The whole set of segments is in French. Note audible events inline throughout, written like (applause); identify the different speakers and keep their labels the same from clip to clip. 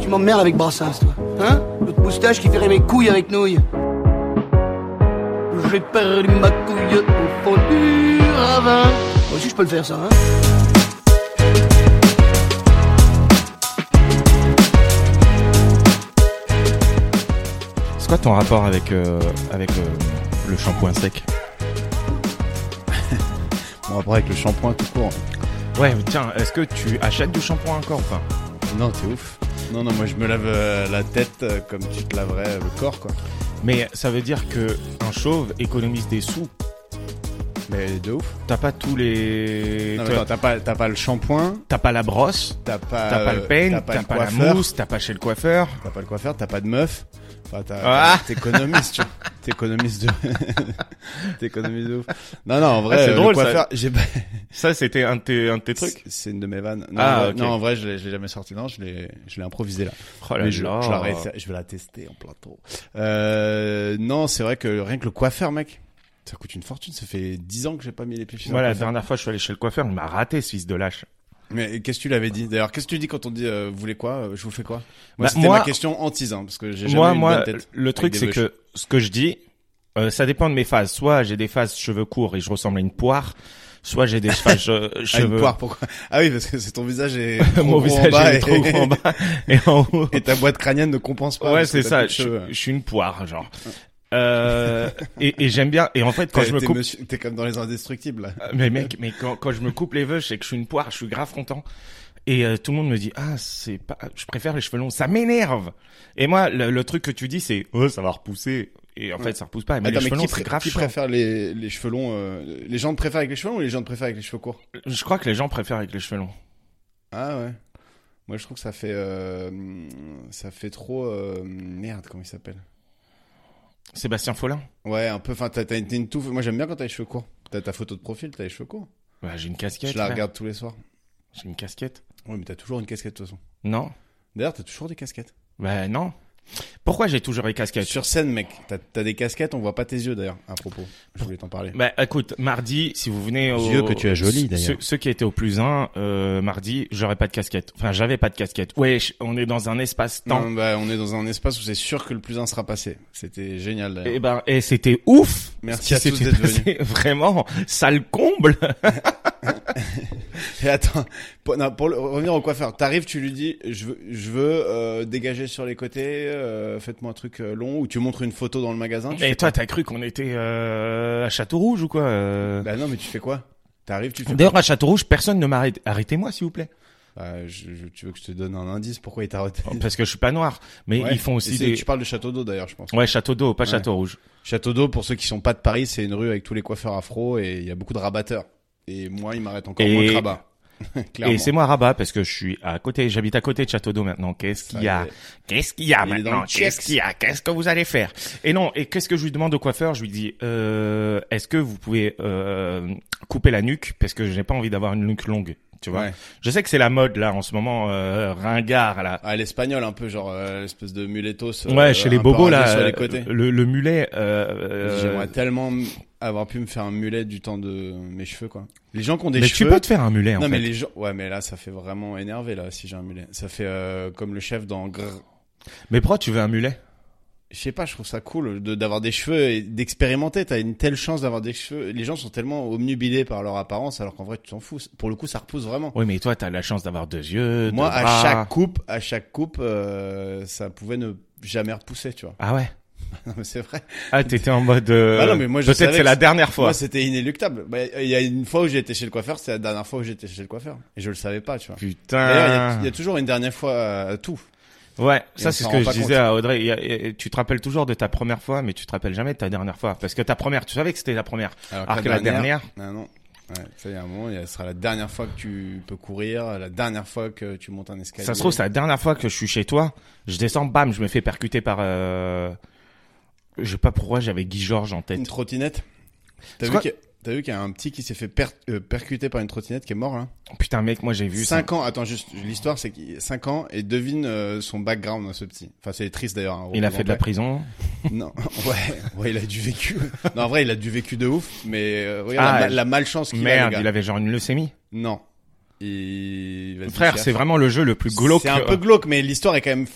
Speaker 1: Tu m'emmerdes avec Brassens, toi. Hein L'autre moustache qui ferait mes couilles avec nouilles. J'ai perdu ma couille au fond du ravin. Moi aussi, je peux le faire, ça, hein
Speaker 2: C'est quoi ton rapport avec, euh, avec euh, le shampoing sec
Speaker 3: Bon, après, avec le shampoing tout court.
Speaker 2: Ouais, tiens, est-ce que tu achètes du shampoing encore enfin
Speaker 3: Non, t'es ouf. Non, non, moi, je me lave euh, la tête euh, comme tu te laverais euh, le corps, quoi.
Speaker 2: Mais ça veut dire que un chauve économise des sous.
Speaker 3: Mais de ouf.
Speaker 2: T'as pas tous les.
Speaker 3: Non, mais
Speaker 2: t'as-
Speaker 3: attends, t'as pas, t'as pas le shampoing,
Speaker 2: T'as pas la brosse,
Speaker 3: t'as pas,
Speaker 2: t'as pas
Speaker 3: euh,
Speaker 2: le peigne, t'as
Speaker 3: le
Speaker 2: pas la
Speaker 3: coiffeur,
Speaker 2: mousse, t'as pas chez le coiffeur.
Speaker 3: T'as pas le coiffeur, t'as pas de meuf. Enfin, t'as-
Speaker 2: Ah
Speaker 3: t'as- t'économises, tu vois. T'économises de, (laughs) t'économises de ouf. Non, non, en vrai,
Speaker 2: Ah, c'est
Speaker 3: euh,
Speaker 2: drôle,
Speaker 3: le
Speaker 2: ça.
Speaker 3: coiffeur,
Speaker 2: (laughs)
Speaker 3: j'ai pas-
Speaker 2: Ça, c'était un de tes, un de tes trucs.
Speaker 3: C'est- C'est une de mes vannes. Non,
Speaker 2: Ah,
Speaker 3: en vrai-
Speaker 2: ok.
Speaker 3: non, en vrai, je l'ai je l'ai jamais sorti. Non, je l'ai, je l'ai improvisé là.
Speaker 2: Oh là
Speaker 3: Mais je,
Speaker 2: là.
Speaker 3: je, la ré- je vais la tester en plateau. Euh, non, c'est vrai que rien que le coiffeur, mec, ça coûte une fortune. Ça fait 10 ans que j'ai pas mis les pieds chez un
Speaker 2: Voilà, la
Speaker 3: coiffeur.
Speaker 2: dernière fois, je suis allé chez le coiffeur, il m'a raté, ce fils de lâche.
Speaker 3: Mais qu'est-ce que tu l'avais dit D'ailleurs, qu'est-ce que tu dis quand on dit euh, vous voulez quoi Euh, Je vous fais quoi Moi,
Speaker 2: Bah,
Speaker 3: c'était
Speaker 2: moi-
Speaker 3: ma question hantise, hein, parce que j'ai jamais
Speaker 2: Moi,
Speaker 3: eu une
Speaker 2: moi,
Speaker 3: bonne tête.
Speaker 2: le truc,
Speaker 3: des
Speaker 2: c'est
Speaker 3: bûches.
Speaker 2: que ce que je dis, euh, ça dépend de mes phases. Soit j'ai des phases cheveux courts et je ressemble à une poire, soit j'ai des
Speaker 3: (laughs)
Speaker 2: phases euh,
Speaker 3: Ah, une
Speaker 2: cheveux. (laughs)
Speaker 3: poire, pourquoi (laughs) Ah oui, parce que c'est ton visage est trop
Speaker 2: Mon
Speaker 3: gros en
Speaker 2: visage
Speaker 3: bas
Speaker 2: est
Speaker 3: et...
Speaker 2: trop gros en bas et en haut.
Speaker 3: (laughs) et ta boîte crânienne ne compense pas.
Speaker 2: Ouais,
Speaker 3: parce que
Speaker 2: c'est
Speaker 3: t'as
Speaker 2: ça.
Speaker 3: plus de cheveux.
Speaker 2: Je, je suis une poire, genre. Euh, et et j'aime bien. Et en fait, quand
Speaker 3: T'es-
Speaker 2: je me
Speaker 3: t'es
Speaker 2: coupe,
Speaker 3: monsieur- T'es comme dans les indestructibles. Là.
Speaker 2: Euh, mais mec, mais quand, quand je me coupe les vœux, je sais que je suis une poire, je suis grave content. Et euh, tout le monde me dit ah c'est pas, je préfère les cheveux longs, ça m'énerve. Et moi, le, le truc que tu dis c'est oh ça va repousser. Et en fait, ça repousse pas. Mais
Speaker 3: Attends,
Speaker 2: les cheveux longs,
Speaker 3: qui,
Speaker 2: c'est
Speaker 3: pr-
Speaker 2: grave
Speaker 3: qui
Speaker 2: chiant.
Speaker 3: préfère les, les cheveux longs euh, Les gens te préfèrent avec les cheveux longs ou les gens te préfèrent avec les cheveux courts
Speaker 2: Je crois que les gens préfèrent avec les cheveux longs.
Speaker 3: Ah ouais. Moi, je trouve que ça fait euh, hum, ça fait trop euh, merde. Comment il s'appelle
Speaker 2: Sébastien Follin.
Speaker 3: Ouais, un peu. Enfin, t'as t'as une, t'as une touffe. Moi, j'aime bien quand t'as les cheveux courts. T'as ta photo de profil, t'as les cheveux courts.
Speaker 2: Bah, j'ai une casquette.
Speaker 3: Je la
Speaker 2: frère.
Speaker 3: regarde tous les soirs.
Speaker 2: J'ai une casquette.
Speaker 3: Ouais, mais t'as toujours une casquette de toute façon.
Speaker 2: Non.
Speaker 3: D'ailleurs, t'as toujours des casquettes.
Speaker 2: Bah non. Pourquoi j'ai toujours les casquettes
Speaker 3: Sur scène, mec, t'as t'as des casquettes, on voit pas tes yeux d'ailleurs. À propos, je voulais t'en parler.
Speaker 2: Bah écoute, mardi, si vous venez au...
Speaker 4: Yeux que tu as jolis, d'ailleurs.
Speaker 2: Ceux, ceux qui étaient au plus 1, euh, mardi, j'aurais pas de casquette. Enfin, j'avais pas de casquette. Ouais, je- on est dans un espace-temps.
Speaker 3: Non, bah, on est dans un espace où c'est sûr que le plus un sera passé. C'était génial d'ailleurs.
Speaker 2: Et ben, et c'était ouf
Speaker 3: Merci
Speaker 2: ce qui
Speaker 3: à tous
Speaker 2: s'était
Speaker 3: d'être
Speaker 2: passé. (laughs) Vraiment, ça le comble
Speaker 3: Et attends, pour, non, pour le- revenir au coiffeur, t'arrives, tu lui dis, je veux, je veux euh, dégager sur les côtés, euh, faites-moi un truc euh, long, ou tu montres une photo dans le magasin. tu fais-
Speaker 2: Et toi, t'as cru qu'on était euh, à Château-Rouge ou quoi euh
Speaker 3: Bah non, mais tu fais quoi T'arrives, tu fais.
Speaker 2: D'ailleurs, à Château-Rouge, personne ne m'arrête. Arrêtez-moi, s'il vous plaît.
Speaker 3: Bah, je- je- tu veux que je te donne un indice Pourquoi il t'a arrêté
Speaker 2: Parce que je suis pas noir. Oh, Mais
Speaker 3: Ouais.
Speaker 2: ils font
Speaker 3: Et
Speaker 2: aussi
Speaker 3: c'est-
Speaker 2: des...
Speaker 3: Tu parles de Château d'eau d'ailleurs, je pense.
Speaker 2: Ouais, Château d'eau, pas
Speaker 3: Ouais.
Speaker 2: Château Rouge.
Speaker 3: Château d'eau, pour ceux qui sont pas de Paris, c'est une rue avec tous les coiffeurs afro et il y a beaucoup de rabatteurs. Et moi, il m'arrête encore
Speaker 2: Et-
Speaker 3: moins que rabat. (laughs) Clairement.
Speaker 2: Et c'est moi à Rabat parce que je suis à côté, j'habite à côté de Château d'eau maintenant. Qu'est-ce qu'il y a Qu'est-ce qu'il y a
Speaker 3: Il est dans
Speaker 2: maintenant
Speaker 3: le
Speaker 2: Qu'est-ce
Speaker 3: checks.
Speaker 2: qu'il y a Qu'est-ce que vous allez faire Et non, et qu'est-ce que je lui demande au coiffeur Je lui dis euh, est-ce que vous pouvez euh, couper la nuque parce que j'ai pas envie d'avoir une nuque longue, tu vois
Speaker 3: Ouais.
Speaker 2: Je sais que c'est la mode là en ce moment euh, ringard là.
Speaker 3: Ah, l'espagnol un peu, genre euh, l'espèce de muletos. euh,
Speaker 2: Ouais, chez les
Speaker 3: un peu
Speaker 2: bobos
Speaker 3: rasé
Speaker 2: là,
Speaker 3: Sur
Speaker 2: euh,
Speaker 3: les côtés.
Speaker 2: le, le mulet. euh,
Speaker 3: J'aimerais tellement m- avoir pu me faire un mulet du temps de mes cheveux, quoi. Les gens qui ont des
Speaker 2: mais tu
Speaker 3: cheveux.
Speaker 2: peux te faire un mulet en
Speaker 3: non,
Speaker 2: fait.
Speaker 3: mais les gens. Ouais, mais là, ça fait vraiment énervé, là, si j'ai un mulet. Ça fait euh, comme le chef dans Grrr.
Speaker 2: Mais pourquoi tu veux un mulet
Speaker 3: Je sais pas, je trouve ça cool de d'avoir des cheveux et d'expérimenter. T'as une telle chance d'avoir des cheveux. Les gens sont tellement omnubilés par leur apparence, alors qu'en vrai, tu t'en fous. Pour le coup, ça repousse vraiment.
Speaker 2: Oui, mais toi t'as la chance d'avoir deux yeux.
Speaker 3: Moi,
Speaker 2: deux
Speaker 3: à
Speaker 2: bras.
Speaker 3: chaque coupe, à chaque coupe, euh, ça pouvait ne jamais repousser, tu vois. (laughs)
Speaker 2: Ah ouais.
Speaker 3: Non, mais c'est vrai.
Speaker 2: Ah, t'étais en mode. euh,
Speaker 3: Ah non, mais moi, je
Speaker 2: Peut-être
Speaker 3: savais
Speaker 2: c'est
Speaker 3: que
Speaker 2: la
Speaker 3: c'est-
Speaker 2: dernière fois.
Speaker 3: Moi, c'était inéluctable. Bah, Il y a une fois où j'ai été chez le coiffeur, c'est la dernière fois où j'étais chez le coiffeur. Et je le savais pas, tu vois. D'ailleurs, il y a-
Speaker 2: Putain.
Speaker 3: il y, a toujours une dernière fois à tout.
Speaker 2: Ouais,
Speaker 3: Et
Speaker 2: ça
Speaker 3: on
Speaker 2: c'est ce
Speaker 3: s'en
Speaker 2: que
Speaker 3: rend
Speaker 2: je
Speaker 3: pas
Speaker 2: disais
Speaker 3: compte.
Speaker 2: à Audrey. Il y a- et- et tu te rappelles toujours de ta première fois, mais tu te rappelles jamais de ta dernière fois. Parce que ta première, tu savais que c'était la première. Alors que la dernière.
Speaker 3: Ah non. Ouais, ça, il y a un moment, il y a- ce sera la dernière fois que tu peux courir, la dernière fois que tu montes un escalier.
Speaker 2: Ça se trouve, c'est la dernière fois que je suis chez toi. Je descends, bam, je me fais percuter par. Euh... Je sais pas pourquoi j'avais Guy Georges en
Speaker 3: Une
Speaker 2: tête.
Speaker 3: trottinette.
Speaker 2: C'est
Speaker 3: T'as vu
Speaker 2: quoi
Speaker 3: qu'il y a- t'as vu qu'il y a un petit qui s'est fait per- euh, percuter par une trottinette qui est mort, là?
Speaker 2: Putain, mec, moi j'ai vu. ça.
Speaker 3: 5 ans, attends juste, l'histoire c'est qu'il 5 ans et devine euh, son background hein, ce petit. Enfin c'est triste d'ailleurs. hein,
Speaker 2: Il a fait de la
Speaker 3: après.
Speaker 2: prison.
Speaker 3: Non, (laughs) ouais, ouais il a du vécu. non en vrai il a du vécu de ouf, mais euh, regarde
Speaker 2: Ah,
Speaker 3: la, ma-
Speaker 2: je-
Speaker 3: la malchance qu'il a.
Speaker 2: Merde,
Speaker 3: le gars.
Speaker 2: il avait genre une leucémie.
Speaker 3: Non, il- vas-y,
Speaker 2: Frère,
Speaker 3: cherche.
Speaker 2: c'est vraiment le jeu le plus glauque. euh.
Speaker 3: C'est un peu glauque, mais l'histoire est quand même f-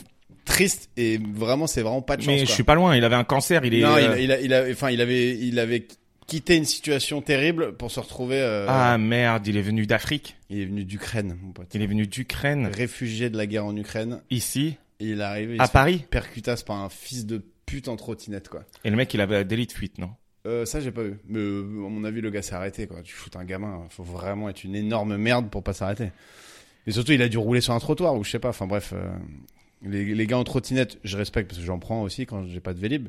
Speaker 3: triste et vraiment, c'est vraiment pas de chance.
Speaker 2: mais je
Speaker 3: quoi.
Speaker 2: suis pas loin. Il avait un cancer. Il est.
Speaker 3: Non,
Speaker 2: euh,
Speaker 3: il, il, a- il a- enfin, il avait, il avait quitté une situation terrible pour se retrouver. euh,
Speaker 2: Ah merde, il est venu d'Afrique.
Speaker 3: Il est venu d'Ukraine, mon pote.
Speaker 2: Il est venu d'Ukraine.
Speaker 3: Réfugié de la guerre en Ukraine,
Speaker 2: Ici,
Speaker 3: et il est arrivé. Il
Speaker 2: à
Speaker 3: se
Speaker 2: Paris.
Speaker 3: fait percutasse par un fils de pute en trottinette, quoi.
Speaker 2: Et le mec, il avait un délit de fuite, non
Speaker 3: Euh, ça, j'ai pas vu. Mais euh, à mon avis, le gars s'est arrêté, quoi. Tu foutes un gamin, hein. faut vraiment être une énorme merde pour pas s'arrêter. Et surtout, il a dû rouler sur un trottoir, ou je sais pas. Enfin bref, euh, les, les gars en trottinette, je respecte parce que j'en prends aussi quand j'ai pas de vélib.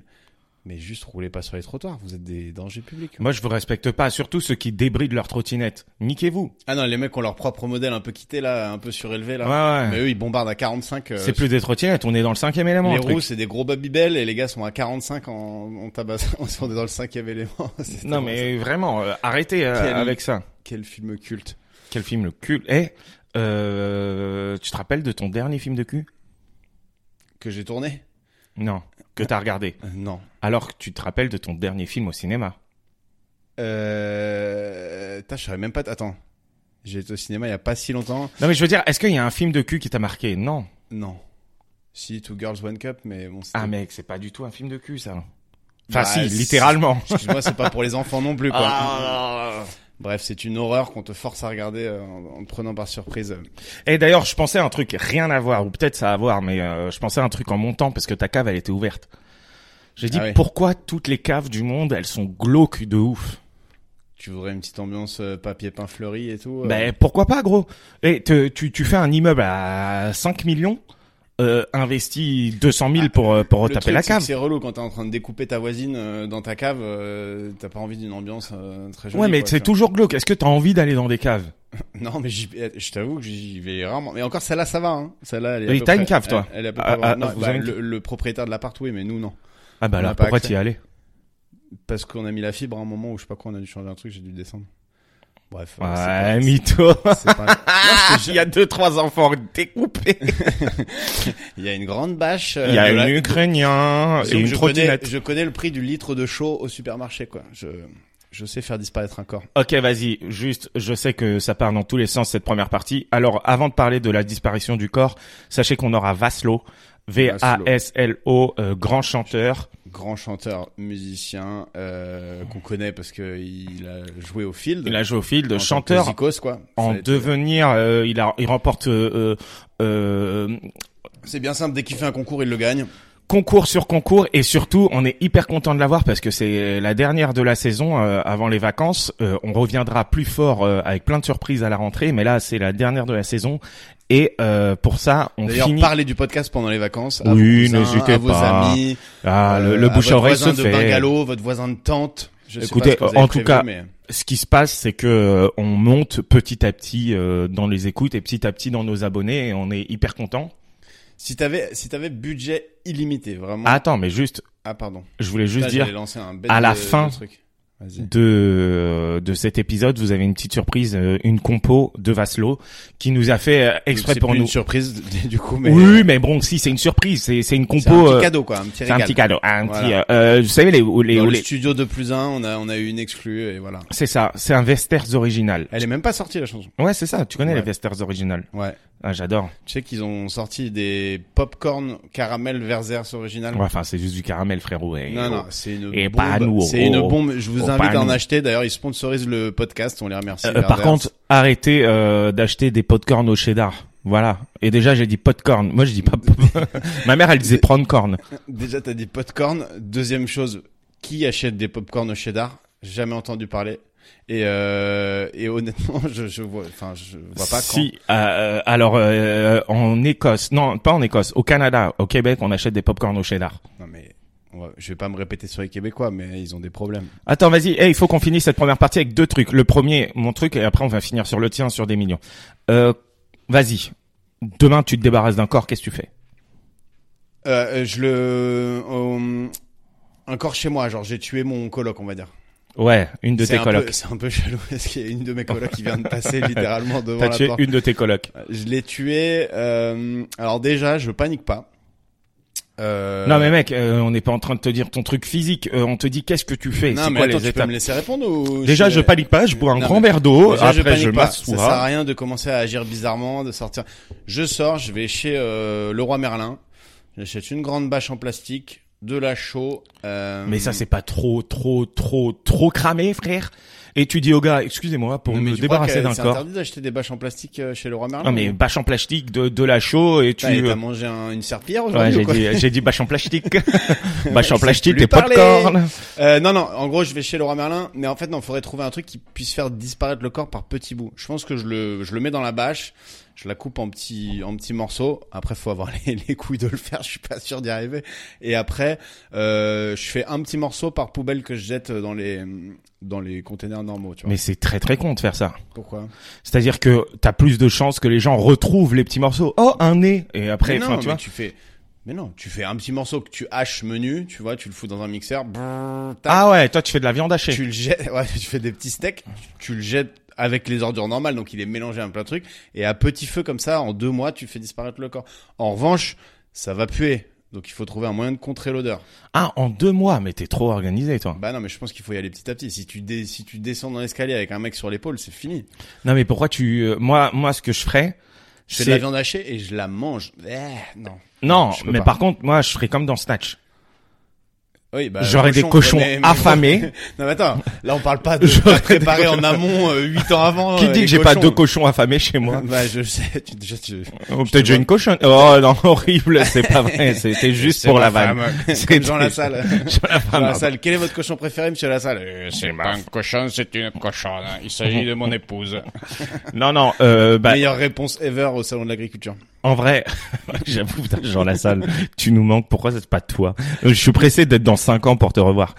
Speaker 3: Mais juste roulez pas sur les trottoirs, vous êtes des dangers publics.
Speaker 2: Moi, je vous respecte pas. Surtout ceux qui débrident leur trottinette. Niquez-vous.
Speaker 3: Ah non, les mecs ont leur propre modèle un peu quitté là, un peu surélevé là.
Speaker 2: Ouais, ouais.
Speaker 3: Ah, Mais eux, ils bombardent à 45. euh,
Speaker 2: C'est plus des trottinettes. On est dans le cinquième élément.
Speaker 3: les
Speaker 2: le truc.
Speaker 3: roues, c'est des gros babybel et les gars sont à 45 en, en tabac. (laughs) On est dans le cinquième élément. (laughs) C'est
Speaker 2: Non,
Speaker 3: tellement ça.
Speaker 2: mais vraiment, euh, arrêtez euh,
Speaker 3: Quel-
Speaker 2: avec ça.
Speaker 3: Quel film culte.
Speaker 2: Quel film le cul Eh, euh, tu te rappelles de ton dernier film de cul
Speaker 3: Que j'ai tourné
Speaker 2: Non, que t'as regardé.
Speaker 3: Euh, Non.
Speaker 2: Alors que tu te rappelles de ton dernier film au cinéma.
Speaker 3: Euh... T'as, je saurais même pas. t- Attends. J'ai été au cinéma il y a pas si longtemps.
Speaker 2: Non, mais je veux dire, est-ce qu'il y a un film de cul qui t'a marqué Non.
Speaker 3: Non. Si, Two Girls One Cup, mais bon. c'était-
Speaker 2: Ah mec, c'est pas du tout un film de cul, ça. Enfin,
Speaker 3: Bah,
Speaker 2: si,
Speaker 3: c'est-
Speaker 2: littéralement.
Speaker 3: Excuse-moi, c'est pas pour les enfants non plus, quoi.
Speaker 2: Ah.
Speaker 3: Bref, c'est une horreur qu'on te force à regarder euh, en, en te prenant par surprise.
Speaker 2: Et d'ailleurs, je pensais à un truc, rien à voir, ou peut-être ça a à voir, mais euh, je pensais à un truc en montant parce que ta cave, elle était ouverte. J'ai dit,
Speaker 3: Ah ouais.
Speaker 2: pourquoi toutes les caves du monde, elles sont glauques de ouf
Speaker 3: Tu voudrais une petite ambiance euh, papier peint fleuri et tout. euh.
Speaker 2: Ben pourquoi pas gros Et te- tu, tu fais un immeuble à 5 millions, euh, investis 200 000 pour, euh, pour
Speaker 3: Ah, Le
Speaker 2: retaper
Speaker 3: truc,
Speaker 2: la
Speaker 3: c'est que
Speaker 2: cave.
Speaker 3: C'est relou quand t'es en train de découper ta voisine euh, dans ta cave. euh, t'as pas envie d'une ambiance euh, très jolie.
Speaker 2: Ouais mais
Speaker 3: quoi,
Speaker 2: c'est
Speaker 3: tu vois.
Speaker 2: toujours glauque. Est-ce que t'as envie d'aller dans des caves
Speaker 3: Non, mais j'y- je t'avoue que j'y vais rarement. Mais encore, celle-là, ça va. Hein. Celle-là, elle est. à
Speaker 2: Oui,
Speaker 3: peu
Speaker 2: t'as
Speaker 3: près-
Speaker 2: une cave, toi
Speaker 3: Elle, elle est à peu
Speaker 2: Ah,
Speaker 3: près-
Speaker 2: ah,
Speaker 3: non,
Speaker 2: vous
Speaker 3: bah,
Speaker 2: avez une-
Speaker 3: le, le propriétaire de l'appart, oui, mais nous non.
Speaker 2: Ah bah
Speaker 3: On
Speaker 2: là
Speaker 3: n'a pas
Speaker 2: pourquoi
Speaker 3: accès.
Speaker 2: t'y aller
Speaker 3: Parce qu'on a mis la fibre à un moment où je sais pas quoi, on a dû changer un truc, j'ai dû descendre. Bref. euh,
Speaker 2: (laughs) Ouais
Speaker 3: c'est
Speaker 2: mytho.
Speaker 3: (laughs) pas- c'est pas- Non,
Speaker 2: (laughs)
Speaker 3: je te
Speaker 2: Il
Speaker 3: jure,
Speaker 2: y a deux trois enfants découpés.
Speaker 3: Il y a une grande bâche. euh,
Speaker 2: (laughs) Il y a
Speaker 3: de la-
Speaker 2: un Ukrainien
Speaker 3: Disons
Speaker 2: et
Speaker 3: que
Speaker 2: une
Speaker 3: je connais,
Speaker 2: trottinette.
Speaker 3: je connais le prix du litre de chaud au supermarché, quoi. Je, je sais faire disparaître un corps.
Speaker 2: Ok vas-y, juste je sais que ça part dans tous les sens cette première partie. Alors avant de parler de la disparition du corps, sachez qu'on aura Vaslo. V-A-S-L-O, euh, grand chanteur.
Speaker 3: Grand chanteur, musicien, euh, qu'on connaît parce que il a joué au field.
Speaker 2: Il a joué au field,
Speaker 3: En tant que
Speaker 2: chanteur
Speaker 3: Zikos, quoi.
Speaker 2: en
Speaker 3: Fallait-
Speaker 2: devenir. euh, il, a, il remporte euh, euh, euh,
Speaker 3: C'est bien simple, dès qu'il fait un concours, il le gagne.
Speaker 2: concours sur concours et surtout, on est hyper content de l'avoir parce que c'est la dernière de la saison euh, avant les vacances. Euh, on reviendra plus fort euh, avec plein de surprises à la rentrée, mais là, c'est la dernière de la saison et euh, pour ça, on
Speaker 3: D'ailleurs,
Speaker 2: finit.
Speaker 3: parlez du podcast pendant les vacances. à
Speaker 2: Oui,
Speaker 3: vos cousins,
Speaker 2: n'hésitez
Speaker 3: à vos
Speaker 2: pas.
Speaker 3: amis,
Speaker 2: Ah, le,
Speaker 3: euh,
Speaker 2: le
Speaker 3: à
Speaker 2: bouche à
Speaker 3: votre
Speaker 2: oreille
Speaker 3: voisin
Speaker 2: se
Speaker 3: de
Speaker 2: fait.
Speaker 3: bungalow, votre voisin de tente. Je sais
Speaker 2: Écoutez,
Speaker 3: pas ce que vous
Speaker 2: en
Speaker 3: avez
Speaker 2: tout
Speaker 3: prévu,
Speaker 2: cas,
Speaker 3: mais-
Speaker 2: Ce qui se passe, c'est que euh, on monte petit à petit euh, dans les écoutes et petit à petit dans nos abonnés et on est hyper content.
Speaker 3: si t'avais, si t'avais budget illimité, vraiment.
Speaker 2: Ah,
Speaker 3: Ah,
Speaker 2: attends, mais juste,
Speaker 3: pardon.
Speaker 2: je voulais juste
Speaker 3: Là,
Speaker 2: dire.
Speaker 3: j'allais lancer un bête
Speaker 2: à la
Speaker 3: de- de
Speaker 2: fin.
Speaker 3: truc. Vas-y.
Speaker 2: de euh, de cet épisode, vous avez une petite surprise, euh, une compo de Vaslo qui nous a fait euh, exprès
Speaker 3: C'est
Speaker 2: pour
Speaker 3: plus
Speaker 2: nous.
Speaker 3: Une surprise (laughs) du coup, mais
Speaker 2: Oui, mais bon, si c'est une surprise, c'est c'est une
Speaker 3: c'est un
Speaker 2: compo.
Speaker 3: petit
Speaker 2: euh,
Speaker 3: cadeau quoi, un petit
Speaker 2: C'est un
Speaker 3: régal.
Speaker 2: petit cadeau, un
Speaker 3: Voilà.
Speaker 2: petit. euh, euh, vous savez les les,
Speaker 3: Dans le
Speaker 2: les-
Speaker 3: studio de plus un, on a on a eu une exclue et voilà.
Speaker 2: c'est ça, c'est un Vesters original.
Speaker 3: Elle est même pas sortie la chanson.
Speaker 2: Ouais, c'est ça. Tu connais
Speaker 3: Ouais.
Speaker 2: les Vesters original.
Speaker 3: Ouais.
Speaker 2: Ah, j'adore.
Speaker 3: Tu sais qu'ils ont sorti des popcorn caramel Verzers original.
Speaker 2: Ouais, enfin, c'est juste du caramel, frérot. Et-
Speaker 3: Ah
Speaker 2: Euh,
Speaker 3: Non, non, c'est une
Speaker 2: Et
Speaker 3: bombe.
Speaker 2: pas à nous,
Speaker 3: C'est
Speaker 2: oh,
Speaker 3: une bombe. Je vous
Speaker 2: oh,
Speaker 3: invite
Speaker 2: pas à
Speaker 3: à en
Speaker 2: nous.
Speaker 3: acheter. D'ailleurs, ils sponsorisent le podcast. On les remercie.
Speaker 2: Euh, par
Speaker 3: Verzers.
Speaker 2: contre, arrêtez euh, d'acheter des popcorn au cheddar. Voilà. Et déjà, j'ai dit popcorn. Moi, je dis pas. (laughs) Ma mère, elle disait prendre corn.
Speaker 3: (laughs) déjà, t'as dit popcorn. Deuxième chose, qui achète des popcorn au cheddar Jamais entendu parler. Et, euh, et honnêtement, (laughs) je, je vois, enfin, je vois pas quand.
Speaker 2: Si, euh, euh, alors euh, en Écosse, non, pas en Écosse, au Canada, au Québec, on achète des popcorn au cheddar.
Speaker 3: Non mais, on va- je vais pas me répéter sur les Québécois, mais ils ont des problèmes.
Speaker 2: Attends, vas-y, eh, il faut qu'on finisse cette première partie avec deux trucs. Le premier, mon truc, et après on va finir sur le tien, sur des millions. Euh, vas-y, demain tu te débarrasses d'un corps, qu'est-ce que tu fais
Speaker 3: Euh, euh, je le, euh, un corps chez moi, genre j'ai tué mon coloc, on va dire.
Speaker 2: Ouais, une de
Speaker 3: C'est
Speaker 2: tes
Speaker 3: un peu-
Speaker 2: colocs.
Speaker 3: C'est un peu (laughs) chelou parce qu'il y a une de mes colocs qui vient de passer
Speaker 2: (laughs)
Speaker 3: littéralement devant
Speaker 2: T'as
Speaker 3: la
Speaker 2: tué
Speaker 3: porte.
Speaker 2: une de tes colocs.
Speaker 3: Je l'ai tué. euh, alors déjà, je panique pas. Euh,
Speaker 2: Non mais mec, euh, on n'est pas en train de te dire ton truc physique. Euh, on te dit qu'est-ce que tu fais.
Speaker 3: non,
Speaker 2: C'est
Speaker 3: mais
Speaker 2: quoi les
Speaker 3: attends, tu peux
Speaker 2: étapes
Speaker 3: me laisser répondre ou
Speaker 2: Déjà, je panique pas. Je bois un
Speaker 3: Non,
Speaker 2: grand
Speaker 3: mais-
Speaker 2: verre d'eau.
Speaker 3: Déjà,
Speaker 2: Après,
Speaker 3: panique
Speaker 2: je
Speaker 3: pas. Ça sert à
Speaker 2: m'assois.
Speaker 3: rien de commencer à agir bizarrement, de sortir. Je sors, je vais chez euh, Leroy Merlin. J'achète une grande bâche en plastique, de la chaux. euh,
Speaker 2: Mais ça, c'est pas trop, trop, trop, trop cramé, frère. Et tu dis au gars, excusez-moi, pour
Speaker 3: mais
Speaker 2: me
Speaker 3: tu crois
Speaker 2: débarrasser
Speaker 3: que
Speaker 2: d'un
Speaker 3: C'est
Speaker 2: corps.
Speaker 3: interdit d'acheter des bâches en plastique euh, chez Leroy Merlin
Speaker 2: Non mais bâche en plastique, de, de la chaux et tu.
Speaker 3: Putain, et T'as mangé un- une serpillière
Speaker 2: Ouais,
Speaker 3: aujourd'hui
Speaker 2: j'ai
Speaker 3: ou quoi
Speaker 2: dit, j'ai dit bâche en
Speaker 3: (laughs)
Speaker 2: plastique. (laughs) bâche en
Speaker 3: Je sais
Speaker 2: plastique
Speaker 3: plus
Speaker 2: et
Speaker 3: parler.
Speaker 2: popcorn.
Speaker 3: Euh, non, non, en gros, je vais chez Laura Merlin, mais en fait, non, faudrait trouver un truc qui puisse faire disparaître le corps par petits bouts. Je pense que je le, je le mets dans la bâche, je la coupe en petits, en petits morceaux. Après, faut avoir (laughs) les, les couilles de le faire, je suis pas sûr d'y arriver. Et après, euh, je fais un petit morceau par poubelle que je jette dans les, dans les containers normaux, tu vois.
Speaker 2: Mais c'est très très con de faire ça.
Speaker 3: Pourquoi?
Speaker 2: C'est-à-dire que t'as plus de chances que les gens retrouvent les petits morceaux. Oh, un nez Et après,
Speaker 3: Mais non,
Speaker 2: enfin,
Speaker 3: mais
Speaker 2: tu vois.
Speaker 3: tu fais, mais non, tu fais un petit morceau que tu haches menu, tu vois, tu le fous dans un mixeur, brrr, tac,
Speaker 2: Ah ouais, toi tu fais de la viande hachée.
Speaker 3: tu le jettes, (laughs) ouais, tu fais des petits steaks, tu le jettes avec les ordures normales, donc il est mélangé à plein de trucs, et à petit feu comme ça, en deux mois, tu fais disparaître le corps. En revanche, ça va puer, donc il faut trouver un moyen de contrer l'odeur.
Speaker 2: Ah, en deux mois, mais t'es trop organisé toi.
Speaker 3: Bah non, mais je pense qu'il faut y aller petit à petit. Si tu, dé- si tu descends dans l'escalier avec un mec sur l'épaule, c'est fini.
Speaker 2: Non mais pourquoi tu... euh, Moi, moi ce que je ferais...
Speaker 3: Je fais
Speaker 2: c'est-
Speaker 3: de la viande hachée et je la mange. Eh, non.
Speaker 2: Non,
Speaker 3: Je peux
Speaker 2: mais
Speaker 3: pas.
Speaker 2: par contre, moi je ferais comme dans Snatch.
Speaker 3: Oui, bah,
Speaker 2: J'aurais des
Speaker 3: cochon,
Speaker 2: cochons
Speaker 3: mais- mais-
Speaker 2: affamés.
Speaker 3: (laughs) non, mais attends, là on parle pas
Speaker 2: (laughs)
Speaker 3: de
Speaker 2: J'aurais des
Speaker 3: préparer
Speaker 2: cochons.
Speaker 3: en amont euh, huit ans avant.
Speaker 2: Qui
Speaker 3: euh,
Speaker 2: dit
Speaker 3: les
Speaker 2: que j'ai pas
Speaker 3: cochons.
Speaker 2: deux cochons affamés chez
Speaker 3: (laughs)
Speaker 2: moi
Speaker 3: Bah, je sais, tu, déjà, tu-
Speaker 2: Oh,
Speaker 3: te
Speaker 2: Peut-être j'ai
Speaker 3: vois.
Speaker 2: une cochonne. Oh non, (laughs) horrible, c'est pas
Speaker 3: (laughs)
Speaker 2: vrai. C'était juste
Speaker 3: C'est
Speaker 2: pour
Speaker 3: ma
Speaker 2: la vanne. (laughs)
Speaker 3: femme,
Speaker 2: C'était-
Speaker 3: Comme Jean Lassalle.
Speaker 2: Jean Lassalle,
Speaker 3: Jean
Speaker 2: Ah, pardon.
Speaker 3: Lassalle. Quel est votre cochon préféré, monsieur Lassalle Euh, C'est ma
Speaker 4: cochon, c'est une cochonne. hein. Il s'agit de
Speaker 2: (laughs)
Speaker 4: mon épouse.
Speaker 2: Non, non, euh, bah,
Speaker 3: meilleure réponse ever au salon de l'agriculture.
Speaker 2: en vrai, (laughs) j'avoue, putain, Jean Lassalle, tu nous manques. Pourquoi c'est pas toi Euh, Je suis pressé d'être dans cinq ans pour te revoir.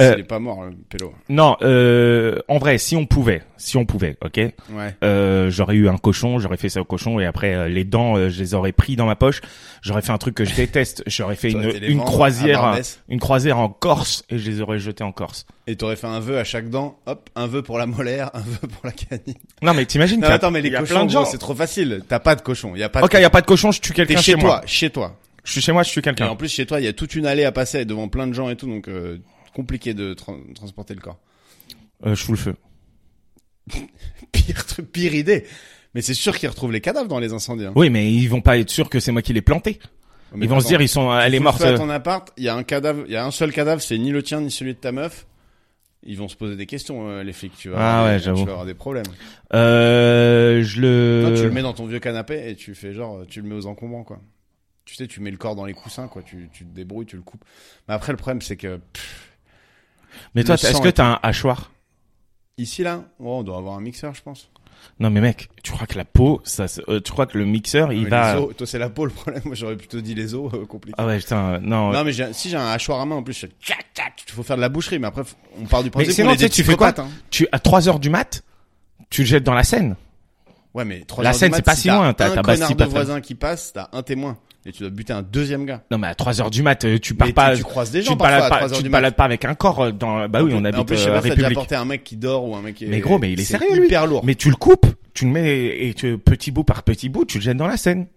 Speaker 2: Euh,
Speaker 3: Il est pas mort, le pélo.
Speaker 2: Non, euh, en vrai, si on pouvait, si on pouvait, ok,
Speaker 3: Ouais.
Speaker 2: euh, j'aurais eu un cochon, j'aurais fait ça au cochon, et après euh, les dents, euh, je les aurais pris dans ma poche. J'aurais fait un truc que je déteste. J'aurais
Speaker 3: (laughs)
Speaker 2: fait
Speaker 3: Ça
Speaker 2: une,
Speaker 3: aurait été les
Speaker 2: une
Speaker 3: vendre à
Speaker 2: croisière,
Speaker 3: Barbès.
Speaker 2: une croisière en Corse, et je les aurais jetés en Corse.
Speaker 3: Et t'aurais fait un vœu à chaque dent. Hop, un vœu pour la molaire, un vœu pour la canine.
Speaker 2: Non, mais t'imagines
Speaker 3: Non,
Speaker 2: qu'il y a-
Speaker 3: attends, mais les
Speaker 2: il y a
Speaker 3: cochons,
Speaker 2: plein de gens.
Speaker 3: gros, c'est trop facile. T'as pas de cochon. Y a pas de
Speaker 2: Ok, il y a pas de cochon, je tue
Speaker 3: T'es
Speaker 2: quelqu'un
Speaker 3: chez,
Speaker 2: chez,
Speaker 3: toi,
Speaker 2: moi.
Speaker 3: chez toi.
Speaker 2: Je suis chez moi, je tue
Speaker 3: Et
Speaker 2: quelqu'un.
Speaker 3: en plus, chez toi, il y a toute une allée à passer devant plein de gens et tout, donc euh, compliqué de tran- transporter le corps. (laughs)
Speaker 2: Euh, je fous le feu.
Speaker 3: Pire, truc- pire idée. Mais c'est sûr qu'ils retrouvent les cadavres dans les incendies. hein.
Speaker 2: Oui, mais ils vont pas être sûrs que c'est moi qui l'ai planté.
Speaker 3: Mais
Speaker 2: ils vont se
Speaker 3: attends.
Speaker 2: dire, ils sont, euh, Ah, elle est
Speaker 3: Fous le
Speaker 2: morte.
Speaker 3: feu à ton appart, il y a un cadavre, il y a un seul cadavre, c'est ni le tien ni celui de ta meuf. Ils vont se poser des questions, euh, les flics, tu vois.
Speaker 2: Ah ouais,
Speaker 3: Tu
Speaker 2: j'avoue.
Speaker 3: vas avoir des problèmes.
Speaker 2: Euh, je le.
Speaker 3: Toi, tu le mets dans ton vieux canapé et tu fais genre, tu le mets aux encombrants, quoi. Tu sais, tu mets le corps dans les coussins, quoi. Tu, tu te débrouilles, tu le coupes. Mais après, le problème, c'est que pff,
Speaker 2: mais toi,
Speaker 3: le
Speaker 2: t'as- est-ce
Speaker 3: sang
Speaker 2: que
Speaker 3: est-
Speaker 2: t'as un hachoir
Speaker 3: ici, là, oh, on doit avoir un mixeur, je pense.
Speaker 2: Non, mais mec, tu crois que la peau, ça, se- euh, tu crois que le mixeur, il
Speaker 3: Ah, Mais
Speaker 2: va.
Speaker 3: les os, toi, c'est la peau le problème. (laughs) Moi, j'aurais plutôt dit les os, euh, compliqué.
Speaker 2: Ah ouais, putain, euh, non.
Speaker 3: Non, mais j'ai- si j'ai un hachoir à main, en plus, je fais tchac, tchac. Faut faire de la boucherie, mais après, faut- on part du principe.
Speaker 2: sinon,
Speaker 3: qu'on est
Speaker 2: tu sais,
Speaker 3: des
Speaker 2: tu fais quoi
Speaker 3: psychopathes, hein.
Speaker 2: Tu à 3 heures du mat, tu le jettes dans la Seine.
Speaker 3: Ouais, mais trois
Speaker 2: La
Speaker 3: heures du
Speaker 2: scène,
Speaker 3: mat',
Speaker 2: c'est pas si loin,
Speaker 3: T'as
Speaker 2: t'as-
Speaker 3: un
Speaker 2: t'as
Speaker 3: connard
Speaker 2: Bastille,
Speaker 3: de
Speaker 2: pas
Speaker 3: voisin qui passe, t'as un témoin. Et tu dois buter un deuxième gars.
Speaker 2: Non, mais à 3 heures du mat, euh, tu pars
Speaker 3: Mais tu-
Speaker 2: pas.
Speaker 3: tu croises des
Speaker 2: tu
Speaker 3: gens
Speaker 2: te
Speaker 3: parfois
Speaker 2: balades
Speaker 3: à
Speaker 2: pas,
Speaker 3: 3
Speaker 2: tu
Speaker 3: heures
Speaker 2: te
Speaker 3: du
Speaker 2: balades pas avec un corps euh, dans. Bah oui, on
Speaker 3: en
Speaker 2: habite
Speaker 3: plus, je sais
Speaker 2: euh,
Speaker 3: pas, si t'as déjà
Speaker 2: République.
Speaker 3: porté un mec qui dort ou un mec qui est-
Speaker 2: Mais gros, mais il est
Speaker 3: c'est
Speaker 2: sérieux, lui.
Speaker 3: hyper lourd.
Speaker 2: Mais tu le coupes, tu le mets et tu, petit bout par petit bout, tu le jettes dans la Seine.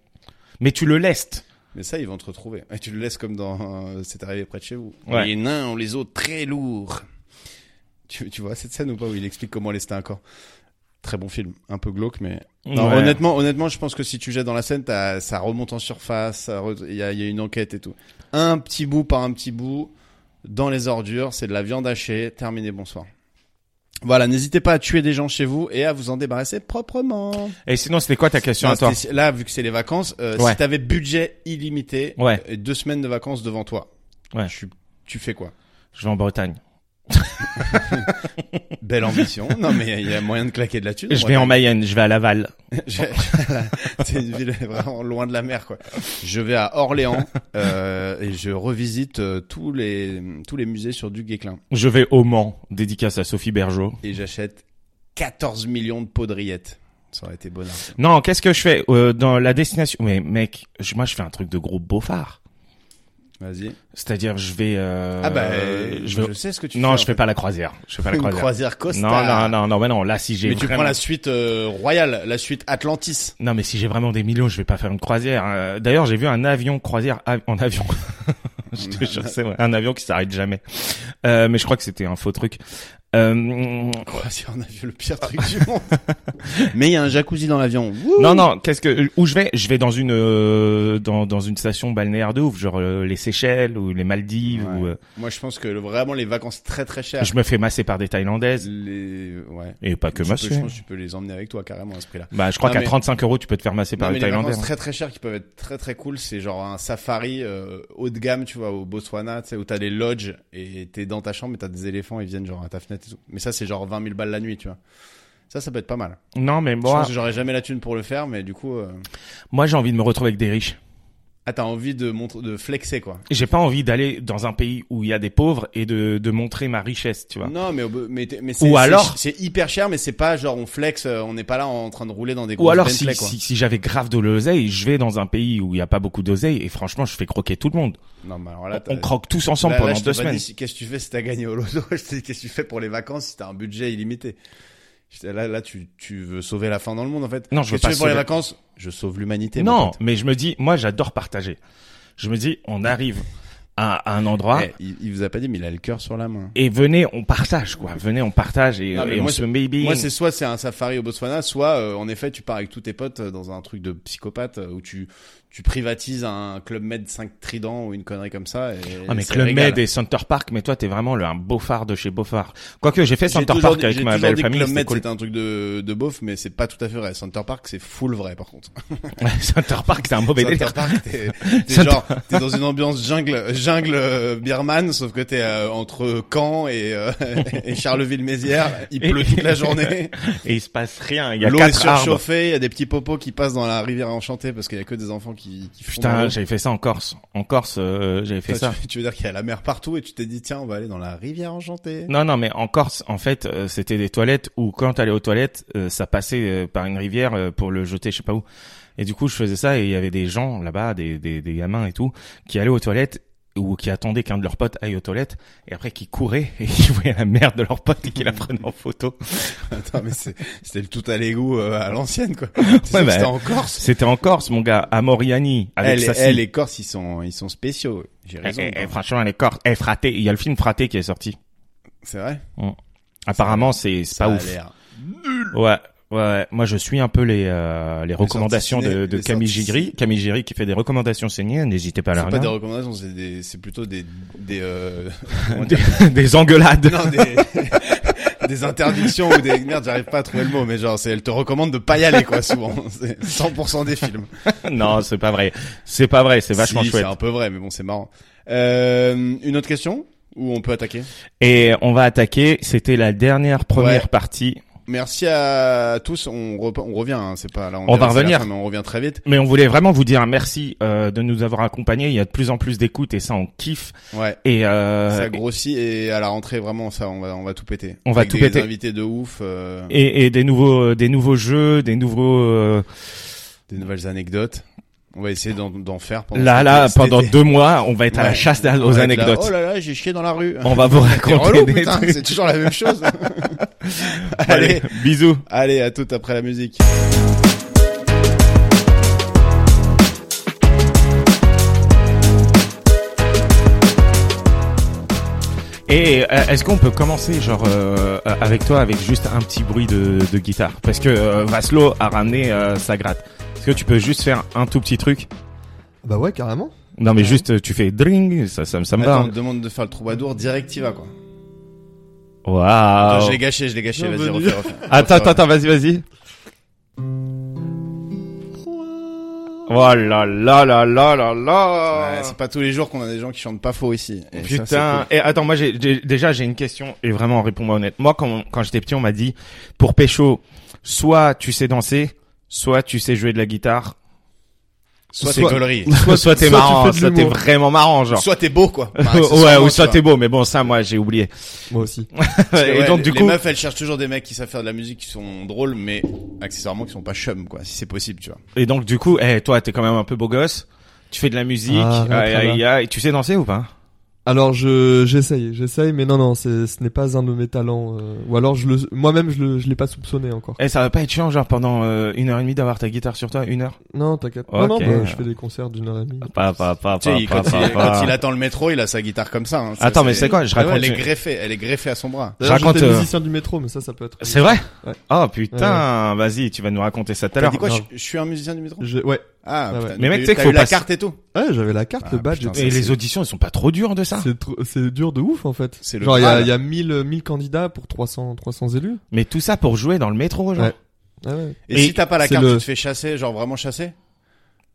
Speaker 2: Mais tu le laisses.
Speaker 3: Mais ça, ils vont te retrouver. Et tu le laisses comme dans euh, C'est arrivé près de chez vous.
Speaker 2: Ouais.
Speaker 3: Les nains ont les os très lourds. Tu, tu vois cette scène ou pas où il explique comment lester un corps Très bon film, un peu glauque, mais non,
Speaker 2: Ouais.
Speaker 3: honnêtement, honnêtement, je pense que si tu jettes dans la scène, t'as- ça remonte en surface, ça re- il y, a il y a une enquête et tout. Un petit bout par un petit bout dans les ordures, c'est de la viande hachée. Terminé, bonsoir. Voilà, n'hésitez pas à tuer des gens chez vous et à vous en débarrasser proprement.
Speaker 2: Et sinon, c'était quoi ta question
Speaker 3: Non,
Speaker 2: à toi
Speaker 3: c'était- Là, vu que c'est les vacances, euh,
Speaker 2: Ouais.
Speaker 3: si t'avais budget illimité
Speaker 2: Ouais.
Speaker 3: et deux semaines de vacances devant toi,
Speaker 2: Ouais.
Speaker 3: tu, tu fais quoi
Speaker 2: Je vais en Bretagne.
Speaker 3: Belle ambition. non, mais il y a moyen de claquer de la thune.
Speaker 2: Je vais en
Speaker 3: Bretagne.
Speaker 2: Mayenne, je vais à Laval.
Speaker 3: Je- (laughs) c'est une ville vraiment loin de la mer, quoi. Je vais à
Speaker 2: (laughs)
Speaker 3: Orléans euh, et je revisite euh, tous les tous les musées sur du Guesclin
Speaker 2: Je vais au Mans, dédicace à Sophie Bergeau.
Speaker 3: et j'achète 14 millions de podrillettes. Ça aurait été bonheur.
Speaker 2: Non, qu'est-ce que je fais Euh, dans la destination Mais mec, je- moi je fais un truc de gros beaufard.
Speaker 3: Vas-y.
Speaker 2: C'est-à-dire, je vais. euh,
Speaker 3: ah bah,
Speaker 2: je vais.
Speaker 3: je sais ce que tu fais.
Speaker 2: non,
Speaker 3: en
Speaker 2: je fais pas la croisière. Je fais pas la
Speaker 3: Une
Speaker 2: croisière.
Speaker 3: croisière
Speaker 2: non, non,
Speaker 3: Costa.
Speaker 2: non, non, mais non. Là, si j'ai.
Speaker 3: Mais tu
Speaker 2: vraiment-
Speaker 3: prends la suite euh, royale, la suite
Speaker 2: (laughs)
Speaker 3: Atlantis.
Speaker 2: Non, mais si j'ai vraiment des millions, je vais pas faire une croisière. Euh, D'ailleurs, j'ai vu un avion croisière av- en avion. (laughs) je te jure, c'est vrai. Un avion qui s'arrête jamais. Euh, mais je crois que c'était un faux truc. Euh,
Speaker 3: Croisière en avion, le pire truc du
Speaker 2: (laughs)
Speaker 3: monde. Mais il y a un jacuzzi dans l'avion. Wouh
Speaker 2: Non, non, qu'est-ce que où je vais Je vais dans une euh, dans dans une station balnéaire de ouf, genre euh, les Seychelles ou les Maldives
Speaker 3: Ouais.
Speaker 2: ou euh,
Speaker 3: Moi, je pense que le- vraiment les vacances très très chères.
Speaker 2: je me fais masser par des Thaïlandaises
Speaker 3: Les... Ouais.
Speaker 2: et pas Ah, que
Speaker 3: Tu peux- je
Speaker 2: masser.
Speaker 3: pense que tu peux les emmener avec toi carrément à ce prix-là.
Speaker 2: Bah, je crois
Speaker 3: Non,
Speaker 2: qu'à
Speaker 3: mais-
Speaker 2: 35 euros, tu peux te faire masser
Speaker 3: Non,
Speaker 2: par
Speaker 3: mais
Speaker 2: des
Speaker 3: les
Speaker 2: Thaïlandaises.
Speaker 3: vacances très très chères qui peuvent être très très cool, c'est genre un safari euh, haut de gamme, tu vois, au Botswana, tu sais, où t'as des lodges et t'es dans ta chambre et t'as des éléphants, ils viennent genre à ta fenêtre et tout. Mais ça, c'est genre 20 000 balles la nuit, tu vois. Ça, ça peut être pas mal.
Speaker 2: Non, mais
Speaker 3: Je
Speaker 2: moi,
Speaker 3: pense que j'aurais jamais la thune pour le faire, mais du coup, euh...
Speaker 2: moi, j'ai envie de me retrouver avec des riches.
Speaker 3: ah, t'as envie de montre... de flexer quoi.
Speaker 2: J'ai pas envie d'aller dans un pays où il y a des pauvres et de de montrer ma richesse, tu vois.
Speaker 3: Non, mais au bo- mais, t'es- mais c'est
Speaker 2: Bah. Ou
Speaker 3: c'est-
Speaker 2: alors-
Speaker 3: c'est hyper cher, mais c'est pas genre on flex, euh, on n'est pas là en train de rouler dans des grosses
Speaker 2: Ou alors si,
Speaker 3: Bentley, quoi.
Speaker 2: si, si j'avais grave de l'oseille, je vais dans un pays où il y a pas beaucoup d'oseille et franchement je fais croquer tout le monde.
Speaker 3: Non, mais alors là,
Speaker 2: On
Speaker 3: t'as-
Speaker 2: croque tous ensemble
Speaker 3: Là- là,
Speaker 2: pendant
Speaker 3: je t'ai
Speaker 2: deux
Speaker 3: pas
Speaker 2: semaines.
Speaker 3: dit si- Qu'est-ce que tu fais si t'as gagné au loto (laughs) Je t'ai dit, Qu'est-ce que tu fais pour les vacances si t'as un budget illimité J'étais Là, là tu, tu veux sauver la fin dans le monde en fait.
Speaker 2: Non, je veux
Speaker 3: Qu'est-ce que
Speaker 2: pas
Speaker 3: tu fais pour les
Speaker 2: sauver-
Speaker 3: vacances Je sauve l'humanité. mon
Speaker 2: Non,
Speaker 3: pote.
Speaker 2: mais je me dis, moi j'adore partager. Je me dis, on arrive à, à un endroit
Speaker 3: Eh, il, il vous a pas dit, mais il a le cœur sur la main.
Speaker 2: et venez, on partage quoi. Venez, on partage et,
Speaker 3: Non, mais
Speaker 2: et on
Speaker 3: moi,
Speaker 2: se
Speaker 3: c'est-
Speaker 2: baby.
Speaker 3: Moi, c'est soit c'est un safari au Botswana, soit euh, en effet, tu pars avec tous tes potes euh, dans un truc de psychopathe euh, où tu, tu privatises un Club Med 5 Trident ou une connerie comme ça. Et
Speaker 2: ah mais
Speaker 3: c'est
Speaker 2: Club
Speaker 3: régal.
Speaker 2: Med et Center Park, mais toi t'es vraiment le un beaufard de chez beaufard. Quoique j'ai fait
Speaker 3: J'ai
Speaker 2: Center
Speaker 3: toujours
Speaker 2: Park
Speaker 3: dit-
Speaker 2: avec
Speaker 3: j'ai
Speaker 2: ma
Speaker 3: toujours
Speaker 2: belle
Speaker 3: dit que
Speaker 2: famille,
Speaker 3: Club
Speaker 2: c'était
Speaker 3: Med,
Speaker 2: cool. (laughs)
Speaker 3: c'était un truc de, de beauf, mais c'est pas tout à fait vrai. Center Park, c'est full vrai, par contre.
Speaker 2: Center Park, c'est un mauvais
Speaker 3: Center
Speaker 2: délire.
Speaker 3: Park,
Speaker 2: (laughs)
Speaker 3: t'es t'es genre, t'es dans une ambiance jungle, jungle euh, birmane, sauf que t'es euh, entre Caen et, euh, (laughs) et Charleville-Mézières. Il
Speaker 2: Et-
Speaker 3: pleut
Speaker 2: (laughs)
Speaker 3: toute la journée.
Speaker 2: Et il se passe rien. Il y a
Speaker 3: L'eau est
Speaker 2: quatre arbres.
Speaker 3: surchauffée. Il y a des petits popos qui passent dans la rivière enchantée parce qu'il y a que des enfants qui, qui font dans
Speaker 2: Putain,
Speaker 3: l'eau.
Speaker 2: j'avais fait ça en Corse. En Corse, euh, j'avais fait
Speaker 3: Toi,
Speaker 2: ça.
Speaker 3: Tu, tu veux dire qu'il y a la mer partout et tu t'es dit, tiens, on va aller dans la
Speaker 2: (laughs)
Speaker 3: rivière enchantée.
Speaker 2: Non, non, mais en Corse, en fait, euh, c'était des toilettes où quand t'allais aux toilettes, euh, ça passait euh, par une rivière euh, pour le jeter, je sais pas où. Et du coup, je faisais ça et il y avait des gens là-bas, des, des, des gamins et tout, qui allaient aux toilettes ou qui attendaient qu'un de leurs potes aille aux toilettes et après qui couraient (laughs) et qui voyaient la merde de leur pote et
Speaker 3: (laughs)
Speaker 2: qui la prenaient en photo.
Speaker 3: Attends, mais c'est- c'était le tout à l'égout euh, à l'ancienne, quoi. C'est
Speaker 2: Ouais,
Speaker 3: sûr que
Speaker 2: bah,
Speaker 3: C'était en Corse.
Speaker 2: C'était en Corse, mon gars, à Moriani, avec
Speaker 3: Elle,
Speaker 2: sa scie.
Speaker 3: elle, les Corses, ils sont, ils sont spéciaux. J'ai
Speaker 2: Eh,
Speaker 3: raison.
Speaker 2: eh, eh,
Speaker 3: quoi.
Speaker 2: franchement, les Corses, eh, fraté, il y a le film Fraté qui est sorti.
Speaker 3: C'est vrai.
Speaker 2: Apparemment, c'est c'est
Speaker 3: Ça
Speaker 2: pas
Speaker 3: a
Speaker 2: ouf.
Speaker 3: l'air.
Speaker 2: Ouais, ouais. Moi, je suis un peu les, euh, les recommandations
Speaker 3: sorties
Speaker 2: de,
Speaker 3: ciné,
Speaker 2: de
Speaker 3: les
Speaker 2: Camille
Speaker 3: sorties
Speaker 2: Gigri. Camille Gigri qui fait des recommandations saignées. N'hésitez pas à la
Speaker 3: C'est pas des
Speaker 2: regarder.
Speaker 3: recommandations, c'est des, c'est plutôt des, des, euh, (laughs)
Speaker 2: Des, (laughs) des engueulades.
Speaker 3: non, des, (laughs) des interdictions ou des merde, j'arrive pas à trouver le mot, mais genre, c'est, elle te recommande de pas y aller, quoi, souvent. (laughs) C'est 100% des films.
Speaker 2: (laughs) non, c'est pas vrai. C'est pas vrai. C'est vachement
Speaker 3: Si,
Speaker 2: chouette.
Speaker 3: C'est un peu vrai, mais bon, c'est marrant. Euh, une autre question? Ou on peut attaquer?
Speaker 2: Et on va attaquer. C'était la dernière première
Speaker 3: Ouais.
Speaker 2: partie.
Speaker 3: Merci à tous. On, rep- on revient, hein, c'est pas là.
Speaker 2: On va
Speaker 3: verra, c'est la
Speaker 2: revenir.
Speaker 3: fin, mais on revient très vite.
Speaker 2: Mais on voulait vraiment vous dire un merci euh, de nous avoir accompagnés. Il y a de plus en plus d'écoutes et ça, on kiffe.
Speaker 3: Ouais.
Speaker 2: Et, euh,
Speaker 3: ça grossit et à la rentrée vraiment ça on va on va tout péter.
Speaker 2: On va
Speaker 3: Avec
Speaker 2: tout
Speaker 3: des
Speaker 2: péter.
Speaker 3: Invités de ouf, euh,
Speaker 2: et, et des nouveaux, euh, des nouveaux jeux, des nouveaux. euh,
Speaker 3: des nouvelles anecdotes. On va essayer d'en- d'en faire pendant
Speaker 2: là,
Speaker 3: cet-
Speaker 2: là,
Speaker 3: cet
Speaker 2: pendant
Speaker 3: (laughs) été.
Speaker 2: deux mois, on va être à la
Speaker 3: Ouais.
Speaker 2: chasse
Speaker 3: On va
Speaker 2: aux
Speaker 3: être là,
Speaker 2: anecdotes.
Speaker 3: oh là là, j'ai chié dans la rue.
Speaker 2: On va vous
Speaker 3: (laughs) C'est
Speaker 2: raconter
Speaker 3: relou,
Speaker 2: des
Speaker 3: putain,
Speaker 2: trucs.
Speaker 3: c'est toujours la même
Speaker 2: (laughs)
Speaker 3: chose.
Speaker 2: Allez,
Speaker 3: allez,
Speaker 2: bisous.
Speaker 3: allez, à tout après la musique.
Speaker 2: Et euh, est-ce qu'on peut commencer genre euh, euh, avec toi avec juste un petit bruit de, de guitare parce que euh, Vaslo a ramené euh, sa gratte. Est-ce que tu peux juste faire un tout petit truc
Speaker 1: Bah ouais, carrément.
Speaker 2: Non mais juste euh, tu fais dring, ça ça, me- ça me
Speaker 3: Attends, on
Speaker 2: va. hein.
Speaker 3: te demande de faire le troubadour direct, y vas quoi. Attends,
Speaker 2: Waouh.
Speaker 3: je l'ai gâché, je l'ai gâché,
Speaker 1: Non,
Speaker 3: vas-y,
Speaker 1: vas-y.
Speaker 3: refais, refais.
Speaker 2: Ah, oh. Attends attends attends, vas-y vas-y. Oh là là là là là là.
Speaker 3: Ouais, c'est pas tous les jours qu'on a des gens qui chantent pas faux ici. Et ça, c'est
Speaker 2: Putain,
Speaker 3: cool.
Speaker 2: et attends, moi j'ai j'ai- déjà j'ai une question et vraiment réponds-moi honnête. Moi quand quand j'étais petit, on m'a dit pour pécho, soit tu sais danser, soit tu sais jouer de la guitare,
Speaker 3: Soit t'es
Speaker 2: soit-
Speaker 3: gaulerie.
Speaker 2: soit soit
Speaker 1: Soit
Speaker 2: t'es
Speaker 1: tu
Speaker 2: marrant,
Speaker 1: fais de
Speaker 2: soit t'es
Speaker 1: l'humour.
Speaker 2: vraiment marrant genre.
Speaker 3: Soit t'es
Speaker 2: (laughs)
Speaker 3: beau quoi. Par
Speaker 2: ouais,
Speaker 3: accessoirement,
Speaker 2: ou
Speaker 3: tu
Speaker 2: soit
Speaker 3: vois.
Speaker 2: t'es beau, mais bon ça moi j'ai oublié.
Speaker 1: Moi aussi.
Speaker 3: Parce que,
Speaker 2: et
Speaker 3: ouais,
Speaker 2: donc
Speaker 3: les-
Speaker 2: du
Speaker 3: les
Speaker 2: coup,
Speaker 3: meufs elles cherchent toujours des mecs qui savent faire de la musique qui sont drôles mais accessoirement qui sont pas chum quoi si c'est possible tu vois.
Speaker 2: et donc du coup, eh toi t'es quand même un peu beau gosse. Tu fais de la musique.
Speaker 5: Ah, ouais,
Speaker 2: aïe,
Speaker 5: très
Speaker 2: aïe,
Speaker 5: bien.
Speaker 2: aïe. Tu sais danser ou pas
Speaker 5: Alors je j'essaye, j'essaye, mais non non, c'est- ce n'est pas un de mes talents. euh, ou alors je le, moi-même je le, je l'ai pas soupçonné encore.
Speaker 2: Eh, ça va pas être chiant, genre pendant euh, une heure et demie d'avoir ta guitare sur toi, une heure.
Speaker 5: Non t'inquiète. Non non,
Speaker 2: Ok.
Speaker 5: bah, je fais des concerts d'une heure et demie.
Speaker 2: Pas, pas, pas,
Speaker 3: Tu sais, il- quand, il, quand il attend le métro, il a sa guitare comme ça. hein. Ça,
Speaker 2: Attends, mais c'est quoi Je
Speaker 3: Ah ouais,
Speaker 2: raconte.
Speaker 3: elle est greffée, elle est greffée à son bras.
Speaker 5: D'ailleurs,
Speaker 2: raconte,
Speaker 5: J'étais
Speaker 2: euh,
Speaker 5: musicien du métro, mais ça ça peut être.
Speaker 2: C'est vrai
Speaker 5: Ouais.
Speaker 2: Oh putain, vas-y, tu vas nous raconter ça tout à
Speaker 3: T'as
Speaker 2: l'heure.
Speaker 3: dit quoi
Speaker 5: non.
Speaker 3: je, je suis un musicien du métro.
Speaker 5: Je- ouais.
Speaker 3: Ah,
Speaker 5: Ah ouais.
Speaker 3: putain,
Speaker 2: Mais mec,
Speaker 3: t'as
Speaker 2: tu sais
Speaker 3: eu-
Speaker 2: qu'il
Speaker 3: t'as eu
Speaker 2: faut
Speaker 3: la
Speaker 2: pas-
Speaker 3: carte et tout.
Speaker 5: Ouais, j'avais la carte,
Speaker 3: Ah,
Speaker 5: le badge.
Speaker 3: putain,
Speaker 5: et tout.
Speaker 3: ça,
Speaker 2: Et les
Speaker 3: c'est-
Speaker 2: auditions, elles sont pas trop dures de ça
Speaker 5: C'est tr- c'est dur de ouf en fait.
Speaker 3: C'est le
Speaker 5: Genre il y a,
Speaker 3: Graal.
Speaker 5: il y a 1000 1000 candidats pour 300 300 élus.
Speaker 2: Mais tout ça pour jouer dans le métro, genre.
Speaker 5: Ouais. Ah ouais.
Speaker 3: Et,
Speaker 2: Et
Speaker 3: si t'as pas la
Speaker 5: c'est
Speaker 3: carte,
Speaker 5: le-
Speaker 3: tu te fais chasser, genre vraiment chasser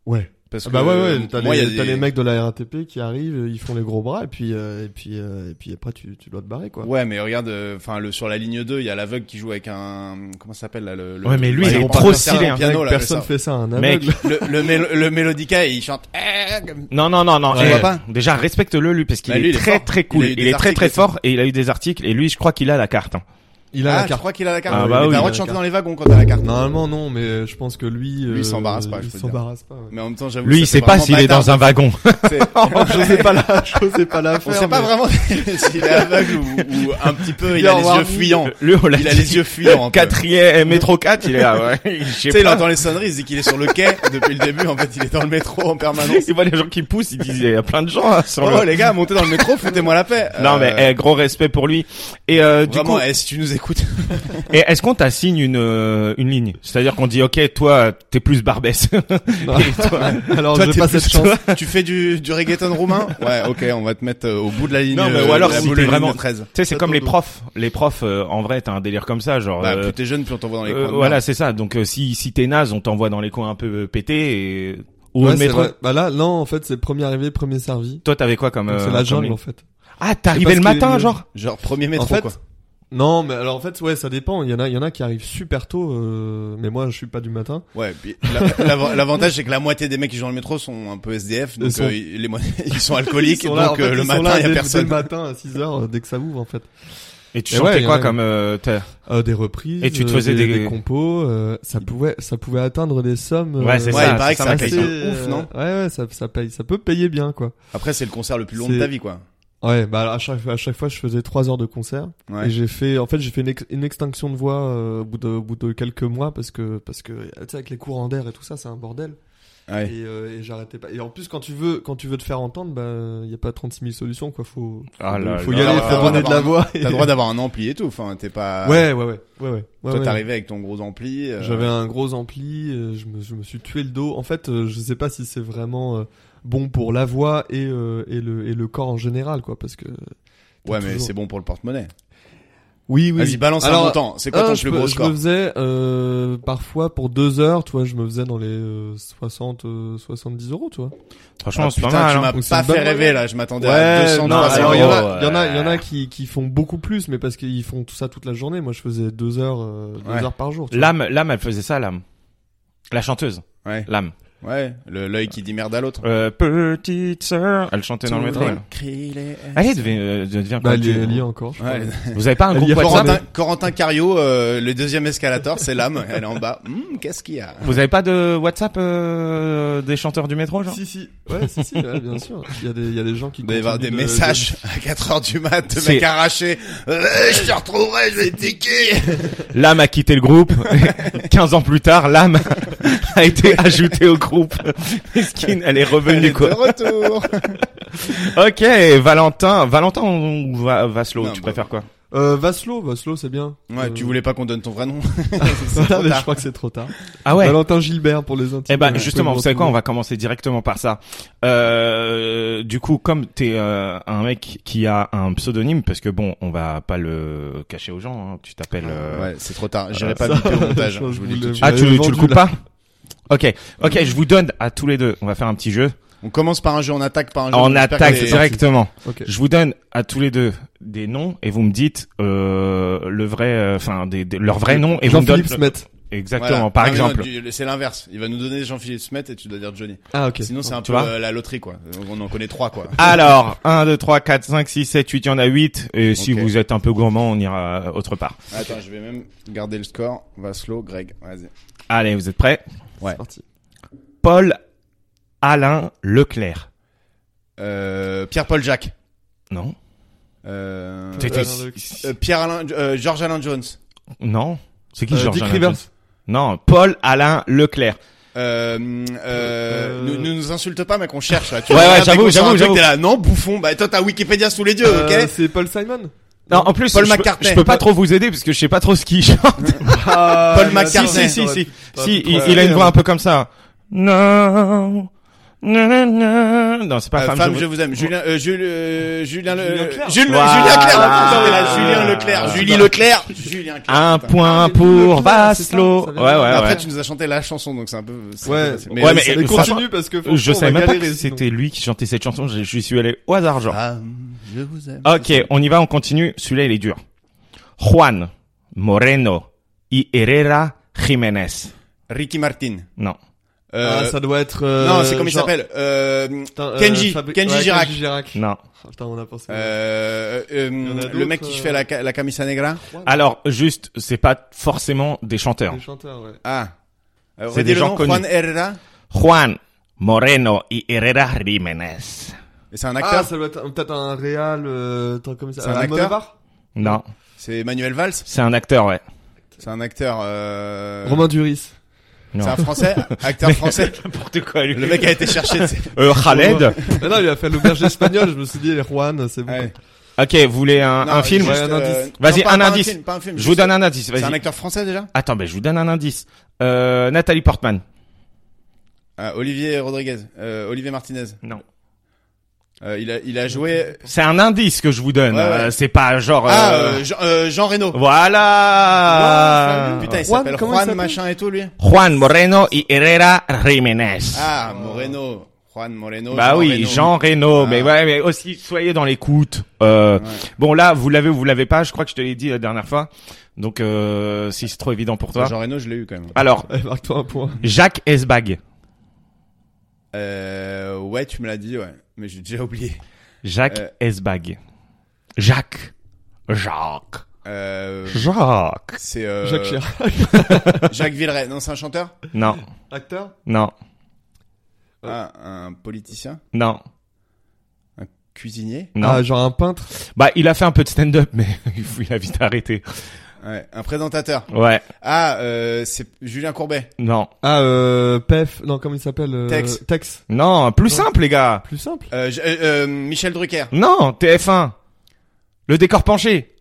Speaker 5: Ouais.
Speaker 3: Parce
Speaker 5: Ah bah
Speaker 3: que,
Speaker 5: ouais
Speaker 3: euh,
Speaker 5: ouais, t'as
Speaker 3: moi, il y
Speaker 5: les,
Speaker 3: a
Speaker 5: t'as
Speaker 3: des-
Speaker 5: les mecs de la RATP qui arrivent, ils font les gros bras et puis euh, et puis euh, et puis après tu tu dois te barrer quoi.
Speaker 3: Ouais, mais regarde, euh, enfin le sur la ligne 2, il y a l'aveugle qui joue avec un comment ça s'appelle là le, le-
Speaker 2: Ouais, mais lui,
Speaker 3: le-
Speaker 2: il est
Speaker 3: le-
Speaker 2: trop
Speaker 3: le-
Speaker 2: stylé,
Speaker 3: le
Speaker 2: hein.
Speaker 3: piano là,
Speaker 5: Personne
Speaker 3: le-
Speaker 5: fait ça à un
Speaker 2: Mec,
Speaker 5: aveugle.
Speaker 3: (laughs) le le, mélo- le mélodica et il chante. eh, comme-
Speaker 2: Non, non, non, non.
Speaker 3: Tu
Speaker 2: eh,
Speaker 3: vois pas
Speaker 2: déjà, respecte-le, lui, parce qu'il
Speaker 3: Bah, lui,
Speaker 2: est,
Speaker 3: il est
Speaker 2: très,
Speaker 3: fort.
Speaker 2: très
Speaker 3: Il
Speaker 2: cool.
Speaker 3: a eu
Speaker 2: Il,
Speaker 3: des
Speaker 2: est très,
Speaker 3: articles
Speaker 2: très
Speaker 3: et tout.
Speaker 2: fort et il a eu des articles. Et lui, je crois qu'il a la carte. hein.
Speaker 5: Il a
Speaker 3: Ah,
Speaker 5: la
Speaker 3: je
Speaker 5: carte.
Speaker 3: crois qu'il a la carte.
Speaker 2: Ah, bah
Speaker 3: Mais
Speaker 2: oui,
Speaker 3: T'as
Speaker 2: il
Speaker 3: le
Speaker 2: a
Speaker 3: droit
Speaker 2: la
Speaker 3: de chanter
Speaker 5: carte.
Speaker 3: dans les wagons quand t'as la carte.
Speaker 5: Normalement non, mais je pense que lui
Speaker 3: Lui, il
Speaker 5: euh,
Speaker 3: s'embarrasse pas, je
Speaker 5: Il
Speaker 3: peux te
Speaker 5: s'embarrasse
Speaker 3: (laughs)
Speaker 5: pas. ouais.
Speaker 3: Mais en même temps, j'avoue.
Speaker 2: Lui, il sait pas s'il est dans un
Speaker 3: (laughs)
Speaker 2: wagon.
Speaker 5: je sais pas la, (laughs) je sais pas la
Speaker 3: On
Speaker 5: faire.
Speaker 3: sait pas
Speaker 5: mais-
Speaker 3: vraiment (laughs) s'il est aveugle ou, ou un petit peu. Il
Speaker 2: Leur
Speaker 3: a les yeux
Speaker 2: warning.
Speaker 3: fuyants.
Speaker 2: Lui, on l'a
Speaker 3: Il a
Speaker 2: dit.
Speaker 3: les yeux fuyants. un peu.
Speaker 2: Quatrième, eh, métro 4, il est là,
Speaker 3: (laughs)
Speaker 2: ouais. Je sais
Speaker 3: Tu sais, il
Speaker 2: pas.
Speaker 3: entend les sonneries, il se dit qu'il est sur le quai depuis le début. En fait, il est dans le métro en permanence.
Speaker 2: Il voit les gens qui poussent, il dit, il y a plein de gens, hein, sur
Speaker 3: Oh
Speaker 2: le-
Speaker 3: les gars, montez dans le métro, foutez-moi la paix.
Speaker 2: Non,
Speaker 3: Euh,
Speaker 2: mais, eh, gros respect pour lui. Et, euh, du
Speaker 3: vraiment,
Speaker 2: coup,
Speaker 3: eh, si tu nous écoutes,
Speaker 2: Et est-ce qu'on t'assigne une euh, une ligne C'est-à-dire qu'on dit OK, toi t'es plus Barbès. (laughs)
Speaker 5: Non.
Speaker 2: Et toi-
Speaker 5: Alors
Speaker 3: toi,
Speaker 5: j'ai
Speaker 3: t'es
Speaker 5: pas
Speaker 3: plus-
Speaker 5: cette chance.
Speaker 3: tu fais du, du reggaeton roumain Ouais, ok, on va te mettre euh, au bout de la ligne.
Speaker 2: Non, mais
Speaker 3: euh,
Speaker 2: ou alors
Speaker 3: la
Speaker 2: si
Speaker 3: boule
Speaker 2: t'es
Speaker 3: de ligne
Speaker 2: vraiment-
Speaker 3: de 13.
Speaker 2: tu sais, c'est
Speaker 5: Pas
Speaker 2: comme les
Speaker 5: dodo.
Speaker 2: profs. Les profs, euh, en vrai, t'as un délire comme ça, genre.
Speaker 3: Bah,
Speaker 2: euh,
Speaker 3: plus t'es jeune, plus on t'envoie dans les
Speaker 2: euh,
Speaker 3: coins. de
Speaker 2: voilà,
Speaker 3: merde.
Speaker 2: c'est ça. Donc euh, si si t'es naze, on t'envoie dans les coins un peu euh, pétés et ou
Speaker 5: Ouais,
Speaker 2: le
Speaker 5: c'est
Speaker 2: métro.
Speaker 5: vrai. Bah là, non, en fait, c'est premier arrivé, premier servi.
Speaker 2: Toi, t'avais quoi comme
Speaker 5: Donc,
Speaker 2: euh,
Speaker 5: c'est la
Speaker 2: comme
Speaker 5: jungle
Speaker 2: ligne
Speaker 5: en fait.
Speaker 2: Ah, t'arrivais
Speaker 5: Je sais
Speaker 2: le
Speaker 5: pas ce qu'il
Speaker 2: matin,
Speaker 5: est-
Speaker 2: genre.
Speaker 3: Genre premier métro,
Speaker 5: en fait,
Speaker 3: quoi.
Speaker 5: non, mais alors en fait, ouais, ça dépend. Il y en a, il y en a qui arrivent super tôt, euh, mais moi, je suis pas du matin.
Speaker 3: Ouais, puis la- l'av- l'avantage, c'est que la moitié des mecs qui jouent dans le métro sont un peu SDF, donc
Speaker 5: Ils sont-
Speaker 3: euh, ils- les mo- (laughs) ils sont alcooliques,
Speaker 5: Ils sont
Speaker 3: donc
Speaker 5: là, en fait,
Speaker 3: euh, le
Speaker 5: ils sont là
Speaker 3: matin, il y
Speaker 5: dès-
Speaker 3: a
Speaker 5: dès
Speaker 3: personne.
Speaker 5: le matin à 6 heures euh, dès que ça ouvre en fait.
Speaker 2: Et tu
Speaker 5: Et
Speaker 2: chantais
Speaker 5: Eh ouais,
Speaker 2: quoi
Speaker 5: ouais.
Speaker 2: comme euh, t'as-
Speaker 5: Euh, des reprises.
Speaker 2: Et tu te
Speaker 5: euh,
Speaker 2: faisais des-
Speaker 5: compos. euh, ça pouvait, ça pouvait atteindre des sommes. euh,
Speaker 2: Ouais, c'est
Speaker 3: Ouais,
Speaker 2: ça,
Speaker 3: il paraît que ça
Speaker 2: mec.
Speaker 3: paye
Speaker 5: assez,
Speaker 3: de
Speaker 5: euh,
Speaker 3: ouf, non
Speaker 5: Ouais, ouais, ça, ça paye, ça peut payer bien quoi.
Speaker 3: Après, c'est le concert le plus long de
Speaker 5: C'est-
Speaker 3: ta vie, quoi.
Speaker 5: Ouais, bah à chaque, à chaque fois, je faisais 3 heures de concert.
Speaker 3: Ouais.
Speaker 5: Et j'ai fait, en fait, j'ai fait une, ex- une extinction de voix euh, au, bout de, au bout de quelques mois parce que, parce que, tu sais, avec les courants d'air et tout ça, c'est un bordel.
Speaker 3: Ouais.
Speaker 5: Et, euh, et j'arrêtais pas. Et en plus, quand tu veux, quand tu veux te faire entendre, bah, y a pas 36 000 solutions, quoi. Faut,
Speaker 2: Ah là
Speaker 5: faut
Speaker 2: là.
Speaker 5: y aller,
Speaker 3: T'as
Speaker 5: faire
Speaker 3: droit
Speaker 5: donner de la
Speaker 3: d'avoir
Speaker 5: voix.
Speaker 3: T'as le droit
Speaker 5: (laughs)
Speaker 3: d'avoir un ampli et tout, enfin, t'es pas...
Speaker 5: Ouais, ouais, ouais, ouais, ouais. ouais,
Speaker 3: Toi,
Speaker 5: ouais.
Speaker 3: t'es arrivé avec ton gros ampli. euh,
Speaker 5: J'avais un gros ampli, euh, je me, je me suis tué le dos. En fait, euh, je sais pas si c'est vraiment euh, bon pour la voix et, euh, et le, et le corps en général, quoi, parce que. t'as
Speaker 3: Ouais, mais
Speaker 5: toujours-
Speaker 3: c'est bon pour le porte-monnaie.
Speaker 5: Oui, oui.
Speaker 3: Vas-y, balance
Speaker 5: Alors,
Speaker 3: un montant. C'est quoi ton
Speaker 5: Ah,
Speaker 3: plus
Speaker 5: je,
Speaker 3: gros
Speaker 5: peux- je me
Speaker 3: score
Speaker 5: faisais euh, parfois pour deux heures, tu vois, je me faisais dans les euh, 60, euh, 70 euros, tu vois.
Speaker 2: Franchement,
Speaker 3: Ah,
Speaker 2: c'est pas
Speaker 3: putain,
Speaker 2: mal.
Speaker 3: tu
Speaker 2: hein.
Speaker 3: m'as
Speaker 5: Donc, c'est
Speaker 3: pas
Speaker 5: une bonne
Speaker 3: fait rêver
Speaker 5: moyenne.
Speaker 3: là, je m'attendais à 200
Speaker 2: non,
Speaker 3: 300.
Speaker 5: alors il y en a,
Speaker 2: euros,
Speaker 5: il y en a, il y en
Speaker 2: ouais.
Speaker 5: a qui, qui font beaucoup plus, mais parce qu'ils font tout ça toute la journée. Moi, je faisais deux heures, euh, deux
Speaker 3: Ouais.
Speaker 5: heures par jour. tu vois.
Speaker 2: L'âme, l'âme, elle faisait ça, l'âme. La chanteuse,
Speaker 3: Ouais,
Speaker 2: l'âme.
Speaker 3: ouais, le- l'œil qui dit merde à l'autre.
Speaker 2: Euh, petite sœur, elle chantait dans le métro. elle. Allez, devient, euh, devient
Speaker 5: bah,
Speaker 2: quoi,
Speaker 5: elle
Speaker 2: tu-
Speaker 5: est, elle y est encore. je
Speaker 3: Ouais,
Speaker 5: crois.
Speaker 2: Vous avez pas un
Speaker 5: Elle y
Speaker 2: groupe
Speaker 5: est pas
Speaker 2: WhatsApp
Speaker 3: Corentin, Corentin Cario, euh, le deuxième escalator, c'est l'âme, elle est en bas. Hmm, Qu'est-ce qu'il y a
Speaker 2: Vous avez pas de WhatsApp euh, des chanteurs du métro, genre
Speaker 5: Si si, ouais, si si, ouais, bien sûr. Il y a des, il y a des gens qui.
Speaker 3: Il doit y hein. avoir des
Speaker 5: continuent de-
Speaker 3: messages à 4h du mat, de
Speaker 2: C'est-
Speaker 3: mecs arrachés. Euh, je te retrouverai, je vais te
Speaker 2: (laughs)
Speaker 3: niquer.
Speaker 2: L'âme a quitté le (laughs) groupe. 15 ans plus tard, (laughs) l'âme a été ajoutée au groupe. Skin, elle est
Speaker 3: Elle
Speaker 2: revenue
Speaker 3: est
Speaker 2: quoi.
Speaker 3: de retour.
Speaker 2: (laughs) Ok, Valentin, Valentin ou Va- Vaslo,
Speaker 3: Non,
Speaker 2: tu
Speaker 3: bah,
Speaker 2: préfères quoi
Speaker 5: de- Euh, Vaslo, Vaslo, c'est bien.
Speaker 3: Ouais,
Speaker 5: Euh, (laughs)
Speaker 3: tu voulais pas qu'on donne ton vrai nom.
Speaker 5: voilà,
Speaker 3: trop
Speaker 5: mais
Speaker 3: tard.
Speaker 5: je crois que c'est trop tard.
Speaker 2: Ah ouais.
Speaker 5: Valentin Gilbert pour les intimes. euh,
Speaker 2: Eh ben
Speaker 3: euh,
Speaker 5: Vous
Speaker 2: justement,
Speaker 5: pouvez
Speaker 2: vous savez quoi On
Speaker 5: retrouver.
Speaker 2: va commencer directement par ça. Euh, du coup, comme t'es euh, un mec qui a un pseudonyme, parce que bon, on va pas le cacher aux gens. hein, tu t'appelles. euh,
Speaker 3: (laughs) Ouais, c'est trop tard. J'irai
Speaker 2: euh,
Speaker 3: pas
Speaker 5: ça,
Speaker 3: couper au
Speaker 2: (laughs)
Speaker 3: montage.
Speaker 5: je
Speaker 3: hein,
Speaker 5: pense
Speaker 3: je vous
Speaker 5: que
Speaker 3: le dis tout
Speaker 5: vous
Speaker 3: de
Speaker 5: l'avez-
Speaker 3: suite.
Speaker 2: Ah, tu,
Speaker 5: l'avais
Speaker 2: tu le
Speaker 5: vendu,
Speaker 2: coupes
Speaker 5: là.
Speaker 2: pas (laughs) Ok, ok, je vous donne à tous les deux. On va faire un petit jeu.
Speaker 3: On commence par un jeu, on attaque par un jeu.
Speaker 2: On
Speaker 3: Ah, J'espère que
Speaker 2: attaque
Speaker 3: les-
Speaker 2: directement.
Speaker 5: Ok.
Speaker 2: Je vous donne à tous les deux des noms et vous me dites euh, le vrai, euh, enfin des, des- leur vrai nom et vous me
Speaker 5: Jean-Philippe
Speaker 2: donnez
Speaker 5: Smet.
Speaker 2: exactement.
Speaker 3: Voilà.
Speaker 2: Par
Speaker 3: Non, mais non,
Speaker 2: exemple,
Speaker 3: tu- c'est l'inverse. Il va nous donner Jean-Philippe Smet et tu dois dire Johnny.
Speaker 5: Ah ok.
Speaker 3: Sinon, c'est un
Speaker 2: Tu
Speaker 3: peu
Speaker 2: vois
Speaker 3: euh, la loterie, quoi. On en connaît
Speaker 2: (laughs)
Speaker 3: trois, quoi.
Speaker 2: alors 1, 2, 3, 4, 5, 6, 7, 8, il y en a 8 Et si
Speaker 3: Ok.
Speaker 2: vous êtes un peu gourmand, on ira autre part.
Speaker 3: Attends, je vais même garder le score. Vaslo, Greg, vas-y.
Speaker 2: Allez, vous êtes prêts
Speaker 5: C'est parti.
Speaker 2: Paul Alain Leclerc.
Speaker 3: Euh, Pierre-Paul Jacques.
Speaker 2: Non.
Speaker 3: Euh,
Speaker 2: T'étais-
Speaker 3: euh, euh, Pierre-Alain, euh, Georges-Alain Jones.
Speaker 2: Non. C'est qui
Speaker 5: Euh,
Speaker 2: Georges
Speaker 5: Dick
Speaker 2: Alain
Speaker 5: Rivers.
Speaker 2: Jones Non, Paul Alain Leclerc.
Speaker 3: Euh, euh,
Speaker 5: Euh,
Speaker 3: Ne, ne nous insulte pas, mec, on cherche là. Tu
Speaker 2: Ouais,
Speaker 3: regardes,
Speaker 2: ouais,
Speaker 3: mec,
Speaker 2: j'avoue,
Speaker 3: on sort un
Speaker 2: j'avoue,
Speaker 3: truc, T'es là, non, bouffon. Bah, toi, t'as Wikipédia sous les yeux,
Speaker 5: Euh,
Speaker 3: ok
Speaker 5: C'est Paul Simon
Speaker 2: Non, en plus,
Speaker 3: Paul
Speaker 2: je, peux-
Speaker 3: McCartney.
Speaker 2: je peux pas trop vous aider parce que je sais pas trop ce qu'il chante.
Speaker 3: Paul
Speaker 2: si, si,
Speaker 3: McCartney.
Speaker 2: si, si.
Speaker 5: pas
Speaker 2: Si,
Speaker 5: trop
Speaker 2: il,
Speaker 5: aider,
Speaker 2: il a une voix
Speaker 5: hein.
Speaker 2: un peu comme ça. Non. Non, non, non. Non, c'est pas
Speaker 3: Euh,
Speaker 2: femme.
Speaker 3: femme,
Speaker 2: je-
Speaker 3: je vous aime. Julien, euh, Jules, euh, Julien, Le-
Speaker 5: Julien Clerc.
Speaker 3: Jules-
Speaker 2: Voilà.
Speaker 3: Julien Clerc. Ah, putain, mais là,
Speaker 2: Ah.
Speaker 3: Julien Leclerc.
Speaker 2: Ah.
Speaker 3: Julie Leclerc. Julien Clerc.
Speaker 2: Un
Speaker 3: putain.
Speaker 2: point
Speaker 5: Ah, mais le
Speaker 2: pour
Speaker 5: Leclerc, c'est ça,
Speaker 2: Vaslo.
Speaker 5: ça
Speaker 2: Ouais,
Speaker 5: veut
Speaker 2: ouais,
Speaker 5: dire-
Speaker 2: ouais.
Speaker 3: Après, tu nous as chanté la chanson, donc c'est un peu. c'est
Speaker 5: Ouais.
Speaker 3: un
Speaker 2: Ouais,
Speaker 3: peu- euh,
Speaker 2: mais-
Speaker 3: c'est-
Speaker 5: Mais
Speaker 2: Et
Speaker 5: continue
Speaker 2: franchement,
Speaker 5: parce que franchement,
Speaker 2: Je
Speaker 5: on
Speaker 2: savais
Speaker 5: va
Speaker 2: même pas
Speaker 5: galérer,
Speaker 2: que
Speaker 5: sinon.
Speaker 2: c'était lui qui chantait cette chanson. Je, je suis allé au hasard, genre.
Speaker 3: Femme, Ah, je vous aime.
Speaker 2: Ok, on y va, on continue. Celui-là, il est dur. Juan Moreno y Herrera Jiménez.
Speaker 3: Ricky Martin.
Speaker 2: Non.
Speaker 3: Euh,
Speaker 5: Ah, ça doit être. euh,
Speaker 3: non, c'est comme il
Speaker 5: genre-
Speaker 3: s'appelle. Euh,
Speaker 5: Putain, euh,
Speaker 3: Kenji.
Speaker 5: Fabri-
Speaker 3: Kenji
Speaker 5: ouais,
Speaker 3: Girac.
Speaker 2: Non.
Speaker 5: Ah, Putain, on a pensé.
Speaker 3: Euh,
Speaker 5: y en a
Speaker 3: euh, le mec
Speaker 5: d'autres,
Speaker 3: qui
Speaker 5: euh,
Speaker 3: fait la, ca- la camisa negra.
Speaker 2: Alors, juste, c'est pas forcément des chanteurs.
Speaker 5: Les chanteurs, ouais.
Speaker 3: Ah. Euh,
Speaker 2: C'est
Speaker 3: redis
Speaker 2: des
Speaker 3: le
Speaker 2: gens
Speaker 3: nom,
Speaker 2: connus.
Speaker 3: Juan Herrera.
Speaker 2: Juan Moreno y Herrera Jiménez.
Speaker 3: Et c'est un
Speaker 5: Ah,
Speaker 3: acteur.
Speaker 5: ça doit être peut-être un réal, euh, attends, comme ça.
Speaker 3: C'est un acteur
Speaker 5: Almodovar
Speaker 2: Non.
Speaker 3: c'est Manuel Valls.
Speaker 2: C'est un acteur, ouais.
Speaker 3: C'est un acteur. Euh...
Speaker 5: Romain Duris.
Speaker 2: Non.
Speaker 3: C'est un français.
Speaker 2: (laughs)
Speaker 3: Acteur français.
Speaker 2: N'importe quoi, lui.
Speaker 3: Le mec a été
Speaker 2: (laughs)
Speaker 3: cherché. tu sais.
Speaker 2: Euh, Khaled.
Speaker 5: Mais non, il a fait l'auberge espagnole, je me suis dit, eh, Juan, c'est bon.
Speaker 3: Ouais.
Speaker 2: ok, vous voulez un,
Speaker 3: Non,
Speaker 2: un film?
Speaker 3: juste,
Speaker 5: Ouais, un
Speaker 3: euh,
Speaker 5: indice.
Speaker 2: Vas-y,
Speaker 3: non, pas-
Speaker 2: un
Speaker 3: pas
Speaker 2: indice.
Speaker 3: film, pas un film,
Speaker 2: Je
Speaker 3: juste-
Speaker 2: vous donne un indice,
Speaker 3: C'est un
Speaker 2: vas-y.
Speaker 3: acteur français déjà
Speaker 2: Attends, ben, je vous donne un indice. Euh, Nathalie Portman.
Speaker 3: Ah, Olivier Rodriguez, euh, Olivier Martinez.
Speaker 2: Non.
Speaker 3: Euh, il a il a joué.
Speaker 2: C'est un indice que je vous donne.
Speaker 3: Ouais, ouais.
Speaker 2: euh, c'est pas genre,
Speaker 3: Ah
Speaker 2: euh,
Speaker 3: euh, Jean, euh, Jean Reno.
Speaker 2: Voilà.
Speaker 3: Putain, il
Speaker 5: Juan,
Speaker 3: s'appelle
Speaker 5: comment il
Speaker 3: Juan
Speaker 5: s'appelle
Speaker 3: machin et tout lui.
Speaker 2: Juan Moreno y Herrera Jiménez.
Speaker 3: Ah Moreno, Juan Moreno.
Speaker 2: bah
Speaker 3: Oh, Jean
Speaker 2: oui,
Speaker 3: Reno.
Speaker 2: Jean Reno,
Speaker 3: Ah.
Speaker 2: mais ouais, mais aussi soyez dans l'écoute. Euh, Bon là, vous l'avez ou vous l'avez pas, je crois que je te l'ai dit la dernière fois. Donc euh, si c'est trop évident pour toi. Ah,
Speaker 3: Jean Reno, je l'ai eu quand même.
Speaker 2: Alors,
Speaker 5: Eh, marque-toi un point.
Speaker 2: Jacques Esbag.
Speaker 3: Euh, ouais, tu me l'as dit, ouais, mais j'ai déjà oublié.
Speaker 2: Jacques
Speaker 3: Euh.
Speaker 2: Esbag. Jacques. Jacques. (laughs)
Speaker 3: Euh,
Speaker 2: Jacques.
Speaker 3: c'est euh,
Speaker 5: Jacques
Speaker 3: (laughs)
Speaker 5: Chirac.
Speaker 3: Jacques Villeray. Non, c'est un chanteur.
Speaker 2: Non,
Speaker 5: Acteur
Speaker 2: non,
Speaker 5: Ouais.
Speaker 3: Ah, un politicien,
Speaker 2: non,
Speaker 3: cuisinier,
Speaker 2: non.
Speaker 5: Ah, genre un peintre.
Speaker 2: Bah, il a fait un peu de stand-up, mais (laughs) il a vite arrêté.
Speaker 3: ouais, un présentateur.
Speaker 2: Ouais,
Speaker 3: Ah, euh, c'est Julien Courbet.
Speaker 2: non.
Speaker 5: Ah, euh, Pef, non, comment il s'appelle euh,
Speaker 3: Tex.
Speaker 5: Tex.
Speaker 2: Non, plus simple, les gars.
Speaker 5: Plus simple.
Speaker 3: Euh, je- euh, euh, Michel Drucker.
Speaker 2: Non, TF1. Le décor penché.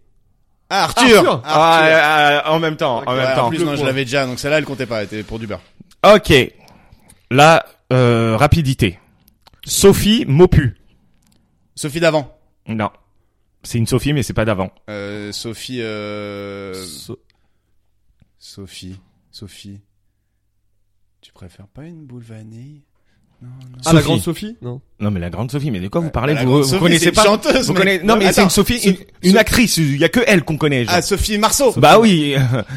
Speaker 3: Ah, Arthur.
Speaker 5: Arthur.
Speaker 2: Ah,
Speaker 3: Arthur.
Speaker 2: euh, euh, en même temps, en
Speaker 5: Ouais,
Speaker 2: même
Speaker 3: Ouais,
Speaker 2: temps.
Speaker 3: En plus, non, je
Speaker 5: Point.
Speaker 3: l'avais déjà, donc celle-là, elle comptait pas, elle était pour du beurre.
Speaker 2: Ok. Là, euh, rapidité. Sophie Mopu.
Speaker 3: Sophie d'avant.
Speaker 2: Non. C'est une Sophie, mais c'est pas d'avant.
Speaker 3: Euh, Sophie, euh...
Speaker 5: So-
Speaker 3: Sophie, Sophie. Tu préfères pas une boule vanille
Speaker 5: Ah, la
Speaker 2: Sophie.
Speaker 5: grande Sophie Non.
Speaker 2: Non, mais la grande Sophie, mais de quoi vous
Speaker 3: Ouais,
Speaker 2: parlez
Speaker 3: la
Speaker 2: vous,
Speaker 3: grande
Speaker 2: vous
Speaker 3: Sophie, c'est
Speaker 2: connaissez
Speaker 3: une
Speaker 2: pas
Speaker 3: chanteuse,
Speaker 2: Vous
Speaker 3: mec.
Speaker 2: connaissez... Non, mais
Speaker 3: Attends,
Speaker 2: c'est une Sophie,
Speaker 3: Sophie-
Speaker 2: une, une actrice. Il y a que elle qu'on connaît. genre.
Speaker 3: Ah, Sophie Marceau.
Speaker 2: bah oui.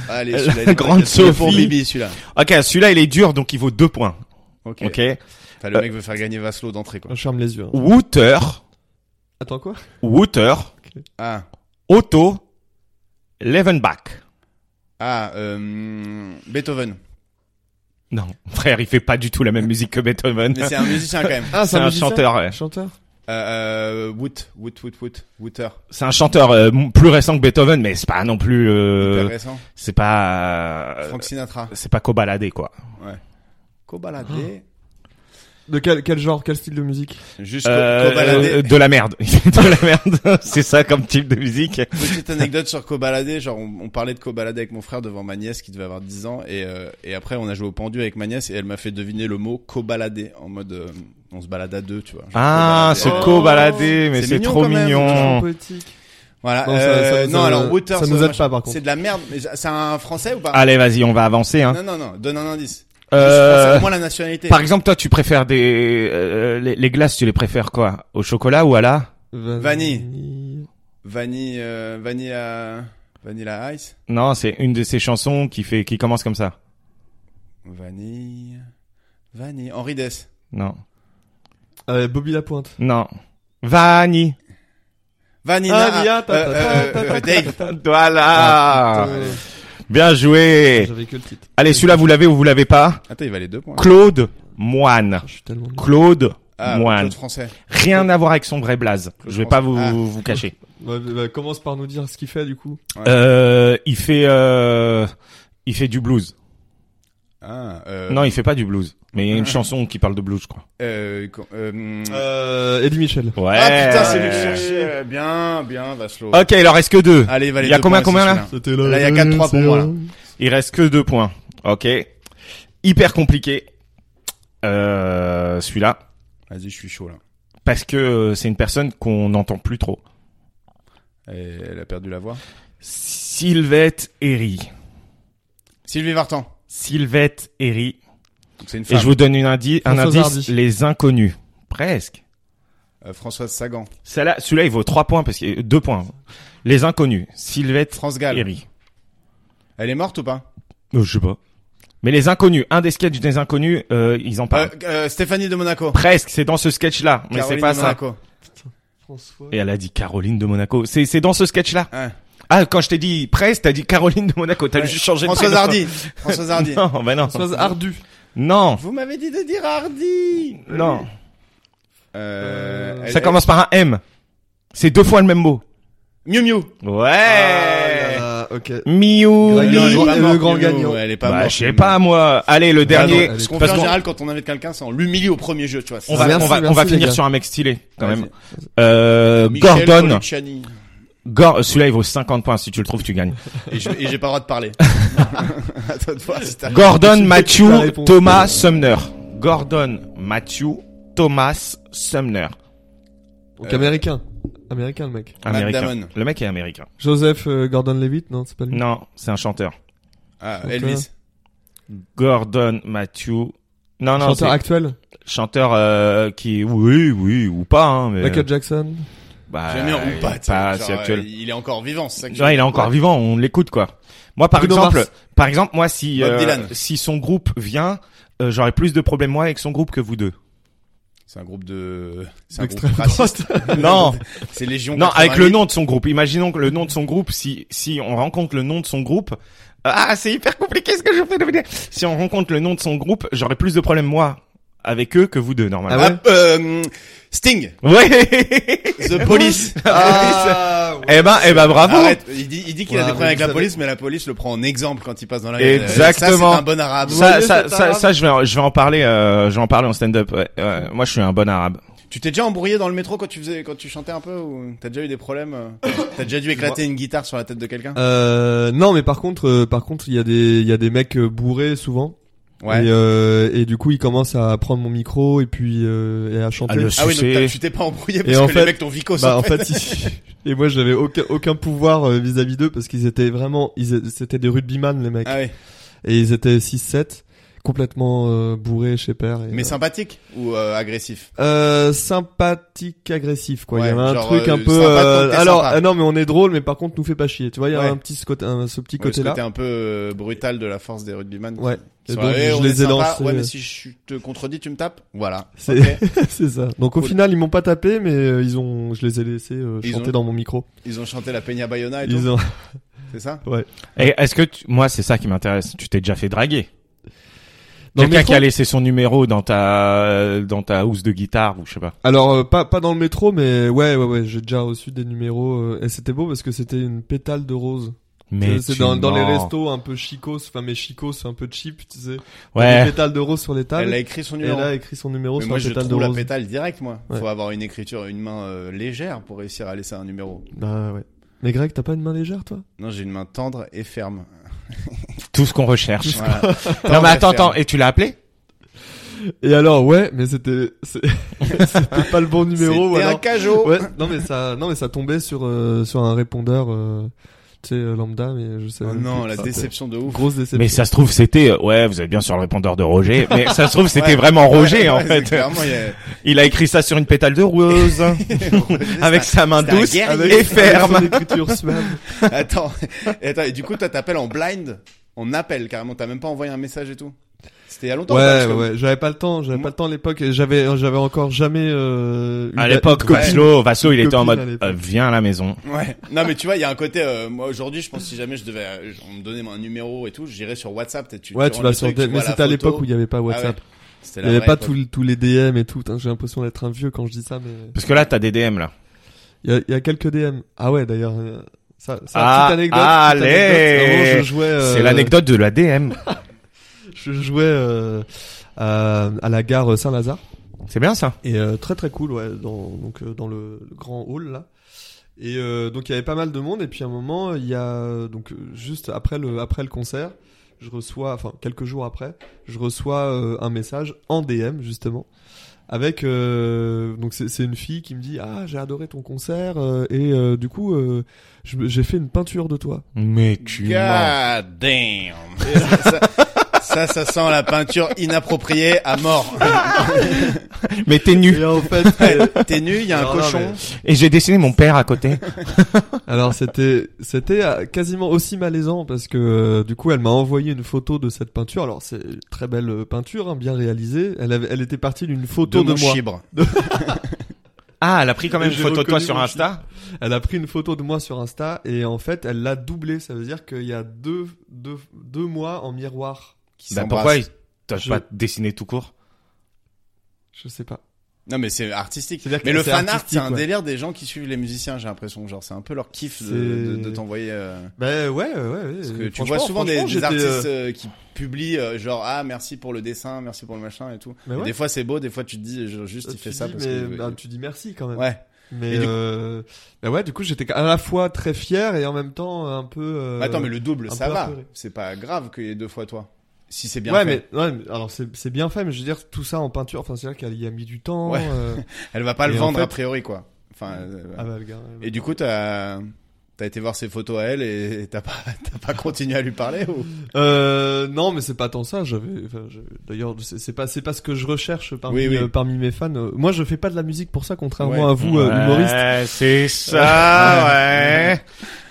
Speaker 3: Allez, celui-là, il
Speaker 2: (laughs)
Speaker 3: est
Speaker 2: Grande
Speaker 3: pour- il est pour
Speaker 2: Sophie.
Speaker 3: Bibi, celui-là.
Speaker 2: ok, celui-là, il est dur, donc il vaut deux points.
Speaker 3: Ok.
Speaker 2: Ok. Euh,
Speaker 3: Enfin, le mec veut faire gagner Vaslo d'entrée, quoi.
Speaker 5: Je ferme les yeux. hein.
Speaker 2: Wouter,
Speaker 5: Attends, quoi
Speaker 2: Wouter,
Speaker 3: Ah,
Speaker 2: Otto, Levenbach.
Speaker 3: ah, euh,
Speaker 2: (laughs)
Speaker 3: Beethoven.
Speaker 2: Non, (laughs) frère, il fait pas du tout la même musique que Beethoven.
Speaker 3: Mais c'est un musicien quand même.
Speaker 5: Ah,
Speaker 2: C'est un
Speaker 5: musicien
Speaker 2: chanteur, ouais.
Speaker 5: Chanteur
Speaker 3: Euh, euh, Wood, Wood, Wood, Wood, Wooter.
Speaker 2: C'est un chanteur euh, m- plus récent que Beethoven, mais c'est pas non plus. euh,
Speaker 3: Intéressant.
Speaker 2: c'est pas. euh,
Speaker 3: Frank Sinatra.
Speaker 2: c'est pas cobaladé quoi. (gasps)
Speaker 3: Cobaladé.
Speaker 5: De quel, quel genre, quel style de musique
Speaker 3: Juste
Speaker 2: Euh,
Speaker 3: Cobaladé.
Speaker 2: euh, de la merde, (laughs) Il fait de la merde. c'est ça comme type de musique.
Speaker 3: Petite anecdote sur Cobaladé, genre on, on parlait de Cobaladé avec mon frère devant ma nièce qui devait avoir 10 ans et, euh, et après on a joué au pendu avec ma nièce et elle m'a fait deviner le mot Cobaladé en mode euh, on se balade à deux, tu vois. Genre
Speaker 2: Ah,
Speaker 3: cobaladé.
Speaker 2: ce
Speaker 5: Oh,
Speaker 2: cobaladé, mais
Speaker 3: c'est
Speaker 2: c'est
Speaker 3: mignon
Speaker 2: trop
Speaker 3: quand même,
Speaker 2: mignon.
Speaker 5: Poétique.
Speaker 3: Voilà.
Speaker 5: Non,
Speaker 3: euh,
Speaker 5: ça- ça nous
Speaker 3: non,
Speaker 5: aide-
Speaker 3: alors Water,
Speaker 5: ça nous aide pas, par contre.
Speaker 3: C'est de la merde, mais c'est un français ou pas
Speaker 2: Allez, vas-y, on va avancer. Ah, Hein.
Speaker 3: Non, non, non, donne un indice.
Speaker 2: Euh,
Speaker 3: Juste, moi la nationalité.
Speaker 2: par exemple, toi, tu préfères des euh, les, les glaces, tu les préfères quoi Au chocolat ou à la
Speaker 5: Vanille.
Speaker 3: Vanille, euh, vanilla, vanilla ice.
Speaker 2: Non, c'est une de ces chansons qui fait qui commence comme ça.
Speaker 3: Vanille, vanille. Henri Dess.
Speaker 2: Non,
Speaker 5: Euh, Bobby Lapointe.
Speaker 2: non. Vanille. Ah,
Speaker 3: Vanilla.
Speaker 5: Vanilla, ta- ta-
Speaker 3: euh,
Speaker 5: ta- ta-
Speaker 3: euh,
Speaker 5: ta-
Speaker 3: Dave. Ah,
Speaker 2: Voilà.
Speaker 5: Euh,
Speaker 2: Bien joué.
Speaker 5: J'avais que le titre.
Speaker 3: Eh.
Speaker 2: Allez, celui-là, vous l'avez ou vous l'avez pas
Speaker 3: Attends, il valait deux points.
Speaker 2: Claude Moine.
Speaker 5: Ah, Je suis tellement nul.
Speaker 2: Claude
Speaker 3: Ah,
Speaker 2: Moine.
Speaker 3: Claude français.
Speaker 2: Rien à voir avec son vrai blaze.
Speaker 3: Claude
Speaker 2: Je vais pas vous,
Speaker 3: François.
Speaker 2: vous cacher.
Speaker 5: Ouais, bah, bah, commence par nous dire ce qu'il fait du coup.
Speaker 3: Ah.
Speaker 2: Euh, il fait, euh, il fait du blues.
Speaker 3: Ah, euh, Ah.
Speaker 2: Non, il fait pas du blues. Mais il y a une chanson qui parle de blues, je crois.
Speaker 3: euh, quand- euh, hum.
Speaker 5: Euh, Eddie Mitchell.
Speaker 2: Ouais.
Speaker 3: Ah putain, c'est lui que je cherchais. Bien, bien, Vaslo.
Speaker 2: Eh. Ok, il en reste que deux.
Speaker 3: Allez, va
Speaker 2: Il y a combien, combien, là
Speaker 5: C'était
Speaker 3: Ah. Là, il y a 4-3 pour moi, là.
Speaker 2: Il reste que deux points. Ok. Hyper compliqué. Euh, celui-là.
Speaker 3: Vas-y, je suis chaud là.
Speaker 2: Parce que euh, c'est une personne qu'on n'entend plus trop.
Speaker 3: Et elle a perdu la voix.
Speaker 2: Sylvette Herry.
Speaker 3: Sylvie Vartan.
Speaker 2: Sylvette Herry.
Speaker 3: Donc, C'est une
Speaker 2: Et
Speaker 3: femme.
Speaker 2: je vous donne une indi- un
Speaker 5: Françoise
Speaker 2: indice.
Speaker 5: Hardy.
Speaker 2: Les inconnus. Presque.
Speaker 3: Euh, Françoise Sagan.
Speaker 2: Celle-là, celui-là, il vaut trois points parce que, euh, deux points. Les inconnus. Sylvette
Speaker 3: France Gall.
Speaker 2: Herry.
Speaker 3: Elle est morte ou pas
Speaker 2: Euh, je sais pas. Mais les inconnus. Un des sketchs des inconnus, euh, ils en parlent.
Speaker 3: Euh, euh, Stéphanie de Monaco.
Speaker 2: Presque. C'est dans ce sketch-là. Mais
Speaker 3: Caroline
Speaker 2: c'est pas
Speaker 3: de
Speaker 2: ça.
Speaker 3: Monaco.
Speaker 5: François.
Speaker 2: Et elle a dit Caroline de Monaco. C'est, c'est dans ce sketch-là.
Speaker 3: Ouais.
Speaker 2: Ah, quand je t'ai dit presse, t'as dit Caroline de Monaco. T'as
Speaker 3: Ouais.
Speaker 2: juste changé de
Speaker 3: Françoise
Speaker 2: prénom.
Speaker 3: Hardy.
Speaker 2: (laughs)
Speaker 3: Françoise Hardy.
Speaker 2: Non, bah non.
Speaker 5: Françoise Ardu.
Speaker 2: Non.
Speaker 3: Vous m'avez dit de dire Hardy.
Speaker 2: Non.
Speaker 3: Euh, elle-
Speaker 2: Ça commence par un M. C'est deux fois le même mot.
Speaker 3: elle- Miu Miu.
Speaker 2: Ouais.
Speaker 5: Ah, ok.
Speaker 2: Miou.
Speaker 5: Greg,
Speaker 3: Non, elle est
Speaker 5: Miu,
Speaker 3: pas
Speaker 5: le
Speaker 3: morte,
Speaker 5: grand
Speaker 3: Miu Miu.
Speaker 5: gagnant.
Speaker 3: Elle est pas
Speaker 2: Bah,
Speaker 3: morte.
Speaker 2: je sais
Speaker 3: Miu Miu.
Speaker 2: pas moi. Allez, le dernier.
Speaker 5: non, elle est-
Speaker 3: Ce qu'on fait
Speaker 2: Parce
Speaker 3: en
Speaker 2: qu'on-
Speaker 3: général quand on invite quelqu'un, c'est on l'humilie au premier jeu, tu vois.
Speaker 2: On va,
Speaker 5: Merci,
Speaker 2: on va, on
Speaker 5: merci,
Speaker 2: va
Speaker 5: les
Speaker 2: finir
Speaker 5: gars.
Speaker 2: sur un mec stylé quand même.
Speaker 3: Vas-y.
Speaker 2: Euh,
Speaker 3: Michel
Speaker 2: Gordon.
Speaker 3: Colucciani.
Speaker 2: Gor- Celui-là, il vaut 50 points. Si tu le trouves, tu gagnes.
Speaker 3: Et je- et j'ai pas le droit de
Speaker 2: (laughs)
Speaker 3: parler. À toi de voir si t'as-
Speaker 2: Gordon,
Speaker 5: Tu me fais la
Speaker 2: Matthew,
Speaker 5: réponse.
Speaker 2: Thomas, Sumner. Gordon, Matthew, Thomas, Sumner.
Speaker 5: Donc
Speaker 3: Euh,
Speaker 5: américain. Américain le mec.
Speaker 3: Matt
Speaker 2: Américain.
Speaker 3: Damon.
Speaker 2: Le mec est américain.
Speaker 5: Joseph Gordon-Levitt, non, c'est pas lui.
Speaker 2: Non, c'est un chanteur.
Speaker 3: Ah,
Speaker 5: Chanteur.
Speaker 3: Elvis.
Speaker 2: Gordon, Matthew. Non, non,
Speaker 5: Chanteur
Speaker 2: c'est-
Speaker 5: actuel.
Speaker 2: chanteur euh, qui oui oui ou pas hein mais
Speaker 5: Michael Jackson.
Speaker 2: bah,
Speaker 3: J'aime bien ou pas. tu vois,
Speaker 2: c'est
Speaker 3: genre,
Speaker 2: actuel
Speaker 3: euh, Il est encore vivant, c'est ça que
Speaker 2: Ouais, il est encore vivant on l'écoute quoi moi par
Speaker 5: Bruno
Speaker 2: exemple
Speaker 5: Mars.
Speaker 2: par exemple moi si
Speaker 3: Bob
Speaker 2: euh,
Speaker 3: Dylan.
Speaker 2: si son groupe vient euh, j'aurais plus de problèmes moi avec son groupe que vous
Speaker 3: (laughs)
Speaker 2: deux
Speaker 3: C'est un groupe de. C'est un
Speaker 5: D'extrême
Speaker 3: groupe raciste.
Speaker 2: (laughs) non
Speaker 3: C'est Légion.
Speaker 2: non
Speaker 3: 88.
Speaker 2: avec le nom de son groupe imaginons que le nom de son groupe si si on rencontre le nom de son groupe ah c'est hyper compliqué ce que je fais devenir si on rencontre le nom de son groupe j'aurais plus de problèmes moi avec eux que vous deux normalement
Speaker 3: Ah, euh, Sting.
Speaker 2: (laughs) ouais
Speaker 5: (laughs)
Speaker 3: The Police.
Speaker 5: Ah,
Speaker 2: eh ben eh ben bravo
Speaker 3: Arrête. Il dit, il dit qu'il a
Speaker 5: Ouais,
Speaker 3: des
Speaker 5: mais
Speaker 3: problèmes avec
Speaker 5: vous
Speaker 3: la
Speaker 5: savez-
Speaker 3: police, mais la police le prend en exemple quand il passe dans la
Speaker 2: Exactement.
Speaker 3: Ça, c'est un bon arabe.
Speaker 2: Ça,
Speaker 5: Joyeux,
Speaker 2: ça,
Speaker 5: cet
Speaker 2: ça,
Speaker 5: arabe.
Speaker 2: ça, je vais, en- je vais en parler, euh, je vais en parler en stand-up. ouais. Ouais, moi, je suis un bon arabe.
Speaker 3: Tu t'es déjà embrouillé dans le métro quand tu faisais, quand tu chantais un peu ou t'as déjà eu des problèmes? euh, T'as déjà dû éclater une guitare sur la tête de quelqu'un?
Speaker 5: Euh, non, mais par contre, euh, par contre, il y a des, il y a des mecs euh, bourrés souvent. Et,
Speaker 3: Ouais.
Speaker 5: euh, et du coup, ils commencent à prendre mon micro et puis euh, et à chanter.
Speaker 2: Ah, le
Speaker 3: Ah oui, donc
Speaker 2: sucer.
Speaker 3: t'as- tu t'es pas embrouillé parce
Speaker 5: en
Speaker 3: que les
Speaker 5: fait-
Speaker 3: mecs t'ont vicose.
Speaker 5: bah en fait,
Speaker 3: (laughs)
Speaker 5: ils- et moi, j'avais aucun aucun pouvoir euh, vis-à-vis d'eux parce qu'ils étaient vraiment, ils é- c'était des rugbyman les mecs
Speaker 3: Ah oui.
Speaker 5: et ils étaient 6-7 complètement euh, bourrés chez père. Et,
Speaker 3: Mais sympathique ou euh, agressif?
Speaker 5: Euh, sympathique agressif quoi il y
Speaker 3: Ouais,
Speaker 5: avait un
Speaker 3: genre,
Speaker 5: truc
Speaker 3: euh,
Speaker 5: un peu
Speaker 3: sympa tant que
Speaker 5: euh,
Speaker 3: t'es
Speaker 5: alors
Speaker 3: sympa.
Speaker 5: euh, non mais on est drôle mais par contre nous fait pas chier tu vois il y a
Speaker 3: Ouais.
Speaker 5: un petit ce côté un- ce petit
Speaker 3: Ouais,
Speaker 5: côté
Speaker 3: ce
Speaker 5: là
Speaker 3: côté un peu euh, brutal de la force des rugbyman.
Speaker 5: ouais
Speaker 3: Ils
Speaker 5: Et
Speaker 3: sont
Speaker 5: donc,
Speaker 3: là, Eh, on
Speaker 5: je
Speaker 3: est
Speaker 5: les ai
Speaker 3: sympa.
Speaker 5: lancés
Speaker 3: Ouais, mais
Speaker 5: euh,
Speaker 3: si je te contredis, tu me tapes. Voilà.
Speaker 5: c'est
Speaker 3: Ok.
Speaker 5: (laughs) c'est ça donc au
Speaker 3: Cool.
Speaker 5: final ils m'ont pas tapé mais euh, ils ont je les ai laissés euh,
Speaker 3: Ils
Speaker 5: chanter
Speaker 3: ont- Ah,
Speaker 5: dans mon micro
Speaker 3: Ils ont chanté la Peña Bayona et tout.
Speaker 5: ils ont
Speaker 3: C'est ça
Speaker 2: Et est-ce que tu- moi, c'est ça qui m'intéresse. Tu t'es déjà fait draguer
Speaker 5: Dans le
Speaker 2: Quelqu'un
Speaker 5: métro
Speaker 2: qui a laissé son numéro dans ta euh, dans ta housse de guitare ou je sais pas.
Speaker 5: (laughs) alors euh, pas pas dans le métro mais ouais ouais ouais j'ai déjà reçu des numéros euh, et c'était beau parce que c'était une pétale de rose
Speaker 2: Mais
Speaker 5: c'est
Speaker 2: tu
Speaker 5: dans dans les
Speaker 2: mens.
Speaker 5: restos un peu chicos enfin mais chicos c'est un peu cheap tu sais
Speaker 2: Ouais.
Speaker 5: une pétale de rose sur les
Speaker 3: Elle
Speaker 5: tables
Speaker 3: a écrit son
Speaker 5: et
Speaker 3: numéro.
Speaker 5: Ah elle a écrit son numéro
Speaker 3: mais
Speaker 5: sur
Speaker 3: moi,
Speaker 5: la
Speaker 3: je
Speaker 5: pétale
Speaker 3: trouve
Speaker 5: de
Speaker 3: la
Speaker 5: rose
Speaker 3: pétale direct, moi.
Speaker 5: Ouais.
Speaker 3: Faut avoir une écriture, une main euh, légère pour réussir à laisser un numéro.
Speaker 5: Bah ouais. Mais Greg, t'as pas une main légère, toi
Speaker 3: Non, j'ai une main tendre et
Speaker 5: (laughs)
Speaker 3: ferme.
Speaker 2: (laughs) Tout ce qu'on recherche.
Speaker 3: Voilà.
Speaker 2: Non
Speaker 3: Tendre
Speaker 2: mais
Speaker 3: et
Speaker 2: attends,
Speaker 3: ferme.
Speaker 2: attends. Et tu l'as appelé
Speaker 5: Et alors, ouais, mais c'était c'est- (laughs) c'était pas le bon numéro. ou
Speaker 3: C'était un
Speaker 5: alors-
Speaker 3: cajot.
Speaker 5: Ouais, non mais ça, non mais ça tombait sur euh, sur un répondeur, euh, tu sais euh, lambda, mais je sais.
Speaker 3: Oh
Speaker 5: même
Speaker 3: non,
Speaker 5: plus.
Speaker 3: la
Speaker 5: C'était-
Speaker 3: déception de ouf.
Speaker 5: Grosse déception. (laughs)
Speaker 2: Mais ça se trouve, c'était euh, ouais. Vous êtes bien sur le répondeur de Roger. Mais ça se trouve, c'était
Speaker 3: Ouais.
Speaker 2: vraiment Roger
Speaker 3: Ouais,
Speaker 2: en
Speaker 3: ouais,
Speaker 2: fait.
Speaker 3: c'est Clairement, il y
Speaker 5: (laughs)
Speaker 3: a...
Speaker 2: Il a écrit ça sur une pétale de rose (laughs) avec sa main
Speaker 3: c'est un
Speaker 2: douce
Speaker 3: guerrier.
Speaker 2: et ferme.
Speaker 5: Son écriture suave.
Speaker 3: Attends. Et attends. Et du coup, toi, t'appelles en blind. On appelle carrément. T'as même pas envoyé un message et tout. C'était il y a longtemps.
Speaker 5: Ouais,
Speaker 3: parce que-
Speaker 5: ouais, ouais, j'avais pas le temps, j'avais pas le temps à l'époque, et j'avais, j'avais encore jamais. Euh, eu
Speaker 2: À
Speaker 5: la-
Speaker 2: l'époque,
Speaker 5: une copine.
Speaker 2: Vaslo, Vaslo, il était en
Speaker 5: Copine
Speaker 2: mode
Speaker 5: à l'époque.
Speaker 2: euh, viens à la maison.
Speaker 3: Ouais. Non, mais tu vois, il y a un côté. euh, moi, aujourd'hui, je pense que si jamais je devais, euh, on me donnait un numéro et tout, j'irais sur WhatsApp. peut-être,
Speaker 5: Ouais,
Speaker 3: tu
Speaker 5: tu
Speaker 3: rentres
Speaker 5: vas
Speaker 3: le
Speaker 5: sur.
Speaker 3: truc, tu
Speaker 5: Mais
Speaker 3: vois la
Speaker 5: c'était à
Speaker 3: photo.
Speaker 5: l'époque où il y avait pas
Speaker 3: Ah ouais.
Speaker 5: WhatsApp.
Speaker 3: C'était
Speaker 5: Il
Speaker 3: la
Speaker 5: n'y avait
Speaker 3: vraie
Speaker 5: pas
Speaker 3: époque.
Speaker 5: tous tous les DM et tout. Putain, J'ai l'impression d'être un vieux quand je dis ça, mais
Speaker 2: Parce que là, t'as des DM là.
Speaker 5: il y a, il y a quelques DM. Ah ouais, d'ailleurs, euh, ça, ça
Speaker 2: Ah,
Speaker 5: petite anecdote.
Speaker 2: allez.
Speaker 5: petite anecdote. Vraiment, je jouais. euh,
Speaker 2: C'est l'anecdote de la DM.
Speaker 5: Je jouais euh, à, à la gare Saint-Lazare.
Speaker 2: C'est bien ça.
Speaker 5: Et euh, très très cool, ouais, dans, donc, euh, dans le, le grand hall là. Et euh, donc il y avait pas mal de monde, et puis à un moment, il y a. euh, Donc euh, juste après le, après le concert, je reçois, enfin quelques jours après, je reçois euh, un message en DM justement. Avec euh, donc c'est c'est une fille qui me dit ah j'ai adoré ton concert euh, et euh, du coup euh, je me- j'ai fait une peinture de toi
Speaker 2: Mais tu mens.
Speaker 3: God damn. ça, (laughs) ça, ça sent la peinture inappropriée à
Speaker 5: (laughs)
Speaker 3: mort.
Speaker 2: Mais t'es nu.
Speaker 5: et en (laughs) fait
Speaker 3: T'es nu, il y a un
Speaker 5: Non, non,
Speaker 3: cochon.
Speaker 2: Et j'ai dessiné mon père à côté.
Speaker 5: Alors c'était c'était euh, quasiment aussi malaisant parce que euh, du coup elle m'a envoyé une photo de cette peinture. Alors c'est une très belle euh, peinture, hein, bien réalisée. Elle avait, elle était partie d'une photo de,
Speaker 3: mon
Speaker 5: moi.
Speaker 3: chibre.
Speaker 2: Ah, elle a pris quand même une
Speaker 5: J'ai
Speaker 2: photo de toi
Speaker 5: reconnu
Speaker 2: sur
Speaker 5: mon
Speaker 2: Insta.
Speaker 5: Elle a pris une photo de moi sur Insta et en fait elle l'a doublée. Ça veut dire qu'il y a deux deux deux mois en miroir.
Speaker 3: Qui
Speaker 2: Bah,
Speaker 3: s'embrasse.
Speaker 2: pourquoi il- t'as
Speaker 5: Je-
Speaker 2: pas dessiné tout court
Speaker 5: Je sais pas.
Speaker 3: Non mais c'est artistique.
Speaker 5: C'est-à-dire que
Speaker 3: Mais le
Speaker 5: c'est
Speaker 3: fan art,
Speaker 5: artistique,
Speaker 3: c'est un
Speaker 5: ouais.
Speaker 3: délire des gens qui suivent les musiciens. J'ai l'impression genre c'est un peu leur kiff de,
Speaker 5: C'est-
Speaker 3: de, de t'envoyer. euh,
Speaker 5: Ben ouais ouais. ouais
Speaker 3: Parce que
Speaker 5: Et
Speaker 3: tu vois
Speaker 5: franchement-
Speaker 3: souvent des,
Speaker 5: franchement,
Speaker 3: des
Speaker 5: j'étais,
Speaker 3: artistes
Speaker 5: euh,
Speaker 3: euh, qui publient euh, genre ah merci pour le dessin, merci pour le machin et tout.
Speaker 5: Mais
Speaker 3: Et
Speaker 5: ouais. Euh,
Speaker 3: Des fois c'est beau, des fois tu te dis genre, juste
Speaker 5: tu
Speaker 3: il fait
Speaker 5: dis,
Speaker 3: euh, ça parce
Speaker 5: mais-
Speaker 3: que
Speaker 5: ben, tu dis merci quand même.
Speaker 3: ouais.
Speaker 5: Mais
Speaker 3: Et du coup-
Speaker 5: euh, ben ouais, du coup j'étais à la fois très fier et en même temps un peu. euh,
Speaker 3: Attends mais le double
Speaker 5: un
Speaker 3: ça
Speaker 5: peu
Speaker 3: va,
Speaker 5: apeuré.
Speaker 3: c'est pas grave qu'il y ait deux fois toi. Si c'est bien
Speaker 5: ouais,
Speaker 3: fait.
Speaker 5: mais ouais, mais alors c'est c'est bien fait, mais je veux dire tout ça en peinture. Enfin, c'est-à-dire qu'elle y a mis du temps.
Speaker 3: Ouais.
Speaker 5: euh,
Speaker 3: Elle va pas le
Speaker 5: Et en
Speaker 3: vendre
Speaker 5: fait-
Speaker 3: a priori quoi. Enfin. euh,
Speaker 5: ah bah, le gars, ouais.
Speaker 3: Et du coup t'as t'as été voir ses photos à elle et (laughs) t'as pas t'as pas continué à lui parler ou
Speaker 5: Euh, non, mais c'est pas tant ça. J'avais, enfin, j'avais- d'ailleurs, c'est c'est pas, c'est pas ce que je recherche parmi,
Speaker 3: Oui, oui.
Speaker 5: euh, parmi mes fans. Euh, Moi, je fais pas de la musique pour ça, contrairement
Speaker 3: Ouais.
Speaker 5: à vous, euh,
Speaker 2: Ouais,
Speaker 5: humoristes.
Speaker 2: C'est ça, ouais.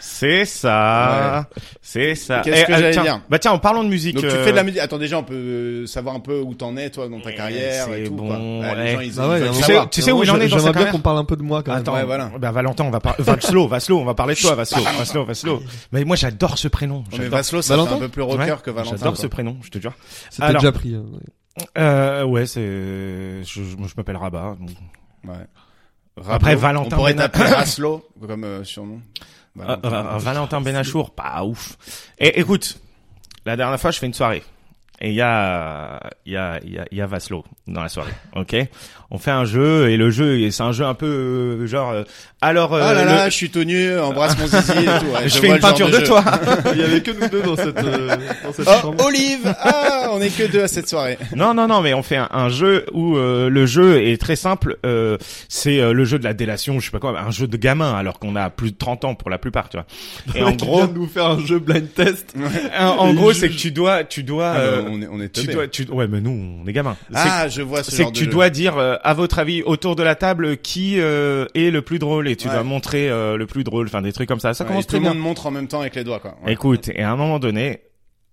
Speaker 2: C'est ça. C'est ça.
Speaker 3: Qu'est-ce que
Speaker 2: ah,
Speaker 3: j'allais
Speaker 2: tiens,
Speaker 3: dire
Speaker 2: Bah tiens, en parlant de musique.
Speaker 3: Donc tu
Speaker 2: euh,
Speaker 3: fais de la musique. Attends déjà, on peut euh, savoir un peu où t'en es toi dans ta
Speaker 2: Eh,
Speaker 3: carrière
Speaker 2: c'est
Speaker 3: et tout.
Speaker 2: bon,
Speaker 3: quoi. Ah,
Speaker 2: ouais.
Speaker 3: Les gens ils,
Speaker 5: Bah
Speaker 3: ils
Speaker 5: ouais,
Speaker 3: veulent
Speaker 5: non,
Speaker 2: Tu sais-
Speaker 3: savoir.
Speaker 2: tu sais où il en est
Speaker 5: j'a-
Speaker 2: dans sa
Speaker 5: J'aimerais bien
Speaker 2: carrière
Speaker 5: qu'on parle un peu de moi quand même.
Speaker 2: Attends,
Speaker 3: Ouais, voilà. Ah,
Speaker 2: bah Valentin, on va parler. Vaslo, Vaslo, on va parler de toi, Vaslo, Vaslo, Vaslo. Mais moi, j'adore ce prénom.
Speaker 3: Oh, mais
Speaker 2: J'adore
Speaker 3: Vaslo, ça
Speaker 5: Valentin
Speaker 3: fait un peu plus rocker
Speaker 2: Ouais,
Speaker 3: que Valentin.
Speaker 2: J'adore
Speaker 3: quoi.
Speaker 2: ce prénom, je te jure.
Speaker 5: C'était
Speaker 2: Alors-
Speaker 5: déjà pris. hein, ouais.
Speaker 2: Euh, ouais, c'est. Je, je, moi, je m'appelle Rabat. donc.
Speaker 3: Ouais.
Speaker 2: Après,
Speaker 3: Rablo,
Speaker 2: Valentin
Speaker 3: On pourrait
Speaker 2: Benat-
Speaker 3: t'appeler Vaslo comme euh, surnom.
Speaker 2: Euh,
Speaker 3: Valentin.
Speaker 2: euh, Valentin Benachour, pas ouf. Et écoute, la dernière fois, je fais une soirée. Et il y a, il y a, il y a, il y a Vaslo dans la soirée. Ok, on fait un jeu et le jeu, c'est un jeu un peu euh, genre. euh, alors, euh,
Speaker 3: ah là
Speaker 2: le-
Speaker 3: là, je suis tout nu, embrasse mon zizi et tout.
Speaker 2: (laughs)
Speaker 3: ouais,
Speaker 2: je, fais une
Speaker 3: vois le genre
Speaker 2: peinture de,
Speaker 3: jeu. (laughs)
Speaker 2: toi.
Speaker 5: Il y avait que nous deux dans cette, euh, dans cette
Speaker 3: Oh,
Speaker 5: chambre.
Speaker 3: Olive Ah, on est que deux à cette soirée.
Speaker 2: non, non, non, mais on fait un, un jeu où euh, le jeu est très simple. euh, c'est euh, le jeu de la délation, je sais pas quoi, un jeu de gamin, alors qu'on a plus de 30 ans pour la plupart, tu vois. Et en
Speaker 5: oh, Qui vient
Speaker 2: gros,
Speaker 5: de nous faire un jeu blind test.
Speaker 2: en, en
Speaker 3: (laughs)
Speaker 5: il
Speaker 2: gros,
Speaker 5: juge.
Speaker 2: c'est que tu dois, tu dois.
Speaker 3: Ah,
Speaker 2: euh,
Speaker 3: bah, on est, on est
Speaker 2: tu
Speaker 3: teubés.
Speaker 2: dois, tu, ouais, mais nous, on est gamins. C'est que-
Speaker 3: Ah, je vois ce
Speaker 2: c'est
Speaker 3: genre
Speaker 2: que
Speaker 3: de
Speaker 2: tu
Speaker 3: jeu.
Speaker 2: dois dire, euh, à votre avis, autour de la table, qui euh, est le plus drôle et tu
Speaker 3: Ouais.
Speaker 2: dois montrer euh, le plus drôle, enfin des trucs comme ça. Ça
Speaker 3: Ouais, et
Speaker 2: commence
Speaker 3: tout
Speaker 2: très
Speaker 3: le
Speaker 2: bien.
Speaker 3: monde montre en même temps avec les doigts, quoi. Ouais.
Speaker 2: Écoute, et à un moment donné,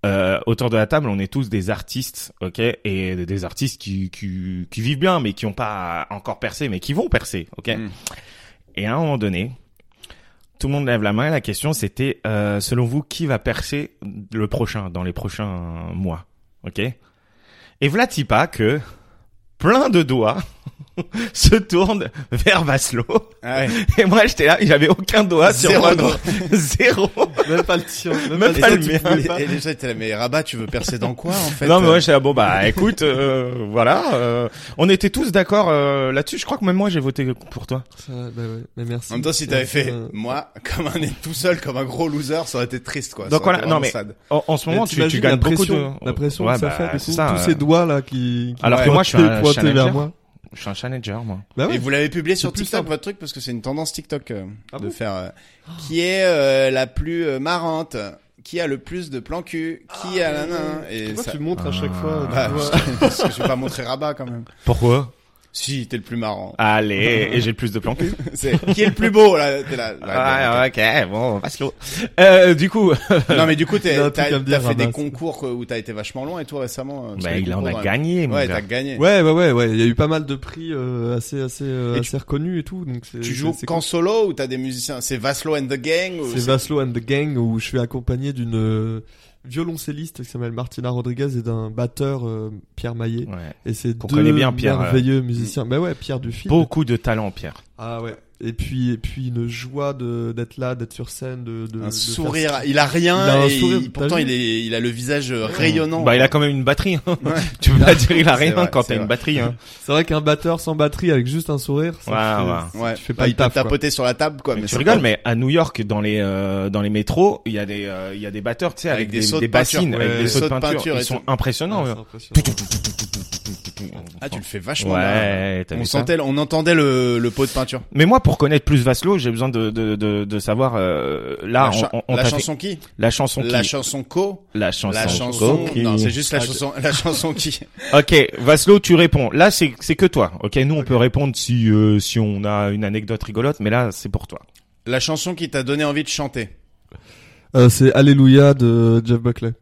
Speaker 2: euh, autour de la table, on est tous des artistes, ok, et des artistes qui qui, qui vivent bien, mais qui ont pas encore percé, mais qui vont percer, ok.
Speaker 3: Mm.
Speaker 2: Et à un moment donné, tout le monde lève la main. et La question, c'était, euh, selon vous, qui va percer le prochain dans les prochains mois, ok Et voilà pas que plein de doigts (laughs) se tournent vers Vaslo.
Speaker 3: Ah ouais.
Speaker 2: Et moi, j'étais là, j'avais aucun doigt sur
Speaker 3: Zéro
Speaker 2: moi.
Speaker 3: doigt.
Speaker 2: (laughs) Zéro.
Speaker 5: Même pas le tien. Même,
Speaker 2: Même
Speaker 5: pas,
Speaker 2: pas
Speaker 5: le
Speaker 2: le
Speaker 5: tien, tu
Speaker 2: mien.
Speaker 5: pouvais pas.
Speaker 3: Et les gens étaient là, mais Rabat, tu veux percer dans quoi, en fait euh?
Speaker 2: Non mais ouais, j'étais là, bon bah écoute, euh, voilà, euh, on était tous d'accord euh, là-dessus. Je crois que même moi j'ai voté pour toi.
Speaker 5: Ça, bah ouais, mais merci.
Speaker 3: En même temps, si t'avais fait
Speaker 5: Euh,
Speaker 3: moi, comme un tout seul, comme un gros loser, ça aurait été triste, quoi. Ça
Speaker 2: Donc voilà,
Speaker 3: aurait été
Speaker 2: non,
Speaker 3: vraiment
Speaker 2: mais-
Speaker 3: sad.
Speaker 2: En, en ce moment,
Speaker 5: mais
Speaker 2: tu,
Speaker 5: t'imagines
Speaker 2: tu gagnes
Speaker 5: la
Speaker 2: beaucoup
Speaker 5: pression,
Speaker 2: de
Speaker 5: la pression
Speaker 2: Ouais,
Speaker 5: que ça
Speaker 2: bah,
Speaker 5: fait, du coup,
Speaker 2: c'est ça,
Speaker 5: tous
Speaker 2: euh,
Speaker 5: ces doigts là qui, qui
Speaker 2: Alors que
Speaker 5: pointaient-
Speaker 2: moi, je suis un
Speaker 5: pointaient
Speaker 2: challenger.
Speaker 5: vers moi.
Speaker 2: Je suis un challenger, moi.
Speaker 5: Bah
Speaker 3: Et
Speaker 5: ouais.
Speaker 3: vous l'avez publié sur
Speaker 5: C'est plus
Speaker 3: TikTok
Speaker 5: simple.
Speaker 3: votre truc parce que c'est une tendance TikTok euh,
Speaker 5: Ah
Speaker 3: de
Speaker 5: bon
Speaker 3: faire euh, qui est euh, la plus euh, marrante, qui a le plus de plan cul, qui a la nain et
Speaker 5: Ah, Pourquoi
Speaker 3: ça.
Speaker 5: tu montres à chaque
Speaker 2: Ah.
Speaker 5: fois
Speaker 3: (laughs)
Speaker 5: tu
Speaker 3: Bah,
Speaker 5: vois
Speaker 3: (laughs) parce que je vais pas montrer Rabat quand même.
Speaker 2: Pourquoi
Speaker 3: Si t'es le plus
Speaker 5: Ah,
Speaker 3: marrant,
Speaker 2: Allez, et j'ai le plus de plans que.
Speaker 3: c'est qui est le plus beau là, t'es là. Ah,
Speaker 5: Ah,
Speaker 3: Ouais, bon,
Speaker 2: Ouais, ok, bon, passe l'eau. Euh, du coup,
Speaker 3: ok. Non mais du coup
Speaker 5: Il y a un
Speaker 3: t'es-
Speaker 5: truc à
Speaker 3: t'as
Speaker 5: me
Speaker 3: t'as
Speaker 5: dire,
Speaker 3: fait des
Speaker 5: Rabat,
Speaker 3: concours euh, où t'as été vachement loin et tout récemment. euh, parce que
Speaker 2: bah,
Speaker 3: les
Speaker 2: il en
Speaker 3: concours,
Speaker 2: a
Speaker 3: euh,
Speaker 2: gagné, mon
Speaker 3: Ouais,
Speaker 2: gars.
Speaker 3: t'as gagné.
Speaker 5: Ouais, ouais, ouais, ouais. Il y a eu pas mal de prix euh, assez, assez, euh,
Speaker 3: Et tu-
Speaker 5: assez reconnus et tout. Donc c'est-
Speaker 3: Tu
Speaker 5: c'est-
Speaker 3: joues
Speaker 5: euh, c'est
Speaker 3: qu'en solo ou t'as des musiciens C'est Vaslo and the Gang
Speaker 5: cool.
Speaker 3: ou
Speaker 5: C'est Vaslo and the Gang où je suis accompagné d'une euh, violoncelliste qui s'appelle Martina Rodriguez et d'un batteur euh, Pierre Maillet.
Speaker 2: Ouais.
Speaker 5: Et c'est
Speaker 2: Qu'on
Speaker 5: deux
Speaker 2: connaît bien, Pierre,
Speaker 5: merveilleux musiciens. Bah ouais, Pierre Dufy.
Speaker 2: Beaucoup de talent, Pierre.
Speaker 5: Ah ouais. Et puis et puis une joie de d'être là, d'être sur scène, de, de de
Speaker 3: un
Speaker 5: faire-
Speaker 3: sourire, il a rien,
Speaker 5: Il a un
Speaker 3: et
Speaker 5: sourire,
Speaker 3: il-
Speaker 5: t'as
Speaker 3: pourtant
Speaker 5: vu
Speaker 3: il, est, il a le visage euh, rayonnant.
Speaker 2: Bah, il a quand même une batterie. hein. (laughs)
Speaker 3: Ouais.
Speaker 2: tu peux pas dire il a
Speaker 3: C'est
Speaker 2: rien
Speaker 3: vrai,
Speaker 2: quand
Speaker 3: c'est
Speaker 2: t'as une
Speaker 3: vrai.
Speaker 2: batterie. Hein.
Speaker 5: C'est vrai qu'un batteur sans batterie avec juste un sourire, ça
Speaker 2: Ouais,
Speaker 5: fait-
Speaker 2: ouais.
Speaker 3: Ouais,
Speaker 5: tu fais
Speaker 3: Bah,
Speaker 5: pas le
Speaker 3: il peut
Speaker 5: taf, quoi.
Speaker 3: tapoter sur la table, quoi.
Speaker 2: Mais
Speaker 3: mais
Speaker 2: tu
Speaker 3: ça-
Speaker 2: rigoles, mais à New York, dans les euh, dans les métros, il y a des euh, il y a des batteurs, tu sais, avec,
Speaker 3: Avec des sauts de peinture,
Speaker 2: bassines,
Speaker 3: ouais,
Speaker 2: avec des
Speaker 3: des
Speaker 2: sauts de
Speaker 3: sauts de
Speaker 2: peinture,
Speaker 3: peinture
Speaker 2: ils
Speaker 3: et
Speaker 2: sont
Speaker 3: tout.
Speaker 2: impressionnants.
Speaker 5: Ouais,
Speaker 2: ouais.
Speaker 5: c'est impressionnant.
Speaker 3: Ah, tu le fais
Speaker 2: Ouais,
Speaker 3: vachement bien. hein.
Speaker 2: t'as
Speaker 3: On
Speaker 2: vu ça
Speaker 3: sentait, on entendait le, le pot de peinture.
Speaker 2: Mais moi, pour connaître plus Vaslo, j'ai besoin de de de, de savoir euh, là
Speaker 3: la, cha-
Speaker 2: on, on
Speaker 3: la
Speaker 2: t'a fait-
Speaker 3: chanson qui
Speaker 2: la chanson qui
Speaker 3: La chanson co
Speaker 2: la chanson
Speaker 3: La chanson.
Speaker 2: Ok.
Speaker 3: Non, c'est juste
Speaker 5: Ah,
Speaker 3: la chanson. La (laughs) chanson qui
Speaker 2: Ok, Vaslo, tu réponds. Là, c'est c'est que toi. Ok, nous on peut répondre si euh, si on a une anecdote rigolote, mais là c'est pour toi.
Speaker 3: La chanson qui t'a donné envie de chanter.
Speaker 5: Euh, c'est Alléluia de Jeff Buckley.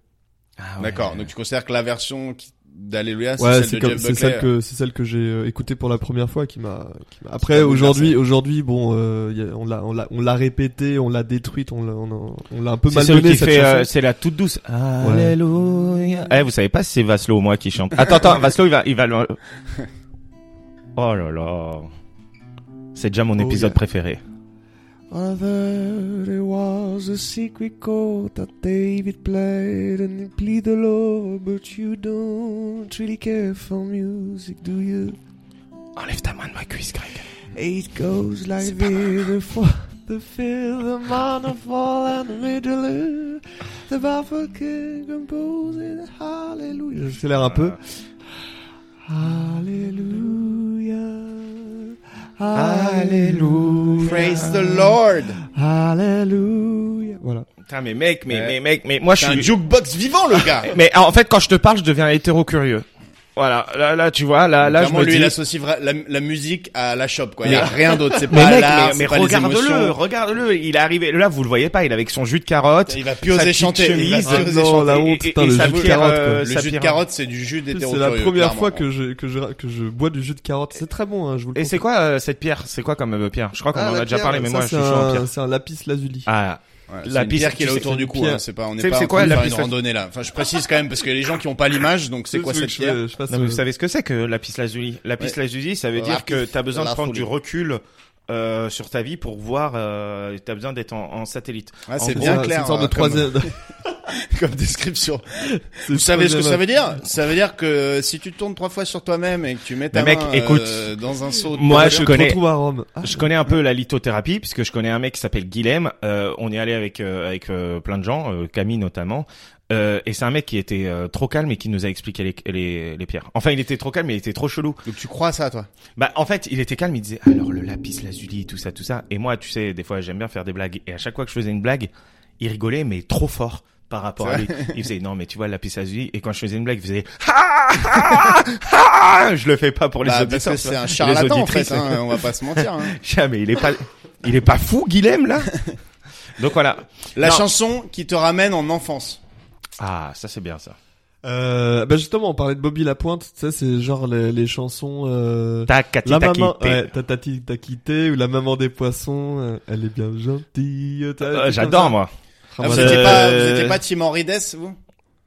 Speaker 3: Ah
Speaker 2: Ah
Speaker 3: D'accord. Donc tu considères que la version qui- d'Alléluia, c'est
Speaker 5: Ouais, c'est
Speaker 3: celle de
Speaker 5: comme-
Speaker 3: Jeff
Speaker 5: c'est
Speaker 3: Buckley.
Speaker 5: celle
Speaker 1: hein.
Speaker 5: que c'est celle que j'ai euh, écoutée pour la première fois qui m'a. qui m'a- Après aujourd'hui, aujourd'hui, bon, euh, y a- on l'a, on l'a, on l'a répétée, on l'a détruite, on l'a, on a- on l'a un peu
Speaker 2: C'est
Speaker 5: mal
Speaker 2: celui
Speaker 5: donnée
Speaker 2: qui
Speaker 5: cette
Speaker 2: fait, euh,
Speaker 5: chanson.
Speaker 2: c'est la toute douce. Alléluia. Eh, vous savez pas si c'est Vaslo ou moi qui chante. Attends,
Speaker 5: (laughs)
Speaker 2: attends, Vaslo, il va, il va le- Oh là là. C'est déjà mon
Speaker 5: Oh,
Speaker 2: épisode
Speaker 5: yeah.
Speaker 2: préféré.
Speaker 1: I heard it was a secret chord that David played and he played the law, but you don't really care for music, do you?
Speaker 2: Enlève ta main de ma cuisse, Greg.
Speaker 1: It goes like this, the fourth, the fifth, the minor fall and the middle, the baffle king composing hallelujah.
Speaker 5: J'accélère un peu.
Speaker 1: Hallelujah.
Speaker 5: Alléluia.
Speaker 3: Praise the Lord.
Speaker 5: Alléluia. Voilà.
Speaker 2: Putain, mais mec, mais,
Speaker 3: Ouais.
Speaker 2: mais mec, mais moi je
Speaker 3: C'est un
Speaker 2: suis.
Speaker 3: jukebox vivant, le gars.
Speaker 2: Mais ah, en fait, quand je te parle, je deviens hétéro curieux. Voilà, là, là, tu vois, là, là, je
Speaker 3: Clairement,
Speaker 2: me
Speaker 3: lui,
Speaker 2: dis.
Speaker 3: il associe vra- la, la musique à la shop, quoi. Il y a
Speaker 2: Mais-
Speaker 3: rien d'autre. C'est
Speaker 2: Mais
Speaker 3: pas
Speaker 2: mec,
Speaker 3: l'art,
Speaker 2: mais, mais
Speaker 3: c'est pas les
Speaker 2: regarde-le, euh,
Speaker 3: émotions.
Speaker 2: regarde-le, il est arrivé. Là, vous le voyez pas, il est avec son jus de carotte.
Speaker 3: Il va
Speaker 2: sa
Speaker 3: plus oser
Speaker 2: petite
Speaker 3: chanter. Il va
Speaker 2: chemise.
Speaker 3: plus
Speaker 5: Ah
Speaker 3: oser
Speaker 5: non,
Speaker 3: chanter.
Speaker 5: la
Speaker 2: et-
Speaker 5: honte,
Speaker 2: et-
Speaker 5: putain,
Speaker 2: et
Speaker 5: le
Speaker 2: sa
Speaker 5: jus de
Speaker 2: pierre,
Speaker 5: carotte,
Speaker 2: euh,
Speaker 5: quoi.
Speaker 3: Le
Speaker 2: sa
Speaker 3: jus de
Speaker 2: pierre.
Speaker 3: carotte, c'est du jus
Speaker 5: C'est
Speaker 3: d'hétéro
Speaker 5: la première fois que je que je que je bois du jus de carotte. C'est très bon, hein, je vous le.
Speaker 2: Et c'est quoi euh, cette pierre C'est quoi comme euh, pierre Je crois qu'on
Speaker 5: Ah,
Speaker 2: en
Speaker 5: la
Speaker 2: a déjà
Speaker 5: pierre,
Speaker 2: parle, mais
Speaker 5: ça,
Speaker 2: moi je
Speaker 5: c'est
Speaker 2: suis chaud en
Speaker 5: un-
Speaker 2: pierre.
Speaker 5: C'est un lapis lazuli.
Speaker 2: Ah, la
Speaker 3: la
Speaker 2: piste,
Speaker 3: pierre qu'il a
Speaker 2: tu sais,
Speaker 3: autour
Speaker 2: c'est
Speaker 3: du
Speaker 2: une
Speaker 3: cou.
Speaker 5: pierre.
Speaker 3: hein, C'est pas, on
Speaker 2: C'est-
Speaker 3: n'est pas
Speaker 2: c'est
Speaker 3: en
Speaker 2: quoi,
Speaker 3: train de
Speaker 2: la
Speaker 3: faire une
Speaker 2: piste-
Speaker 3: randonnée là. Enfin, je précise quand même parce que les gens qui ont pas l'image, donc c'est quoi
Speaker 5: Je veux
Speaker 3: cette
Speaker 5: que je-
Speaker 3: pierre
Speaker 5: je fasse,
Speaker 2: non mais
Speaker 5: euh,
Speaker 2: vous savez ce que c'est que la piste lazuli La piste lazuli, ça veut
Speaker 3: La
Speaker 2: dire que
Speaker 3: piste,
Speaker 2: t'as besoin de
Speaker 3: la
Speaker 2: prendre du
Speaker 3: folie.
Speaker 2: recul euh, sur ta vie pour voir. Euh, t'as besoin d'être en, en satellite.
Speaker 3: Ouais,
Speaker 2: en
Speaker 3: C'est
Speaker 2: gros,
Speaker 3: bien
Speaker 5: C'est
Speaker 3: clair.
Speaker 5: une sorte de
Speaker 3: hein, comme-
Speaker 5: troisième.
Speaker 3: comme description. Vous savez ce que ça veut dire Ça veut dire que si tu tournes trois fois sur toi-même et que tu mets ta
Speaker 2: Mais
Speaker 3: main
Speaker 2: mec,
Speaker 3: euh,
Speaker 2: écoute.
Speaker 3: dans un seau, de
Speaker 2: Moi,
Speaker 3: terre,
Speaker 2: je
Speaker 5: Je
Speaker 2: connais.
Speaker 5: te retrouve à Rome. Ah,
Speaker 2: Je connais un peu la lithothérapie puisque je connais un mec qui s'appelle Guilhem. Euh, on est allé avec euh, avec euh, plein de gens, euh, Camille notamment. Euh, et c'est un mec qui était euh, trop calme et qui nous a expliqué les, les, les pierres. Enfin, il était trop calme, mais il était trop chelou.
Speaker 3: donc tu crois à ça, toi
Speaker 2: Bah en fait, il était calme, il disait alors le lapis lazuli, tout ça, tout ça. Et moi, tu sais, des fois j'aime bien faire des blagues. Et à chaque fois que je faisais une blague, il rigolait, mais trop fort par rapport à lui. Il faisait non mais tu vois le lapis lazuli. Et quand je faisais une blague, il
Speaker 3: (laughs)
Speaker 2: faisait ah, ah, ah je le fais pas pour les
Speaker 3: Bah, Parce
Speaker 2: auditeurs.
Speaker 3: que c'est un
Speaker 2: Les
Speaker 3: charlatan, en fait.
Speaker 2: auditrices.
Speaker 3: Hein, on va pas se mentir.
Speaker 2: (laughs)
Speaker 3: hein.
Speaker 2: Tiens, mais il est pas, il est pas fou, Guilhem là. (laughs) Donc voilà.
Speaker 3: La
Speaker 2: Non.
Speaker 3: chanson qui te ramène en enfance.
Speaker 2: Ah, ça c'est bien ça.
Speaker 5: Euh, bah justement, on parlait de Bobby Lapointe, tu sais, c'est genre les, les chansons... Euh,
Speaker 2: Tac,
Speaker 5: la
Speaker 2: tac,
Speaker 5: maman,
Speaker 2: tac,
Speaker 5: ouais, t'as t'as- t'as quitté, ou la maman des poissons, euh, elle est bien gentille. t'as- t'as-
Speaker 2: Euh, J'adore moi.
Speaker 5: Ah,
Speaker 3: Ah, vous,
Speaker 5: bah,
Speaker 2: Euh,
Speaker 3: étiez pas, vous étiez pas Tim Henrides, vous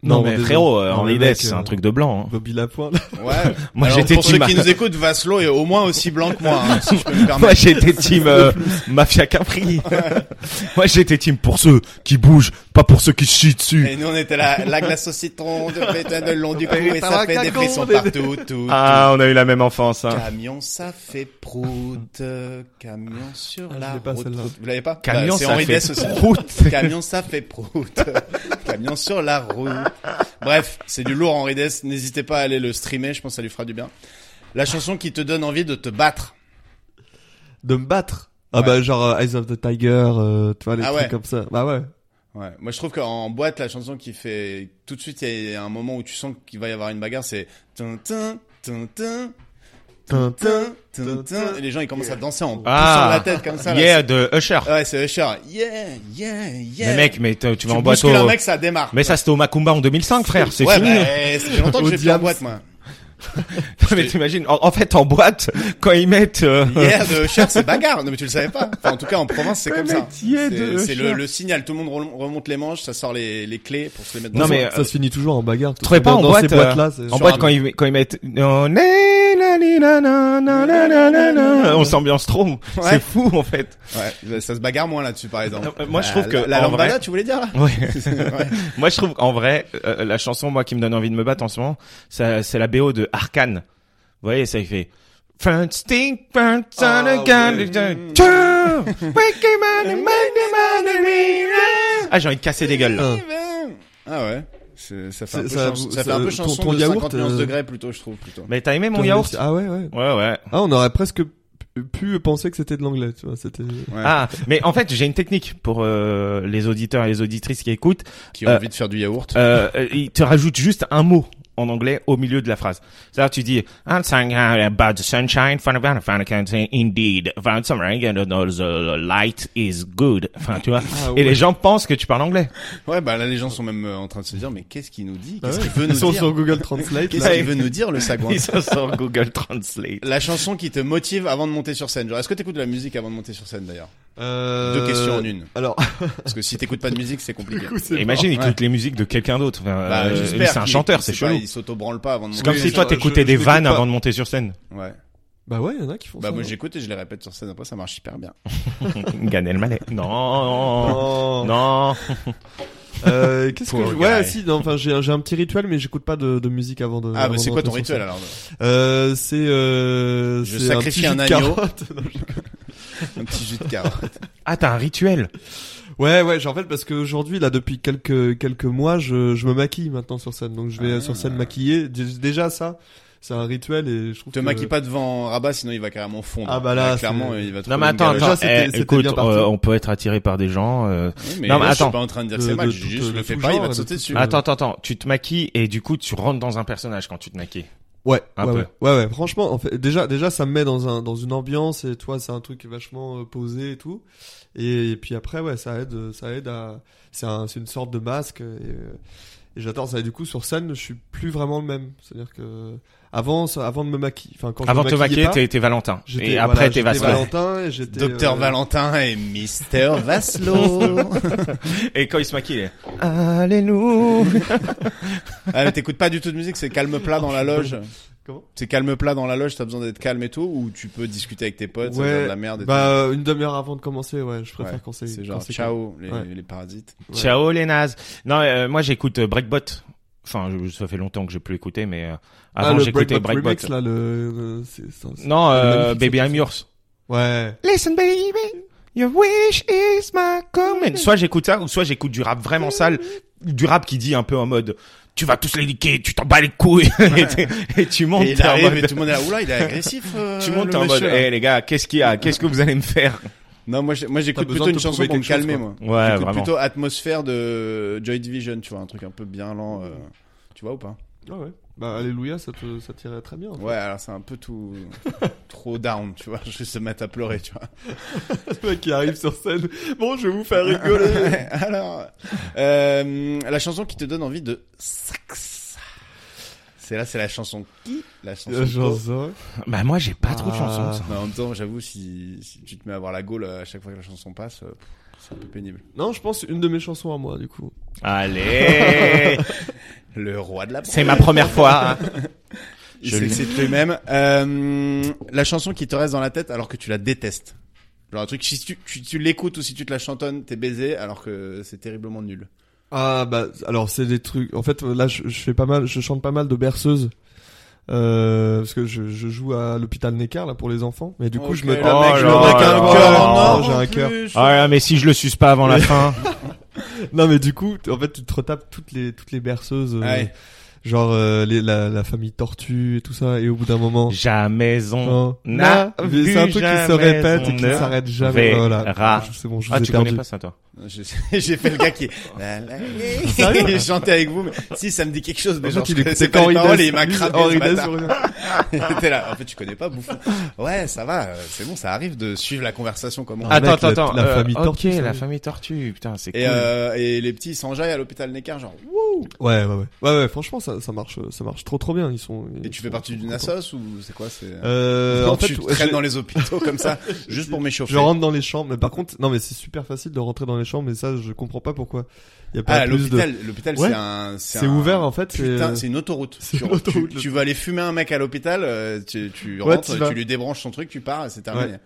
Speaker 2: Non,
Speaker 5: Non,
Speaker 2: mais
Speaker 5: désolé.
Speaker 2: frérot, euh,
Speaker 5: Non,
Speaker 2: Henri
Speaker 5: mais
Speaker 2: Dess,
Speaker 5: mec,
Speaker 2: c'est
Speaker 5: euh,
Speaker 2: un truc de
Speaker 3: (laughs)
Speaker 2: blanc. hein.
Speaker 5: Bobby Lapointe.
Speaker 3: Ouais.
Speaker 2: (laughs) Moi
Speaker 3: Alors,
Speaker 2: j'étais
Speaker 3: Pour ceux
Speaker 2: team-
Speaker 3: qui nous écoutent, Vaslo est au moins aussi blanc que moi, hein, si je peux me
Speaker 2: (laughs)
Speaker 3: permettre.
Speaker 2: Moi j'étais team euh, Mafia Capri. (laughs) Moi j'étais team pour ceux qui bougent, pas pour ceux qui se chient dessus.
Speaker 3: Et nous, on était là, la glace au
Speaker 2: (laughs)
Speaker 3: citron, de pétain de long du cou, et ça fait des
Speaker 5: Tabarnak,
Speaker 3: frissons
Speaker 5: on est-
Speaker 3: partout, tout, Bah,
Speaker 2: Ah, on a eu la même enfance.
Speaker 3: tout.
Speaker 2: Hein.
Speaker 3: Camion, ça fait prout, euh, camion sur
Speaker 5: Ah, je
Speaker 3: la
Speaker 5: l'ai pas,
Speaker 3: route.
Speaker 5: celle-là.
Speaker 3: Vous l'avez pas
Speaker 2: Camion,
Speaker 3: Bah, c'est
Speaker 2: ça
Speaker 3: Henri
Speaker 2: fait
Speaker 3: Dess aussi.
Speaker 2: prout.
Speaker 3: Camion, ça
Speaker 2: (laughs)
Speaker 3: fait prout. Camion sur la route. Bref, c'est du lourd, Henri Dess. N'hésitez pas à aller le streamer, je pense que ça lui fera du bien. La chanson qui te donne envie de te battre.
Speaker 5: (laughs) De me battre. Ah
Speaker 3: Ouais.
Speaker 5: bah genre euh, Eyes of the Tiger, euh, tu vois, les
Speaker 3: Ah
Speaker 5: trucs
Speaker 3: ouais.
Speaker 5: comme ça. Bah ouais.
Speaker 3: Ouais. Moi, je trouve qu'en boîte, la chanson qui fait tout de suite, il y a un moment où tu sens qu'il va y avoir une bagarre, c'est Tintin, Tintin,
Speaker 5: Tin, tin.
Speaker 3: Tintin, Tintin. Et les gens, ils commencent à danser en
Speaker 2: Ah.
Speaker 3: poussant la tête comme ça. là.
Speaker 2: Yeah de Usher.
Speaker 3: Ouais, c'est Usher. Yeah, yeah, yeah.
Speaker 2: Mais mec, mais t- tu
Speaker 3: tu
Speaker 2: vas en boîte
Speaker 3: bouscules
Speaker 2: au-
Speaker 3: un mec, ça démarre.
Speaker 2: Mais ça c'était au Macumba en 2005 frère, c'est
Speaker 3: ouais,
Speaker 2: fini.
Speaker 5: (laughs)
Speaker 3: bah, eh, ça fait longtemps que
Speaker 5: Au
Speaker 3: je vais plus en
Speaker 5: diable.
Speaker 3: boîte, moi.
Speaker 2: (laughs) Non, mais t'imagines, en, en fait, en boîte, (laughs) quand ils mettent... euh,
Speaker 3: Hier de cher, c'est bagarre. Non, mais tu le savais pas. Enfin, en tout cas, en province, c'est
Speaker 2: Ouais,
Speaker 3: comme
Speaker 2: mais
Speaker 3: ça.
Speaker 2: t'y es
Speaker 3: C'est-
Speaker 2: de
Speaker 3: C'est le,
Speaker 2: cher.
Speaker 3: le signal. Tout le monde rem- remonte les manches, ça sort les, les clés pour se les mettre
Speaker 2: Non,
Speaker 3: dans
Speaker 2: mais,
Speaker 3: le-
Speaker 5: ça se finit toujours en bagarre.
Speaker 2: Tu trouvais pas
Speaker 5: dans,
Speaker 2: en
Speaker 5: dans
Speaker 2: boîte,
Speaker 5: ces
Speaker 2: euh,
Speaker 5: boîtes là,
Speaker 2: En
Speaker 3: Sur
Speaker 2: boîte,
Speaker 3: un-
Speaker 2: quand ils, quand ils mettent... Non, né, na, ni, na, na, na, na, na, na, na. On s'ambiance trop. C'est fou, en fait.
Speaker 3: Ouais, ça se bagarre moins là-dessus, par exemple.
Speaker 2: Euh, moi, je trouve
Speaker 3: La-
Speaker 2: que,
Speaker 3: La, la
Speaker 2: en
Speaker 3: lambada,
Speaker 2: vrai-
Speaker 3: tu
Speaker 2: (laughs)
Speaker 3: voulais dire là (laughs)
Speaker 2: Ouais.
Speaker 3: Ouais.
Speaker 2: Moi, je trouve en vrai, euh, la chanson, moi, qui me donne envie de me battre en ce moment, ça- c'est la BO de Arkane. Vous voyez, ça il fait. Front stink, front son
Speaker 5: Ah,
Speaker 2: again,
Speaker 5: ouais. Hmm.
Speaker 2: again. Turn, wake (laughs) him up, and make him up, and we run. Ah, j'ai envie de casser des
Speaker 5: Euh,
Speaker 2: gueules. là.
Speaker 3: Ah ouais. C'est- Ça fait
Speaker 5: C'est-
Speaker 3: un peu,
Speaker 5: ça-
Speaker 3: chanson- ça fait
Speaker 5: ça-
Speaker 3: un peu
Speaker 5: ton-
Speaker 3: chanson
Speaker 5: ton
Speaker 3: de
Speaker 5: yaourt,
Speaker 3: 50 nuances
Speaker 5: euh,
Speaker 3: degrés plutôt, je trouve plutôt.
Speaker 2: Mais t'as aimé mon yaourt
Speaker 5: Ah ouais ouais.
Speaker 2: Ouais, ouais.
Speaker 5: Ah on aurait presque pu penser que c'était de l'anglais, tu vois, c'était
Speaker 3: Ouais.
Speaker 2: Ah, mais en fait, j'ai une technique pour euh, les auditeurs et les auditrices qui écoutent.
Speaker 3: Qui ont
Speaker 2: euh,
Speaker 3: envie de faire du yaourt.
Speaker 2: Euh, euh, il te rajoute juste un mot en anglais au milieu de la phrase. C'est-à-dire, tu dis, "Ah, I'm saying about the sunshine, fun about fun say indeed, fun summer, and uh, the light is good. Enfin, tu vois. Et
Speaker 5: Ah ouais.
Speaker 2: les gens pensent que tu parles anglais.
Speaker 3: Ouais, bah là, les gens sont même euh, en train de se dire, mais qu'est-ce qu'il nous dit
Speaker 5: Bah
Speaker 3: Qu'est-ce
Speaker 5: ouais.
Speaker 3: qu'il veut
Speaker 5: Ils
Speaker 3: nous
Speaker 5: sont
Speaker 3: dire
Speaker 5: sur Google Translate.
Speaker 3: Qu'est-ce
Speaker 5: là.
Speaker 3: qu'il veut nous dire, le sagouin
Speaker 2: Ils sont sur Google (laughs) Translate.
Speaker 3: (laughs) La chanson qui te motive avant de monter sur scène. Genre, est-ce que t'écoutes de la musique avant de monter sur scène d'ailleurs
Speaker 5: Euh,
Speaker 3: Deux questions en une.
Speaker 5: Alors,
Speaker 3: Parce que si t'écoutes pas de musique, c'est compliqué.
Speaker 5: du coup, c'est
Speaker 2: Imagine, ils
Speaker 3: Ouais.
Speaker 2: écoutent les musiques de quelqu'un d'autre. Enfin,
Speaker 3: Bah,
Speaker 2: euh,
Speaker 3: j'espère
Speaker 2: lui, c'est un
Speaker 3: qu'il-
Speaker 2: chanteur, c'est
Speaker 3: je sais pas,
Speaker 2: chelou.
Speaker 3: Il s'auto-branle pas avant de
Speaker 2: C'est
Speaker 3: monter.
Speaker 2: comme
Speaker 5: Oui,
Speaker 2: si
Speaker 5: je-
Speaker 2: toi
Speaker 5: je-
Speaker 2: t'écoutais
Speaker 5: je
Speaker 2: des
Speaker 5: l'écoute
Speaker 2: vannes
Speaker 5: pas.
Speaker 2: avant de monter sur scène.
Speaker 3: Ouais.
Speaker 5: Bah ouais, il y en a qui font
Speaker 3: Bah
Speaker 5: ça.
Speaker 3: moi
Speaker 5: non
Speaker 3: j'écoute et je les répète sur scène. Après ça marche hyper bien.
Speaker 2: Ganel Elmaleh.
Speaker 5: (laughs)
Speaker 2: Non,
Speaker 5: Oh.
Speaker 2: non.
Speaker 5: Euh, Qu'est-ce que
Speaker 3: Poor
Speaker 5: je...
Speaker 3: guy.
Speaker 5: ouais si non, enfin j'ai un- j'ai un petit rituel mais j'écoute pas de, de musique avant de
Speaker 3: Ah
Speaker 5: avant
Speaker 3: mais c'est quoi
Speaker 5: d'entrer
Speaker 3: ton
Speaker 5: sur
Speaker 3: rituel alors
Speaker 5: scène. euh, c'est euh,
Speaker 3: Je
Speaker 5: c'est un
Speaker 3: sacrifie
Speaker 5: petit
Speaker 3: un
Speaker 5: jus de
Speaker 3: agneau.
Speaker 5: carotte. Non, je-
Speaker 3: Un petit jus de carotte.
Speaker 2: Ah, t'as un rituel.
Speaker 5: (laughs) ouais ouais j'ai- en fait parce qu'aujourd'hui là depuis quelques quelques mois je, je me maquille maintenant sur scène donc je vais
Speaker 3: Ah.
Speaker 5: sur scène maquillé Dé- déjà ça c'est un rituel et je trouve
Speaker 3: Te
Speaker 5: que...
Speaker 3: maquille pas devant Rabat sinon il va carrément fondre.
Speaker 5: Ah, bah là,
Speaker 3: Ouais, clairement
Speaker 5: c'est-
Speaker 3: il va trouver
Speaker 2: Non mais
Speaker 3: une
Speaker 2: attends,
Speaker 3: galoche.
Speaker 5: Déjà,
Speaker 2: attends.
Speaker 5: c'était-
Speaker 2: Eh,
Speaker 5: c'était
Speaker 2: écoute,
Speaker 5: bien parti.
Speaker 2: euh, on peut être attiré par des gens. euh,
Speaker 3: Oui, mais
Speaker 2: Non, mais
Speaker 3: là, je
Speaker 2: attends.
Speaker 3: suis pas en train de dire que
Speaker 5: De-
Speaker 3: c'est mal.
Speaker 5: de
Speaker 3: je
Speaker 5: tout,
Speaker 3: dis juste
Speaker 5: euh,
Speaker 3: le fais
Speaker 5: tout
Speaker 3: pas, il
Speaker 5: genre,
Speaker 3: va te
Speaker 5: de
Speaker 3: sauter
Speaker 5: tout-
Speaker 3: dessus.
Speaker 5: Ah,
Speaker 2: Attends, attends, attends. Tu te maquilles et du coup, tu rentres dans un personnage quand tu te maquilles.
Speaker 5: Ouais,
Speaker 2: Un
Speaker 5: ouais,
Speaker 2: peu.
Speaker 5: ouais, ouais, ouais. Franchement, en fait, déjà, déjà, ça me met dans un, dans une ambiance et toi, c'est un truc vachement euh, posé et tout. Et, et puis après, ouais, ça aide, euh, ça aide à, c'est un, c'est une sorte de masque. Et, euh, et j'adore ça. Et du coup, sur scène, je suis plus vraiment le même. C'est-à-dire que avant, ça- avant de me maquiller, enfin quand
Speaker 2: Avant de
Speaker 5: je
Speaker 2: te
Speaker 5: me maquillais
Speaker 2: maquiller, t'es,
Speaker 5: pas,
Speaker 2: t'es Valentin.
Speaker 5: j'étais-
Speaker 2: Et
Speaker 5: voilà,
Speaker 2: après, t'es
Speaker 5: j'étais
Speaker 2: Vasselin.
Speaker 5: Valentin et j'étais.
Speaker 3: Docteur
Speaker 5: euh,
Speaker 3: Valentin et Mister Vaslo.
Speaker 2: Et quand il se maquille, il est... Alléluia.
Speaker 3: ah mais t'écoutes pas du tout de musique, c'est calme plat
Speaker 5: (laughs)
Speaker 3: dans la loge.
Speaker 5: Comment
Speaker 3: C'est calme plat dans la loge, t'as besoin d'être calme et tout, ou tu peux discuter avec tes potes, ça devient
Speaker 5: Ouais.
Speaker 3: de la merde et
Speaker 5: Bah, euh, une demi-heure avant de commencer, ouais, je
Speaker 3: tout.
Speaker 5: préfère
Speaker 3: Ouais,
Speaker 5: quand c'est.
Speaker 3: c'est
Speaker 5: quand
Speaker 3: genre
Speaker 5: c'est-
Speaker 3: ciao les,
Speaker 5: Ouais.
Speaker 3: les
Speaker 5: (laughs)
Speaker 3: parasites.
Speaker 5: Ouais.
Speaker 2: Ciao les nazes. Non, euh, moi j'écoute euh, Breakbot. Enfin, je- ça fait longtemps que j'ai plus écouté, mais euh,
Speaker 5: Ah,
Speaker 2: avant
Speaker 5: le
Speaker 2: j'écoutais
Speaker 5: Breakbot
Speaker 2: Breakbot.
Speaker 5: remix, là, le, le- c'est- c'est- c'est-
Speaker 2: Non, euh,
Speaker 5: Magnifique,
Speaker 2: Baby
Speaker 5: cette
Speaker 2: I'm Yours.
Speaker 5: Ouais.
Speaker 2: Listen baby, your wish is my command. Soit j'écoute ça, ou soit j'écoute du rap vraiment sale, du rap qui dit un peu en mode tu vas tous les niquer, tu t'en bats les couilles et, t'es- (laughs) et tu montes
Speaker 3: Et il
Speaker 2: t'es en
Speaker 3: arrive
Speaker 2: mode-
Speaker 3: et tout le monde est là,
Speaker 5: (laughs)
Speaker 3: oula il est agressif. euh,
Speaker 2: Tu montes
Speaker 3: le
Speaker 2: t'es en mode,
Speaker 5: hein.
Speaker 3: monsieur, là.
Speaker 2: Eh les gars, qu'est-ce qu'il y a Qu'est-ce que vous allez me faire
Speaker 3: Non, moi, j'ai- moi j'écoute plutôt
Speaker 5: T'as besoin de
Speaker 3: une
Speaker 5: te
Speaker 3: chanson
Speaker 5: prouver
Speaker 3: pour me
Speaker 5: quelque chose,
Speaker 3: calmer,
Speaker 5: quoi.
Speaker 3: moi.
Speaker 2: Ouais,
Speaker 3: j'écoute
Speaker 2: vraiment.
Speaker 3: plutôt atmosphère de euh, Joy Division, tu vois, un truc un peu bien lent. euh, Tu vois ou pas
Speaker 5: Ah ouais. Bah, Alléluia, ça te, ça t'irait très bien. en fait.
Speaker 3: Ouais, alors c'est un peu
Speaker 5: (laughs)
Speaker 3: tout trop down, tu vois. (laughs) Je vais se mettre à pleurer, tu vois.
Speaker 5: Le mec qui arrive sur scène. Bon, je vais vous faire rigoler. (laughs)
Speaker 3: alors, euh, la chanson qui te donne envie de sexe. C'est là, c'est la chanson qui La chanson.
Speaker 5: Euh, genre
Speaker 3: quoi
Speaker 5: ça.
Speaker 2: (laughs) Bah moi j'ai pas
Speaker 5: Ah.
Speaker 2: trop de chansons. ça.
Speaker 3: Mais en même temps, j'avoue, si, si tu te mets à voir la gaule euh, à chaque fois que la chanson passe, euh, pff, c'est un peu pénible.
Speaker 5: Non, je pense une de mes chansons à moi, du coup.
Speaker 2: Allez,
Speaker 3: Le roi de la
Speaker 2: (laughs) c'est ma première fois. (laughs) hein. Je
Speaker 3: C'est
Speaker 2: l'ai.
Speaker 3: c'est lui-même. Euh, la chanson qui te reste dans la tête alors que tu la détestes. Genre un truc, si tu, tu, tu l'écoutes ou si tu te la chantonnes, t'es baisé alors que c'est terriblement nul.
Speaker 5: Ah, bah, alors, c'est des trucs. En fait, là, je, je fais pas mal, je chante pas mal de berceuse. Euh, parce que je, je joue à l'hôpital Necker, là, pour les enfants. Mais du coup, je me
Speaker 3: Ok,
Speaker 5: tape-
Speaker 2: Oh
Speaker 3: le mec,
Speaker 5: je
Speaker 2: là
Speaker 5: me tape
Speaker 2: là là
Speaker 5: un cœur.
Speaker 2: là.
Speaker 5: Non, j'ai un cœur.
Speaker 2: Ah là, mais si je le suce pas (laughs) avant la fin.
Speaker 5: Non, mais du coup, t- en fait, tu te retapes toutes les, toutes les berceuses. euh,
Speaker 3: Ouais.
Speaker 5: Genre, euh, les, la, la famille tortue et tout ça. Et au bout d'un moment.
Speaker 2: Jamais on.
Speaker 5: Non.
Speaker 2: n'a
Speaker 5: mais
Speaker 2: vu
Speaker 5: c'est un truc qui se
Speaker 2: jamais
Speaker 5: répète et qui
Speaker 2: on
Speaker 5: ne
Speaker 2: ne
Speaker 5: s'arrête jamais.
Speaker 2: verra.
Speaker 5: Voilà. Je- C'est bon, je vous
Speaker 2: Ah
Speaker 5: ai
Speaker 2: tu
Speaker 5: perdu.
Speaker 2: connais pas ça toi
Speaker 3: Je- (laughs) J'ai fait le gars qui. La, la, (laughs)
Speaker 5: Sérieux
Speaker 3: J'ai chanté avec vous, mais si ça me dit quelque chose, mais
Speaker 5: En
Speaker 3: genre
Speaker 5: fait,
Speaker 3: je
Speaker 5: il
Speaker 3: connaissais
Speaker 5: écoutait
Speaker 3: pas les
Speaker 5: Corridas.
Speaker 3: paroles et il m'a
Speaker 5: Lui,
Speaker 3: crappé. ce
Speaker 5: Corridas
Speaker 3: (laughs) bâtard.
Speaker 5: (laughs) sur une-
Speaker 3: T'es là. En fait, tu connais pas, bouffon. Ouais, ça va. euh, C'est bon, ça arrive de suivre la conversation comme on.
Speaker 5: Ah,
Speaker 2: Attends
Speaker 5: mec,
Speaker 2: attends
Speaker 5: la-
Speaker 2: attends.
Speaker 5: la
Speaker 2: euh,
Speaker 5: famille tortue,
Speaker 2: Ok
Speaker 5: ça,
Speaker 2: la
Speaker 5: oui.
Speaker 2: famille tortue. Putain c'est
Speaker 3: Et,
Speaker 2: cool.
Speaker 3: euh, et les petits s'enjaillent à l'hôpital Necker, genre.
Speaker 5: Ouais, ouais, ouais. Ouais, ouais, franchement, ça, ça, ça marche, ça marche trop trop bien. Ils sont.
Speaker 3: Et
Speaker 5: ils
Speaker 3: tu
Speaker 5: sont-
Speaker 3: fais partie
Speaker 5: ils sont
Speaker 3: d'une
Speaker 5: contents.
Speaker 3: assoce ou c'est quoi c'est... (laughs)
Speaker 5: Oh, Euh,
Speaker 3: Non,
Speaker 5: en fait,
Speaker 3: tu te
Speaker 5: ouais,
Speaker 3: traînes
Speaker 5: je-
Speaker 3: dans les hôpitaux comme ça, juste pour m'échauffer.
Speaker 5: (laughs) Je rentre dans les chambres, mais par contre, non, mais c'est super facile de rentrer dans les chambres, mais ça, je comprends pas pourquoi. Il y a pas
Speaker 3: Ah, à
Speaker 5: plus de.
Speaker 3: l'hôpital, l'hôpital,
Speaker 5: Ouais.
Speaker 3: c'est un,
Speaker 5: C'est
Speaker 3: un-
Speaker 5: ouvert en fait. c'est-
Speaker 3: Putain, c'est une autoroute.
Speaker 5: C'est
Speaker 3: Tu,
Speaker 5: une autoroute,
Speaker 3: tu-
Speaker 5: le-
Speaker 3: tu vas aller fumer un mec à l'hôpital, euh, tu, tu
Speaker 5: Ouais,
Speaker 3: rentres,
Speaker 5: t'y vas.
Speaker 3: tu lui débranches son truc, tu pars, et c'est terminé.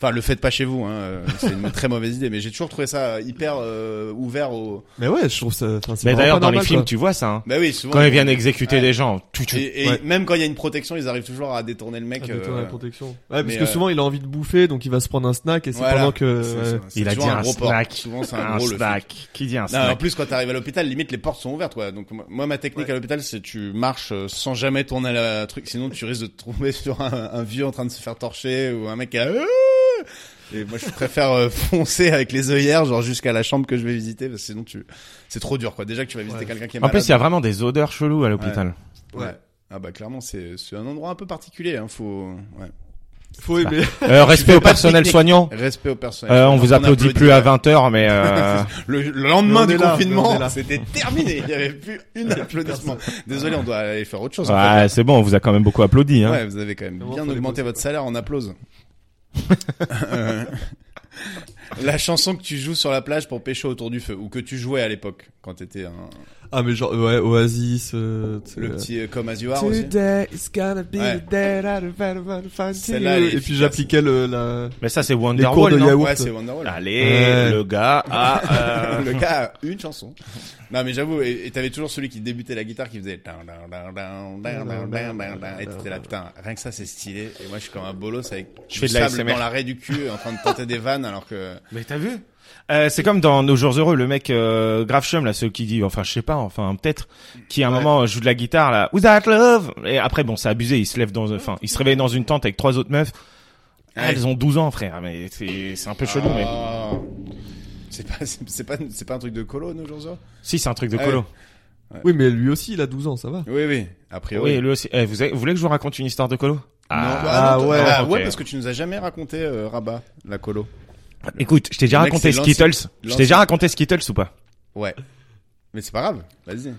Speaker 3: Enfin, le faites pas chez vous, hein, euh, c'est une très mauvaise idée. Mais j'ai toujours trouvé ça hyper euh, ouvert au.
Speaker 5: Mais ouais, je trouve ça. enfin, c'est
Speaker 2: Mais
Speaker 5: vraiment
Speaker 2: d'ailleurs,
Speaker 5: pas
Speaker 2: dans les
Speaker 5: normal,
Speaker 2: films,
Speaker 5: quoi.
Speaker 2: tu vois ça. hein.
Speaker 3: Bah oui, souvent.
Speaker 2: Quand ils viennent exécuter
Speaker 3: Ouais.
Speaker 2: des gens, tout, tout.
Speaker 3: Et, et
Speaker 5: Ouais.
Speaker 3: même quand il y a une protection, ils arrivent toujours à détourner le mec.
Speaker 5: Ah, détourner
Speaker 3: euh,
Speaker 5: la protection. Ouais, parce
Speaker 3: mais,
Speaker 5: que
Speaker 3: euh,
Speaker 5: souvent il a envie de bouffer, donc il va se prendre un snack et c'est
Speaker 3: voilà.
Speaker 5: pendant que. euh,
Speaker 3: C'est-
Speaker 5: ouais.
Speaker 3: c'est- c'est
Speaker 2: Il a
Speaker 3: souvent
Speaker 2: dit un
Speaker 3: gros porc.
Speaker 2: snack.
Speaker 3: Souvent, c'est un,
Speaker 2: Un
Speaker 3: gros le flic.
Speaker 2: snack. Qui dit un
Speaker 3: Non, en
Speaker 2: snack
Speaker 3: plus, quand t'arrives à l'hôpital, limite les portes sont ouvertes, quoi. Donc moi- moi, ma technique
Speaker 5: Ouais.
Speaker 3: à l'hôpital, c'est tu marches euh, sans jamais tourner la truc, sinon tu risques de te trouver (laughs) sur un, un vieux en train de se faire torcher ou un mec qui a. euh, Et moi, je préfère euh, (laughs) foncer avec les œillères, genre jusqu'à la chambre que je vais visiter, parce que sinon tu, c'est trop dur, quoi. Déjà que tu vas visiter
Speaker 5: Ouais.
Speaker 3: quelqu'un qui est
Speaker 2: En
Speaker 3: malade.
Speaker 2: plus, il y a vraiment des odeurs cheloues à l'hôpital.
Speaker 3: ouais. Ah bah clairement, c'est c'est un endroit un peu particulier. Hein. Faut ouais.
Speaker 5: Faut aimer.
Speaker 2: Euh, respect
Speaker 3: fais
Speaker 2: au
Speaker 3: pas de
Speaker 2: personnel
Speaker 3: pique-nique.
Speaker 2: soignant.
Speaker 3: respect aux personnes.
Speaker 2: Euh, on vous applaudit plus à 20h, mais (laughs) euh,
Speaker 3: Le, le lendemain du
Speaker 5: Mais on est là, mais on est
Speaker 3: confinement,
Speaker 5: là.
Speaker 3: c'était terminé. Il n'y avait plus une applaudissement. Désolé, on doit aller faire autre chose. en
Speaker 2: (laughs)
Speaker 3: fait.
Speaker 2: ouais, c'est bon, on vous a quand même beaucoup applaudi. Hein.
Speaker 3: Ah Ouais, vous avez quand même
Speaker 5: Comment
Speaker 3: bien
Speaker 5: faut les
Speaker 3: augmenté
Speaker 5: poser,
Speaker 3: votre salaire
Speaker 2: (laughs)
Speaker 3: en applause. Euh, la chanson que tu joues sur la plage pour pêcher autour du feu, ou que tu jouais à l'époque, quand t'étais un...
Speaker 5: Ah mais genre ouais, Oasis. euh, tu sais,
Speaker 3: le
Speaker 5: euh,
Speaker 3: petit euh, comme as you are aussi.
Speaker 1: Today is gonna be
Speaker 3: Ouais.
Speaker 1: the day that I'm gonna find
Speaker 3: Celle-là,
Speaker 1: you.
Speaker 3: elle est
Speaker 5: Et puis j'appliquais le la.
Speaker 2: Mais ça, c'est
Speaker 5: Les cours
Speaker 2: Wonderwall,
Speaker 5: de
Speaker 2: non
Speaker 5: yaourt.
Speaker 3: Ouais, c'est Wonderwall.
Speaker 2: Allez,
Speaker 5: Ouais.
Speaker 2: le gars (laughs) a... euh,
Speaker 3: (laughs) Le gars a une chanson. Non, mais j'avoue, et et t'avais toujours celui qui débutait la guitare qui faisait. dun, dun, dun, dun, dun, dun, dun, dun, dun. Et t'étais là, putain, rien que ça, c'est stylé. Et moi, je suis comme un bolos avec
Speaker 2: Ah, Je
Speaker 3: du
Speaker 2: fais de la
Speaker 3: sable
Speaker 2: ASMR.
Speaker 3: dans l'arrêt du cul en train de tenter des vannes alors que.
Speaker 2: Mais t'as vu euh, c'est comme dans Nos jours heureux, le mec euh, grave chum là, ceux qui dit, enfin je sais pas, enfin peut-être, qui à un moment joue de la guitare là, Who's that love Et après bon, c'est abusé, il se lève dans, enfin il se réveille dans une tente avec trois autres meufs. Ah,
Speaker 3: Ouais.
Speaker 2: Elles ont 12 ans frère, mais c'est c'est un peu chelou mais.
Speaker 3: Ah. C'est pas, c'est c'est pas, c'est pas un truc de colo, nos jours
Speaker 2: Si c'est un truc de
Speaker 3: Ah
Speaker 2: colo.
Speaker 3: ouais.
Speaker 5: Oui mais lui aussi il a 12 ans, ça va.
Speaker 3: Oui, oui, a
Speaker 2: oui,
Speaker 3: priori.
Speaker 2: lui aussi. Eh, vous, avez- vous voulez que je vous raconte une histoire de colo
Speaker 3: Non,
Speaker 2: Ah.
Speaker 3: toi, non,
Speaker 5: ah,
Speaker 3: toi,
Speaker 5: ouais.
Speaker 3: ah,
Speaker 2: Ok.
Speaker 3: ouais, parce que tu nous as jamais raconté euh, Rabat, la colo.
Speaker 2: Écoute, je t'ai déjà
Speaker 3: Le mec,
Speaker 2: raconté
Speaker 3: c'est
Speaker 2: Skittles. Je
Speaker 3: l'ancien-
Speaker 2: t'ai déjà raconté Skittles ou pas
Speaker 3: Ouais. Mais c'est pas grave, vas-y.
Speaker 5: Moi,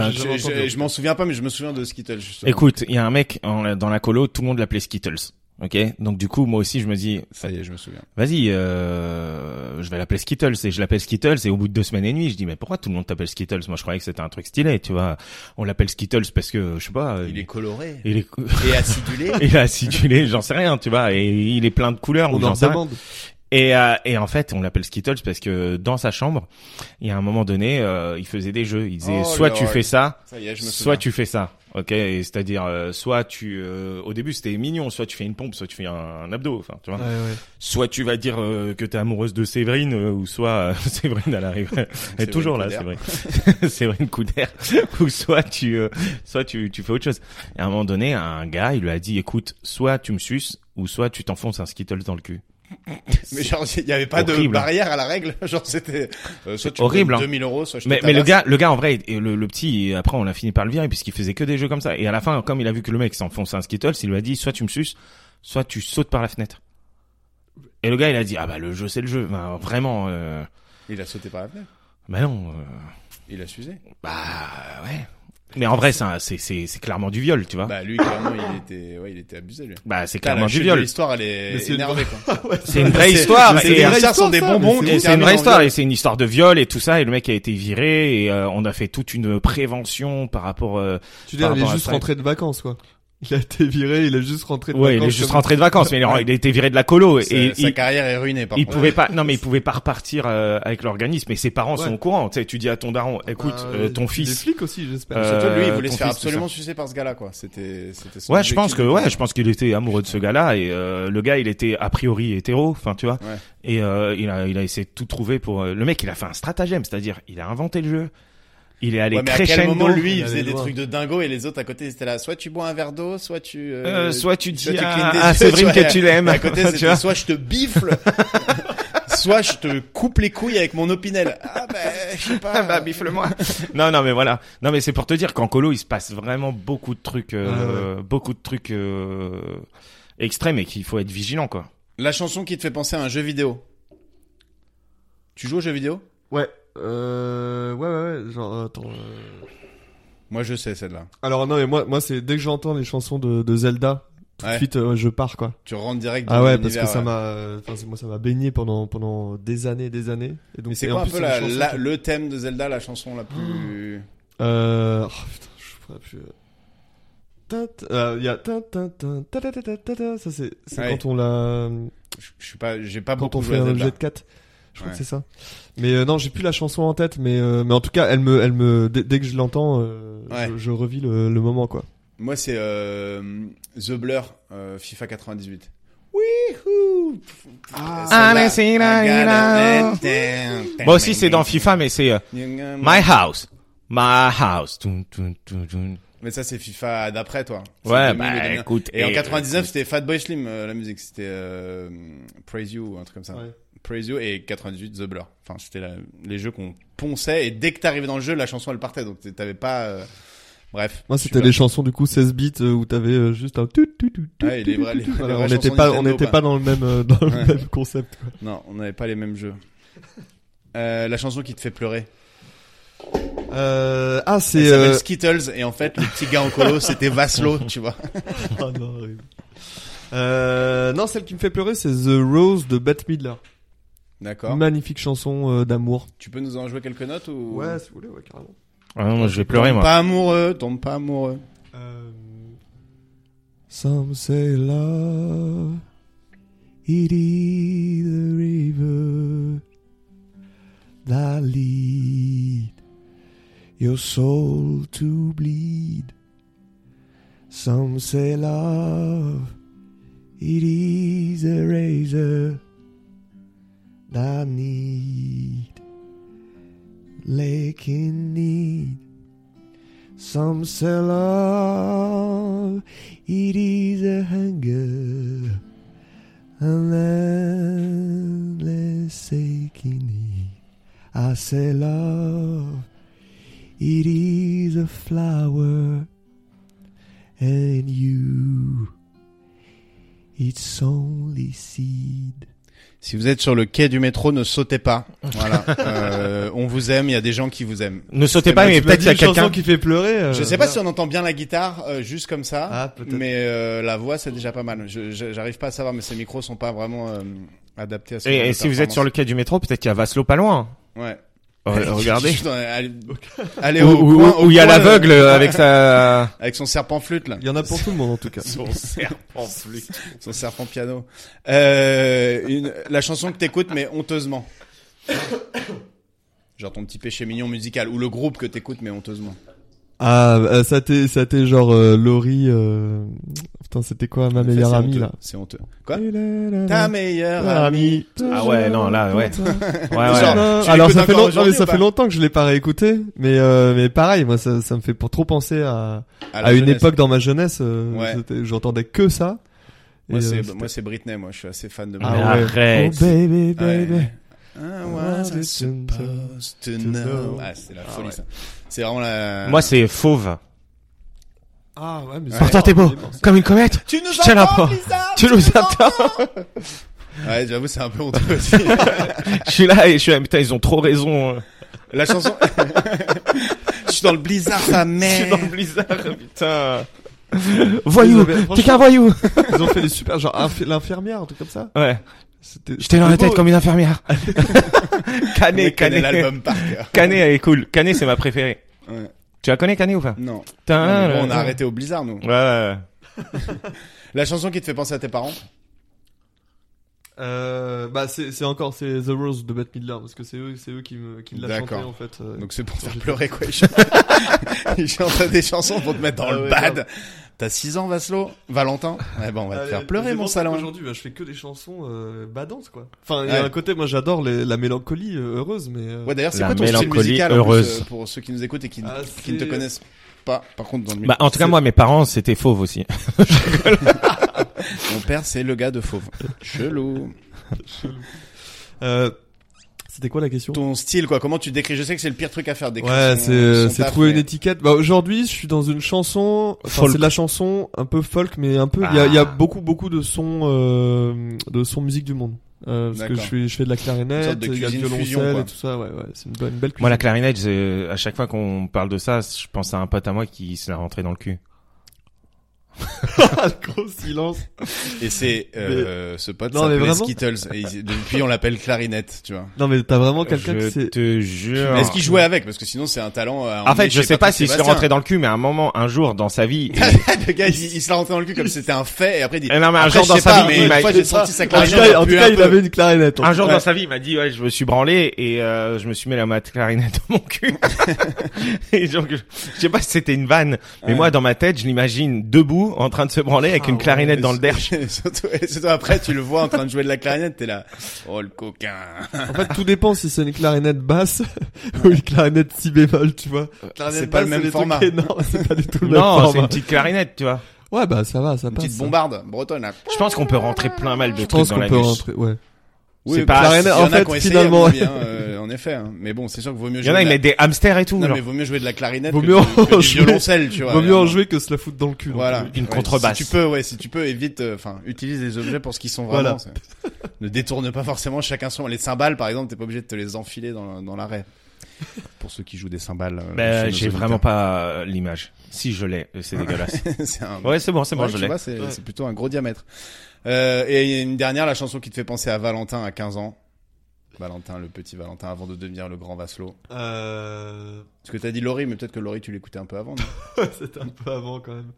Speaker 2: Euh,
Speaker 5: j'ai
Speaker 3: Je,
Speaker 5: jamais entendu.
Speaker 3: je- je m'en souviens pas, mais je me souviens de Skittle, justement.
Speaker 2: Écoute, il y a un mec en- dans la colo, tout le monde l'appelait Skittles. Ok, donc du coup moi aussi je me dis,
Speaker 3: Ça y est, je me souviens.
Speaker 2: vas-y, euh, je vais l'appeler Skittles et je l'appelle Skittles et au bout de deux semaines et demie, je dis mais pourquoi tout le monde t'appelle Skittles Moi je croyais que c'était un truc stylé, tu vois. On l'appelle Skittles parce que je sais pas, euh,
Speaker 3: Il est coloré.
Speaker 2: il est
Speaker 3: Et acidulé.
Speaker 2: (laughs) il est acidulé, j'en sais rien, tu vois, et il est plein de couleurs ou
Speaker 5: On en
Speaker 2: j'en sais rien.
Speaker 5: demande.
Speaker 2: Et, euh, et en fait, on l'appelle Skittles parce que dans sa chambre, il y a un moment donné, euh, il faisait des jeux. Il disait
Speaker 3: Oh
Speaker 2: soit
Speaker 3: là
Speaker 2: tu
Speaker 3: là.
Speaker 2: fais ça,
Speaker 3: Ça y est, je me souviens.
Speaker 2: soit tu fais ça. Ok, Et c'est-à-dire euh, soit tu, euh, au début c'était mignon, soit tu fais une pompe, soit tu fais un, un abdo, enfin tu vois.
Speaker 5: Ouais, ouais.
Speaker 2: Soit tu vas dire euh, que t'es amoureuse de Séverine euh, ou soit euh, (laughs) Séverine elle arrive, elle est
Speaker 3: Séverine
Speaker 2: toujours là,
Speaker 3: Couder.
Speaker 2: Séverine, Séverine (laughs) Couder, ou soit tu, euh, soit tu, tu fais autre chose. Et à un moment donné, un gars, il lui a dit, écoute, soit tu me suces ou soit tu t'enfonces un Skittles dans le cul.
Speaker 3: Mais genre, il y avait pas de
Speaker 2: horrible.
Speaker 3: barrière à la règle. (laughs) Genre, c'était, euh, soit tu
Speaker 2: horrible,
Speaker 3: me
Speaker 2: hein.
Speaker 3: donnes 2000 euros, soit je te
Speaker 2: Mais, mais le
Speaker 3: tabasse.
Speaker 2: gars, le gars en vrai, et le, le petit, et après on a fini par le virer puisqu'il faisait que des jeux comme ça. Et à la fin, comme il a vu que le mec s'enfonçait un Skittles, il lui a dit soit tu me suces, soit tu sautes par la fenêtre. Et le gars, il a dit ah bah le jeu c'est le jeu, Ben, vraiment. Euh...
Speaker 3: Il a sauté par la fenêtre.
Speaker 2: Bah non, euh,
Speaker 3: Il a s'usé.
Speaker 2: bah ouais. Mais en vrai, c'est un- c'est c'est c'est clairement du viol, tu vois. Bah,
Speaker 3: Bah, lui, clairement, il était, ouais, il était abusé, lui.
Speaker 2: c'est
Speaker 3: Putain,
Speaker 2: clairement
Speaker 3: la
Speaker 2: du
Speaker 3: chute de
Speaker 2: viol.
Speaker 3: L'histoire, elle est
Speaker 5: Mais c'est une-
Speaker 3: énervée, quoi.
Speaker 2: C'est
Speaker 3: (laughs)
Speaker 2: une vraie histoire.
Speaker 3: C'est- Les
Speaker 2: et-
Speaker 3: versailles sont des
Speaker 2: Et
Speaker 3: bonbons qui
Speaker 2: c'est une
Speaker 3: terminent
Speaker 2: vraie
Speaker 3: en
Speaker 2: histoire
Speaker 3: viol.
Speaker 2: et c'est une histoire de viol et tout ça et le mec a été viré et euh, on a fait toute une prévention par rapport euh,
Speaker 5: Tu dis, il
Speaker 2: rapport
Speaker 5: est
Speaker 2: à
Speaker 5: juste
Speaker 2: ça.
Speaker 5: rentré de vacances quoi. Il a été viré, il est juste rentré de
Speaker 2: ouais
Speaker 5: vacances.
Speaker 2: il est juste
Speaker 5: comme-
Speaker 2: rentré de vacances mais il est- il a été viré de la colo et,
Speaker 3: Sa,
Speaker 2: et
Speaker 3: sa
Speaker 2: il,
Speaker 3: carrière est ruinée, par
Speaker 2: il
Speaker 3: contre.
Speaker 2: pouvait pas non mais il pouvait pas repartir euh, avec l'organisme et ses parents
Speaker 5: Ouais.
Speaker 2: sont au courant tu sais tu dis à ton daron écoute
Speaker 5: Bah,
Speaker 2: euh, ton
Speaker 5: il est
Speaker 2: fils
Speaker 5: flic aussi, j'espère.
Speaker 2: Euh,
Speaker 3: Surtout, lui, il voulait
Speaker 2: ton
Speaker 3: se faire
Speaker 2: fils, tout
Speaker 3: absolument sucer par ce gars-là, quoi. C'était, c'était son
Speaker 2: Ouais, je pense
Speaker 3: objectif
Speaker 2: que
Speaker 3: de-
Speaker 2: ouais, je pense qu'il était amoureux de ce gars-là et euh, le gars, il était a priori hétéro, enfin tu vois.
Speaker 3: Ouais.
Speaker 2: Et euh, il a il a essayé de tout trouver pour euh, le mec, il a fait un stratagème, c'est-à-dire il a inventé le jeu. Il est allé
Speaker 3: Ouais, mais à quel
Speaker 2: crescendo.
Speaker 3: moment lui
Speaker 5: Il
Speaker 3: il faisait
Speaker 5: allait
Speaker 3: des
Speaker 5: loin.
Speaker 3: trucs de dingo et les autres à côté ils étaient là soit tu bois un verre d'eau soit tu euh,
Speaker 2: Euh, soit tu dis
Speaker 3: tu
Speaker 2: à-
Speaker 3: clignes des
Speaker 2: à
Speaker 3: yeux,
Speaker 2: Séverine
Speaker 3: soit-
Speaker 2: que tu l'aimes.
Speaker 3: et à côté
Speaker 2: (laughs) Tu
Speaker 3: c'était
Speaker 2: vois.
Speaker 3: soit je te bifle (laughs) soit je te coupe les couilles avec mon opinel ah (laughs) bah je sais pas
Speaker 2: Ah bah bifle-moi. (laughs) non non mais voilà. Non mais c'est pour te dire qu'en colo, il se passe vraiment beaucoup de trucs
Speaker 3: Ah
Speaker 2: euh, beaucoup de trucs euh, extrêmes et qu'il faut être vigilant quoi.
Speaker 3: la chanson qui te fait penser à un jeu vidéo tu joues aux jeux vidéo
Speaker 5: Ouais. Euh, ouais, ouais, ouais. Genre, euh, attends. euh,
Speaker 3: Moi, je sais celle-là.
Speaker 5: Alors non mais moi moi c'est dès que j'entends les chansons de, de Zelda tout de
Speaker 3: Ouais.
Speaker 5: suite euh, je pars quoi.
Speaker 3: Tu rentres direct dans
Speaker 5: Ah ouais parce
Speaker 3: l'univers,
Speaker 5: que ça m'a euh, enfin c'est- moi ça m'a baigné pendant pendant des années des années et donc
Speaker 3: Mais c'est
Speaker 5: et
Speaker 3: quoi
Speaker 5: en
Speaker 3: un
Speaker 5: plus,
Speaker 3: peu
Speaker 5: c'est
Speaker 3: la-
Speaker 5: une chanson
Speaker 3: la-
Speaker 5: qui-
Speaker 3: le thème de Zelda, la chanson la plus...
Speaker 5: Euh... Oh, putain, je pourrais plus... Tin, tin, euh, Il y a... tin, tin, tin, ta, ta, ta, ta, ta, ta. Ça, c'est c'est
Speaker 3: Ouais.
Speaker 5: quand on l'a...
Speaker 3: Je, je suis pas, j'ai pas
Speaker 5: Quand
Speaker 3: beaucoup
Speaker 5: on
Speaker 3: joué
Speaker 5: fait
Speaker 3: à
Speaker 5: un
Speaker 3: Zelda.
Speaker 5: objet de 4. Je crois
Speaker 3: Ouais.
Speaker 5: que c'est ça. Mais euh, non, j'ai plus la chanson en tête, mais, euh, mais en tout cas, elle me, elle me, dès, dès que je l'entends, euh,
Speaker 3: Ouais.
Speaker 5: je, je revis le, le moment, quoi.
Speaker 3: Moi, c'est euh, The Blur, euh, FIFA 98. Wihou
Speaker 5: Ah.
Speaker 2: Ah, c'est là, il
Speaker 3: Eh,
Speaker 2: Bon, si c'est dans FIFA, mais c'est euh,
Speaker 3: Mm.
Speaker 2: My House. My House. Toun, toun, toun, toun.
Speaker 3: Mais ça, c'est FIFA d'après, toi. C'est
Speaker 2: Ouais,
Speaker 3: 2000
Speaker 2: bah,
Speaker 3: et 2001.
Speaker 2: écoute,
Speaker 3: Et en
Speaker 5: euh,
Speaker 2: et-
Speaker 3: 99, c'était Fatboy Slim, euh, la musique. C'était euh, Praise You, un truc comme ça. Praise You et 98, The Blur. Enfin, c'était la- les jeux qu'on ponçait. Et dès que t'arrivais dans le jeu, la chanson, elle partait. Donc, t'avais pas... euh, Bref.
Speaker 5: Moi, c'était
Speaker 3: Super.
Speaker 5: les chansons, du coup, 16 bits, euh, où t'avais euh, juste un... tout, tout, tout, tout,
Speaker 3: Ouais, et les
Speaker 5: tout,
Speaker 3: vrais-
Speaker 5: tout,
Speaker 3: les-
Speaker 5: tout.
Speaker 3: les
Speaker 5: Voilà,
Speaker 3: vraies
Speaker 5: on n'était
Speaker 3: chansons
Speaker 5: pas, on
Speaker 3: Nintendo,
Speaker 5: n'était
Speaker 3: pas.
Speaker 5: pas dans le même, euh, dans
Speaker 3: Ouais.
Speaker 5: le même concept, quoi.
Speaker 3: Non, on n'avait pas les mêmes jeux. Euh, la chanson qui te fait pleurer.
Speaker 5: Euh, ah,
Speaker 3: Elle
Speaker 5: c'est...
Speaker 3: s'appelle
Speaker 5: euh,
Speaker 3: Skittles et en fait le petit gars en colo c'était Vaslo, tu
Speaker 5: (laughs)
Speaker 3: vois.
Speaker 5: ah, non, horrible. Euh, non, celle qui me fait pleurer, c'est The Rose de Bette Midler.
Speaker 3: D'accord.
Speaker 5: Magnifique chanson euh, d'amour.
Speaker 3: Tu peux nous en jouer quelques notes ou
Speaker 5: Ouais, si vous voulez, ouais, carrément.
Speaker 2: Ah non, moi, je vais pleurer,
Speaker 3: Tombe
Speaker 2: moi.
Speaker 3: Pas amoureux, tombe pas amoureux.
Speaker 1: Um,
Speaker 5: Some say love, it is the river that lead your soul to bleed.
Speaker 1: Some say love, it is a razor that need, lake in need. Some say love, it is a hunger, an endless aching need. I say love, it is a flower and you. It's only seed.
Speaker 3: Si vous êtes sur le quai du métro, ne sautez pas.
Speaker 2: (laughs)
Speaker 3: Voilà. Euh, on vous aime, il y a des gens qui vous aiment.
Speaker 2: Ne sautez pas,
Speaker 3: bon,
Speaker 2: mais
Speaker 5: Tu m'as
Speaker 2: peut-être qu'il
Speaker 5: dit
Speaker 2: y a
Speaker 5: une chanson
Speaker 2: quelqu'un.
Speaker 5: qui fait pleurer. euh,
Speaker 3: Je sais pas
Speaker 5: merde.
Speaker 3: si on entend bien la guitare euh, juste comme ça,
Speaker 5: Ah, peut-être.
Speaker 3: mais euh, la voix c'est déjà pas mal. Je- je- J'arrive pas à savoir, mais ces micros sont pas vraiment euh, adaptés à ce genre
Speaker 2: Et, et
Speaker 3: de
Speaker 2: si vous êtes sur le quai du métro, peut-être qu'il y a Vaslo pas loin.
Speaker 3: performance. ouais. (laughs)
Speaker 2: Euh, Regardez.
Speaker 3: Juste dans- allez, allez
Speaker 2: Où
Speaker 3: au
Speaker 2: où-
Speaker 3: coin- au
Speaker 2: où il y a
Speaker 3: coin, euh,
Speaker 2: l'aveugle avec sa.
Speaker 3: (laughs) avec son serpent flûte là.
Speaker 5: Il y en a pour tout le monde en
Speaker 2: (laughs)
Speaker 5: tout cas.
Speaker 3: (laughs) Son serpent flûte. Son serpent piano. Euh, une- la chanson que t'écoutes, mais honteusement. Genre ton petit péché mignon musical. Ou le groupe que t'écoutes, mais honteusement.
Speaker 5: Ah, euh, ça t'est, ça t'est genre euh, Laurie. euh, Putain, c'était quoi ma
Speaker 3: En fait,
Speaker 5: meilleure
Speaker 3: c'est
Speaker 5: amie
Speaker 3: honteux.
Speaker 5: là
Speaker 3: C'est honteux. Quoi Ta meilleure amie.
Speaker 5: amie.
Speaker 2: Ah ouais, non, là,
Speaker 3: (laughs)
Speaker 2: ouais. Ouais, ouais.
Speaker 3: Genre, euh, tu
Speaker 5: Alors
Speaker 3: l'écoutes
Speaker 5: ça
Speaker 3: encore
Speaker 5: fait, long- non, mais
Speaker 3: aujourd'hui
Speaker 5: ça
Speaker 3: ou
Speaker 5: fait
Speaker 3: pas
Speaker 5: longtemps que je l'ai pas réécouté, mais euh, mais pareil, moi ça, ça me fait pour trop penser à, à,
Speaker 3: la
Speaker 5: une
Speaker 3: jeunesse.
Speaker 5: époque dans ma jeunesse, euh,
Speaker 3: Ouais.
Speaker 5: c'était- j'entendais que ça.
Speaker 3: Moi,
Speaker 5: Et,
Speaker 3: c'est-
Speaker 5: euh, c'était-
Speaker 3: moi, c'est Britney, moi. Je suis assez fan de
Speaker 2: Ah
Speaker 3: Britney.
Speaker 2: ouais. Arrête.
Speaker 5: Oh baby
Speaker 3: Ouais.
Speaker 5: baby.
Speaker 3: Ah, was I supposed to know? Ah, c'est la folie,
Speaker 5: ouais.
Speaker 3: ça. C'est vraiment la...
Speaker 2: Moi, c'est Fauve.
Speaker 5: Ah ouais mais
Speaker 3: Pourtant,
Speaker 5: c'est-
Speaker 2: t'es beau.
Speaker 5: c'est bon, ça.
Speaker 2: Comme une comète.
Speaker 3: Tu nous
Speaker 2: Tiens, la
Speaker 3: entends,
Speaker 2: pro- (laughs)
Speaker 3: Lisa
Speaker 2: Tu nous attends.
Speaker 3: Ouais, j'avoue, c'est un peu honteux aussi. (laughs)
Speaker 2: Je suis là et je suis là, putain, ils ont trop raison. euh.
Speaker 3: La chanson. je suis dans le blizzard, sa
Speaker 2: Je
Speaker 3: mère.
Speaker 2: suis dans le blizzard, putain.
Speaker 5: Ils
Speaker 2: (laughs) Voyou.
Speaker 5: avaient-
Speaker 2: T'es
Speaker 5: franchement,
Speaker 2: qu'un voyou.
Speaker 5: Ils ont fait des super genre infi- l'infirmière un truc comme ça.
Speaker 2: Ouais.
Speaker 5: C'était
Speaker 2: J'étais dans la
Speaker 5: c'était
Speaker 2: tête
Speaker 5: beau.
Speaker 2: comme une (laughs) infirmière.
Speaker 3: Ah, Mais
Speaker 2: Canet,
Speaker 3: connais
Speaker 2: Canet.
Speaker 3: l'album par cœur.
Speaker 2: Canet, elle est cool. Canet, c'est ma préférée.
Speaker 3: Ouais.
Speaker 2: Tu la connais, Canet, ou pas?
Speaker 3: (laughs) Non.
Speaker 2: Putain,
Speaker 5: Ah,
Speaker 3: Non, mais
Speaker 2: là,
Speaker 3: bon, on a
Speaker 2: là.
Speaker 3: arrêté au blizzard, nous.
Speaker 2: Ouais, ouais.
Speaker 3: La chanson qui te fait penser à tes parents.
Speaker 5: Euh, bah c'est c'est encore c'est The Rose de Bette Midler parce que c'est eux c'est eux qui me qui l'a chanté
Speaker 3: D'accord.
Speaker 5: en fait. euh.
Speaker 3: Donc c'est pour te faire
Speaker 5: J'étais-
Speaker 3: pleurer, quoi. Ils chantent-
Speaker 5: (laughs)
Speaker 3: Ils chantent des chansons pour te mettre dans
Speaker 5: Ah
Speaker 3: le
Speaker 5: ouais,
Speaker 3: bad.
Speaker 5: grave.
Speaker 3: T'as 6 ans, Vaslo Valentin Eh ben, on va te
Speaker 5: Allez,
Speaker 3: faire pleurer,
Speaker 5: c'est
Speaker 3: mon
Speaker 5: bon,
Speaker 3: salon.
Speaker 5: Aujourd'hui, bah, je fais que des chansons euh, badantes, quoi. Enfin, il y a
Speaker 3: Ouais.
Speaker 5: un côté, moi, j'adore les- la mélancolie euh, heureuse, mais. euh,
Speaker 3: Ouais, d'ailleurs, c'est
Speaker 2: La
Speaker 3: quoi ton style
Speaker 2: mélancolie
Speaker 3: musical en
Speaker 2: heureuse.
Speaker 3: plus, euh, pour ceux qui nous écoutent et qui,
Speaker 5: Ah,
Speaker 3: qui ne te
Speaker 5: c'est-
Speaker 3: connaissent pas Par contre, dans le
Speaker 2: Bah, en tout cas,
Speaker 3: c'est-
Speaker 2: moi, mes parents, c'était Fauve aussi. (laughs)
Speaker 3: Mon père, c'est le gars de Fauve. Chelou.
Speaker 5: euh, C'était quoi la question
Speaker 3: Ton style, quoi. Comment tu décris Je sais que c'est le pire truc à faire. Décrire
Speaker 5: Ouais,
Speaker 3: son-
Speaker 5: c'est euh,
Speaker 3: son
Speaker 5: c'est
Speaker 3: taf,
Speaker 5: trouver une
Speaker 3: mais-
Speaker 5: étiquette. Bah aujourd'hui, je suis dans une chanson. Enfin,
Speaker 2: Folk.
Speaker 5: c'est de la chanson un peu folk, mais un peu. Il y, a, il y a
Speaker 2: Ah.
Speaker 5: beaucoup beaucoup de sons euh, de sons musique du monde. euh, parce que
Speaker 3: D'accord.
Speaker 5: je fais, je fais de la clarinette,
Speaker 3: sorte de
Speaker 5: il y a le
Speaker 3: cuisine
Speaker 5: violoncelle
Speaker 3: fusion, quoi.
Speaker 5: et tout ça. Ouais, ouais, c'est une bonne- une belle cuisine.
Speaker 2: Moi, la clarinette, c'est- à chaque fois qu'on parle de ça, je pense à un pote à moi qui se l'a rentré dans le cul.
Speaker 5: Le gros silence.
Speaker 3: Et c'est euh, ce pote
Speaker 5: Non, mais
Speaker 3: s'appelait
Speaker 5: vraiment
Speaker 3: Skittles. Et il- depuis, on l'appelle clarinette, tu vois.
Speaker 5: Non, mais t'as
Speaker 3: Oh,
Speaker 5: vraiment quelqu'un
Speaker 2: je
Speaker 5: qui s'est.
Speaker 2: te jure.
Speaker 3: Mais Est-ce qu'il jouait avec Parce que sinon, c'est un talent. à
Speaker 2: En fait,
Speaker 3: emmener
Speaker 2: je
Speaker 3: chez
Speaker 2: sais
Speaker 3: Patrick
Speaker 2: pas s'il se
Speaker 3: Sébastien.
Speaker 2: rentrait dans le cul, mais à un moment, un jour dans sa
Speaker 3: (laughs)
Speaker 2: vie,
Speaker 3: le gars, il, il se l'a rentré dans le cul comme si c'était ben, un fait. Et après, il dit.
Speaker 2: Eh non, mais un
Speaker 3: après,
Speaker 2: jour
Speaker 3: je
Speaker 2: dans
Speaker 3: sais
Speaker 2: sa
Speaker 3: pas,
Speaker 2: vie,
Speaker 3: mais
Speaker 2: il m'a
Speaker 3: une fois,
Speaker 2: dit-
Speaker 3: j'ai senti sa
Speaker 5: En tout
Speaker 3: clarinette.
Speaker 5: cas, en tout
Speaker 3: puer
Speaker 5: cas,
Speaker 3: un
Speaker 5: il
Speaker 3: peu.
Speaker 5: avait une clarinette. en
Speaker 2: un
Speaker 5: tout
Speaker 2: jour
Speaker 5: cas.
Speaker 2: dans sa vie, il m'a dit ouais, je me suis branlé et euh, je me suis mis la ma clarinette dans mon
Speaker 5: (laughs)
Speaker 2: cul. et donc, je je sais pas si c'était une vanne, mais moi dans ma tête, je l'imagine debout en train de se branler
Speaker 5: Ah
Speaker 2: avec une clarinette dans le derche.
Speaker 3: (laughs) Et surtout, et surtout après, tu le vois en train de jouer de la clarinette, t'es là. Oh le coquin.
Speaker 5: En fait, tout dépend si c'est une clarinette basse (laughs) ou une clarinette si bémol, tu vois. Clarinette
Speaker 3: C'est pas
Speaker 5: basse,
Speaker 3: le même
Speaker 5: c'est des trucs
Speaker 3: format.
Speaker 5: énormes, (laughs) c'est pas du tout le même
Speaker 2: Non, c'est
Speaker 5: format.
Speaker 2: une petite clarinette, tu vois.
Speaker 5: Ouais, bah ça va, ça
Speaker 3: Une
Speaker 5: passe.
Speaker 3: petite bombarde bretonne. là.
Speaker 2: Je pense qu'on peut rentrer plein mal de
Speaker 5: Je pense
Speaker 2: trucs dans
Speaker 5: qu'on
Speaker 2: la
Speaker 5: peut rentrer. Ouais.
Speaker 2: C'est pas-
Speaker 5: clarinette,
Speaker 3: il y
Speaker 5: en
Speaker 3: bah, en a
Speaker 5: fait,
Speaker 3: qui ont essayé,
Speaker 5: finalement.
Speaker 3: à mon avis, hein, euh, en effet. hein. Mais bon, c'est sûr qu'il vaut mieux.
Speaker 2: Il y
Speaker 3: jouer
Speaker 2: en a,
Speaker 3: de
Speaker 2: ils
Speaker 3: la-
Speaker 2: mettent des hamsters et tout.
Speaker 3: Non,
Speaker 2: genre.
Speaker 3: mais vaut mieux jouer de la clarinette
Speaker 5: Vaut
Speaker 3: que,
Speaker 5: mieux
Speaker 3: du- que
Speaker 5: en
Speaker 3: du
Speaker 5: jouer.
Speaker 3: violoncelle, tu vois.
Speaker 5: Vaut mieux en
Speaker 3: vraiment.
Speaker 5: jouer que se la foutre dans le cul. donc.
Speaker 3: Voilà.
Speaker 2: Une contrebasse.
Speaker 3: Si tu peux, ouais, si tu peux, évite, euh, enfin, utilise les objets pour ce qu'ils sont
Speaker 5: Voilà.
Speaker 3: vraiment. c'est- ne détourne pas forcément chacun son. Les cymbales, par exemple, t'es pas obligé de te les enfiler dans, dans l'arrêt. Pour ceux qui jouent des cymbales. euh,
Speaker 2: Bah,
Speaker 3: chez nos
Speaker 2: j'ai
Speaker 3: auditeurs.
Speaker 2: vraiment pas euh, l'image. Si je l'ai,
Speaker 5: (laughs)
Speaker 2: c'est dégueulasse.
Speaker 3: (laughs) c'est un.
Speaker 2: Ouais, c'est bon, c'est bon,
Speaker 3: Ouais,
Speaker 2: je
Speaker 3: tu
Speaker 2: l'ai.
Speaker 3: vois, c'est
Speaker 5: Ouais.
Speaker 3: c'est plutôt un gros diamètre. Euh, et une dernière, la chanson qui te fait penser à Valentin à 15 ans. Valentin, le petit Valentin, avant de devenir le grand Vasselot.
Speaker 5: Euh... (laughs)
Speaker 3: Parce que t'as dit Laurie, mais peut-être que Laurie, tu l'écoutais un peu avant. non
Speaker 5: C'était un peu avant quand même.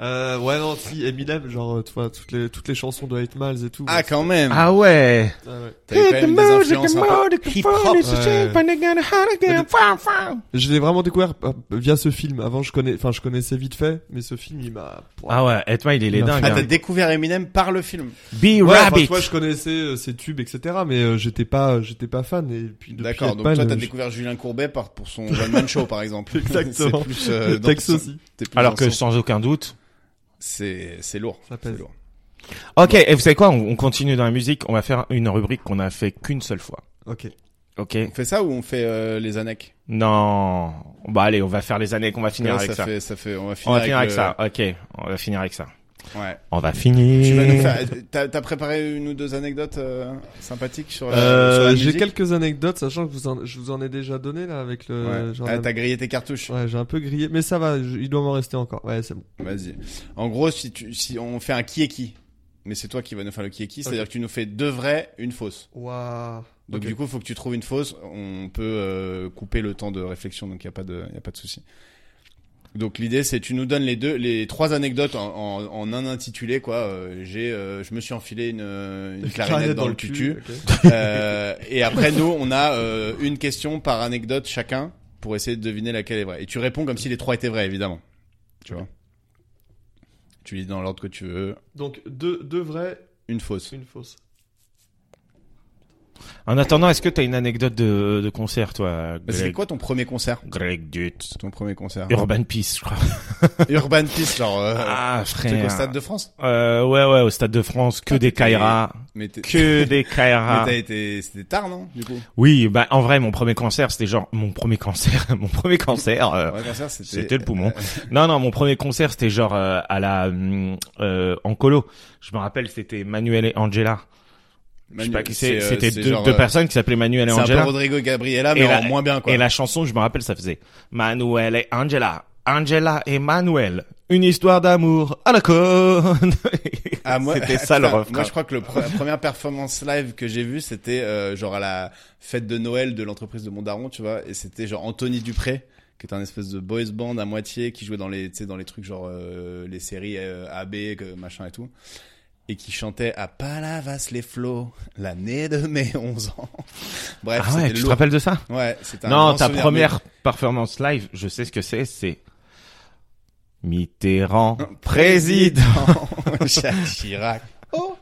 Speaker 5: Euh, ouais, non, si, Eminem, genre, tu vois, toutes les, toutes les chansons de 8 Miles et tout. bah,
Speaker 3: ah, quand même.
Speaker 2: Ah ouais.
Speaker 5: Ah, ouais.
Speaker 3: T'avais quand même des influences un peu-
Speaker 5: Hip-hop, ouais.
Speaker 2: Ah
Speaker 5: Je l'ai vraiment découvert euh, via ce film. Avant, je connais, enfin, je connaissais vite fait, mais ce film, il m'a.
Speaker 2: ouais, Edma, il est les
Speaker 5: Ah,
Speaker 2: dingues.
Speaker 3: Ah, t'as
Speaker 2: hein.
Speaker 3: découvert Eminem par le film.
Speaker 2: Be
Speaker 5: Ouais, enfin, tu
Speaker 2: Rabbit.
Speaker 5: vois, je connaissais euh, ses tubes, etc., mais euh, j'étais pas, euh, j'étais pas fan. Et puis depuis
Speaker 3: D'accord, donc
Speaker 5: Hitman,
Speaker 3: toi t'as
Speaker 5: euh,
Speaker 3: découvert Julien Courbet par, pour son One Man Show par
Speaker 5: (laughs)
Speaker 3: exemple.
Speaker 5: Exactement.
Speaker 3: c'est plus,
Speaker 5: je-
Speaker 3: euh,
Speaker 5: le
Speaker 3: dans
Speaker 5: texte
Speaker 3: son-
Speaker 5: aussi.
Speaker 3: t'es plus
Speaker 2: Alors
Speaker 3: dans
Speaker 2: que
Speaker 3: son-
Speaker 2: sans aucun doute.
Speaker 3: c'est c'est lourd.
Speaker 5: Ça
Speaker 3: C'est
Speaker 5: pèse.
Speaker 3: lourd.
Speaker 2: Ok, et vous savez quoi on, on continue dans la musique. On va faire une rubrique qu'on a fait qu'une seule fois.
Speaker 5: Ok.
Speaker 2: Ok.
Speaker 3: On fait ça ou on fait euh, les annecs
Speaker 2: Non. Bah allez, on va faire les années qu'on va finir
Speaker 3: Là,
Speaker 2: avec
Speaker 3: ça,
Speaker 2: ça.
Speaker 3: Fait, ça fait on va
Speaker 2: On
Speaker 3: finir,
Speaker 2: va finir avec
Speaker 3: le-
Speaker 2: ça. Ok, on va finir avec ça.
Speaker 3: Ouais.
Speaker 2: On va finir.
Speaker 3: Tu vas nous faire t'as t'as préparé une ou deux anecdotes euh, sympathiques sur la, sur la
Speaker 5: Euh, j'ai
Speaker 3: musique
Speaker 5: quelques anecdotes, sachant que vous en- je vous en ai déjà donné là avec le.
Speaker 3: Ouais.
Speaker 5: genre,
Speaker 3: Ah,
Speaker 5: la-
Speaker 3: t'as grillé tes cartouches.
Speaker 5: Ouais, j'ai un peu grillé, mais ça va. je- il doit m'en rester encore. Ouais, c'est bon.
Speaker 3: Vas-y. En gros, si tu si on fait un qui est qui mais c'est toi qui vas nous faire le qui est qui, c'est-à-dire que tu nous fais deux vrais, une fausse.
Speaker 5: Waouh.
Speaker 3: Donc du coup, faut que tu trouves une fausse. On peut euh, couper le temps de réflexion, donc il y a pas de, y a pas de souci. Donc l'idée, c'est tu nous donnes les deux, les trois anecdotes en, en, en un intitulé quoi. Euh, J'ai, euh, je me suis enfilé une, une clarinette dans, le tutu.
Speaker 5: ok.
Speaker 3: Euh, et après nous, on a euh, une question par anecdote chacun pour essayer de deviner laquelle est vraie. Et tu réponds comme si les trois étaient vrais, évidemment. Tu vois. Tu lis dans l'ordre que tu veux.
Speaker 5: Donc deux, deux vrais,
Speaker 3: Une fausse.
Speaker 5: une fausse.
Speaker 2: En attendant, est-ce que t'as une anecdote de, de concert, toi
Speaker 3: Bah, C'était
Speaker 2: Greg,
Speaker 3: quoi Ah. ton premier concert
Speaker 2: Greg Dutt.
Speaker 3: Ton premier concert.
Speaker 2: Urban Peace, je crois.
Speaker 3: Urban Peace, genre. euh,
Speaker 2: ah,
Speaker 3: C'était
Speaker 2: frère.
Speaker 3: au Stade de France
Speaker 2: Euh, ouais, ouais, au Stade de France, que des Kaira.
Speaker 3: Mais t'es- (laughs)
Speaker 2: Que des
Speaker 3: mais
Speaker 2: Kaira.
Speaker 3: t'as été... C'était tard, non Du coup
Speaker 2: Oui, bah, en vrai, mon premier cancer, c'était genre, mon premier cancer, (laughs) mon premier cancer, euh,
Speaker 3: Ouais, concert, c'était...
Speaker 2: c'était le
Speaker 3: (laughs)
Speaker 2: poumon. Non, non, mon premier concert, c'était genre, euh, à la, hum, euh, en colo. Je me rappelle, c'était Manuel et Angela. Je sais
Speaker 3: Manu-
Speaker 2: pas qui c'est,
Speaker 3: euh,
Speaker 2: c'était
Speaker 3: c'est
Speaker 2: deux,
Speaker 3: genre,
Speaker 2: deux
Speaker 3: euh,
Speaker 2: personnes qui s'appelaient Manuel et
Speaker 3: C'est un peu
Speaker 2: Angela.
Speaker 3: Rodrigo et Gabriela, mais
Speaker 2: Et la-
Speaker 3: en moins bien, quoi.
Speaker 2: Et la chanson, je me rappelle, ça faisait Manuel et Angela, Angela et Manuel, une histoire d'amour à la côte.
Speaker 3: (laughs) Ah, moi- (laughs)
Speaker 2: C'était ça le
Speaker 3: Putain,
Speaker 2: refrain.
Speaker 3: Moi, je crois que le pre- la première performance live que j'ai vue, c'était euh, genre à la fête de Noël de l'entreprise de Mondaron, tu vois, et c'était genre Anthony Dupré qui est un espèce de boys band à moitié qui jouait dans les tu sais dans les trucs genre euh, les séries euh, AB que- machin et tout et qui chantait à Palavas les flots l'année de mes (laughs) 11 ans. Bref,
Speaker 2: ah ouais,
Speaker 3: c'était
Speaker 2: tu te
Speaker 3: lourd.
Speaker 2: rappelles de ça
Speaker 3: Ouais, c'était un
Speaker 2: Non,
Speaker 3: grand
Speaker 2: ta
Speaker 3: souvenir,
Speaker 2: première performance live, je sais ce que c'est, c'est Mitterrand, président,
Speaker 3: mais- (laughs) Jacques Chirac. Oh,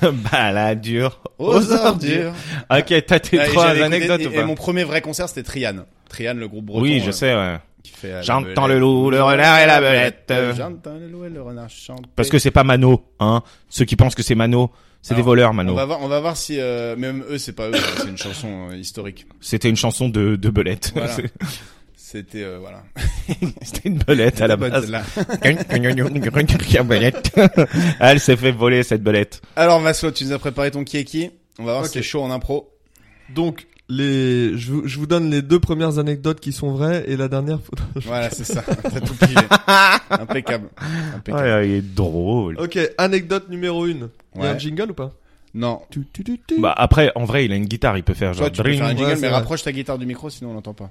Speaker 2: (laughs) Bah, baladure,
Speaker 3: aux ordures.
Speaker 2: Ok, t'as tes
Speaker 3: Ah, et
Speaker 2: trois
Speaker 3: j'avais écouté-
Speaker 2: anecdotes
Speaker 3: et-
Speaker 2: ou
Speaker 3: Et
Speaker 2: pas
Speaker 3: mon premier vrai concert, c'était Trian. Trian, le groupe breton.
Speaker 2: Oui, je
Speaker 3: euh,
Speaker 2: sais, ouais.
Speaker 3: qui fait, euh,
Speaker 2: J'entends
Speaker 3: la
Speaker 2: le loup, le renard et la belette.
Speaker 3: Euh, J'entends le loup et le renard chanter.
Speaker 2: Parce que c'est pas Mano, hein. Ceux qui pensent que c'est Mano, c'est des
Speaker 3: Alors,
Speaker 2: voleurs,
Speaker 3: on
Speaker 2: Mano.
Speaker 3: va voir, on va voir si euh,
Speaker 2: (laughs)
Speaker 3: même eux, c'est pas eux, c'est une chanson euh, historique.
Speaker 2: C'était une chanson de, de Belette.
Speaker 3: Voilà. C'était euh, voilà.
Speaker 2: (laughs) C'était une belette à la
Speaker 3: Pas de
Speaker 2: base.
Speaker 3: là.
Speaker 2: belette.
Speaker 3: (laughs)
Speaker 2: Elle s'est fait voler cette belette.
Speaker 3: Alors Vaslo, tu nous as préparé ton qui est qui On va voir
Speaker 5: Ok.
Speaker 3: si c'est chaud en impro.
Speaker 2: (laughs)
Speaker 5: Donc, les, je, vous- je vous donne les deux premières anecdotes qui sont vraies et la dernière. (laughs)
Speaker 3: Voilà, c'est ça. (laughs) T'as tout
Speaker 2: (laughs)
Speaker 3: pigé. Impeccable. Impeccable.
Speaker 2: Ouais, il est drôle.
Speaker 5: ok, anecdote numéro une. Il y a un
Speaker 3: Ouais.
Speaker 5: jingle ou pas
Speaker 3: Non.
Speaker 5: Tu, tu, tu, tu.
Speaker 2: Bah après, en vrai, il a une guitare, il peut faire genre
Speaker 3: Toi, tu peux faire un
Speaker 2: dring.
Speaker 3: jingle,
Speaker 5: Ouais, c'est
Speaker 3: mais
Speaker 5: vrai.
Speaker 3: rapproche ta guitare du micro, sinon on l'entend pas.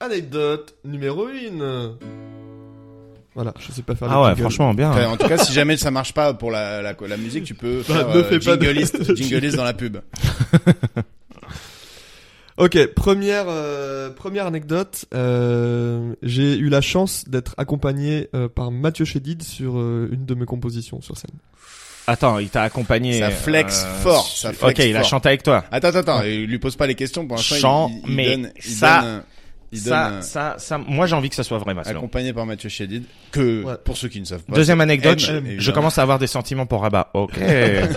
Speaker 5: Anecdote numéro une. Voilà, je sais pas faire. les
Speaker 2: Ah ouais,
Speaker 5: jingles.
Speaker 2: franchement, bien.
Speaker 3: Enfin, en tout cas, si jamais ça marche pas pour la, la, la musique, tu peux faire
Speaker 5: Bah, ne
Speaker 3: euh,
Speaker 5: fais pas de-
Speaker 3: jingleiste,
Speaker 5: (laughs)
Speaker 3: jingleiste dans la pub.
Speaker 5: Ok, première euh, première anecdote. euh, J'ai eu la chance d'être accompagné euh, par Mathieu Chédid sur euh, une de mes compositions sur scène.
Speaker 2: Attends, il t'a accompagné.
Speaker 3: Ça flex fort, ça
Speaker 2: su-
Speaker 3: flex
Speaker 2: ok, il a
Speaker 3: fort.
Speaker 2: chanté avec toi.
Speaker 3: Attends, attends, attends. Il lui pose pas les questions pour l'instant. il-
Speaker 2: Chant,
Speaker 3: il, il
Speaker 2: mais
Speaker 3: donne, il
Speaker 2: ça-
Speaker 3: donne, euh, il
Speaker 2: ça,
Speaker 3: donne, euh,
Speaker 2: ça, ça, moi j'ai envie que ça soit vrai, Maslow.
Speaker 3: accompagné par Mathieu Chédid, que
Speaker 5: Ouais.
Speaker 3: pour ceux qui ne savent pas.
Speaker 2: Deuxième anecdote,
Speaker 3: M,
Speaker 2: je- je
Speaker 3: évidemment.
Speaker 2: commence à avoir des sentiments pour Rabat.
Speaker 3: (laughs)
Speaker 2: Ok.
Speaker 5: Il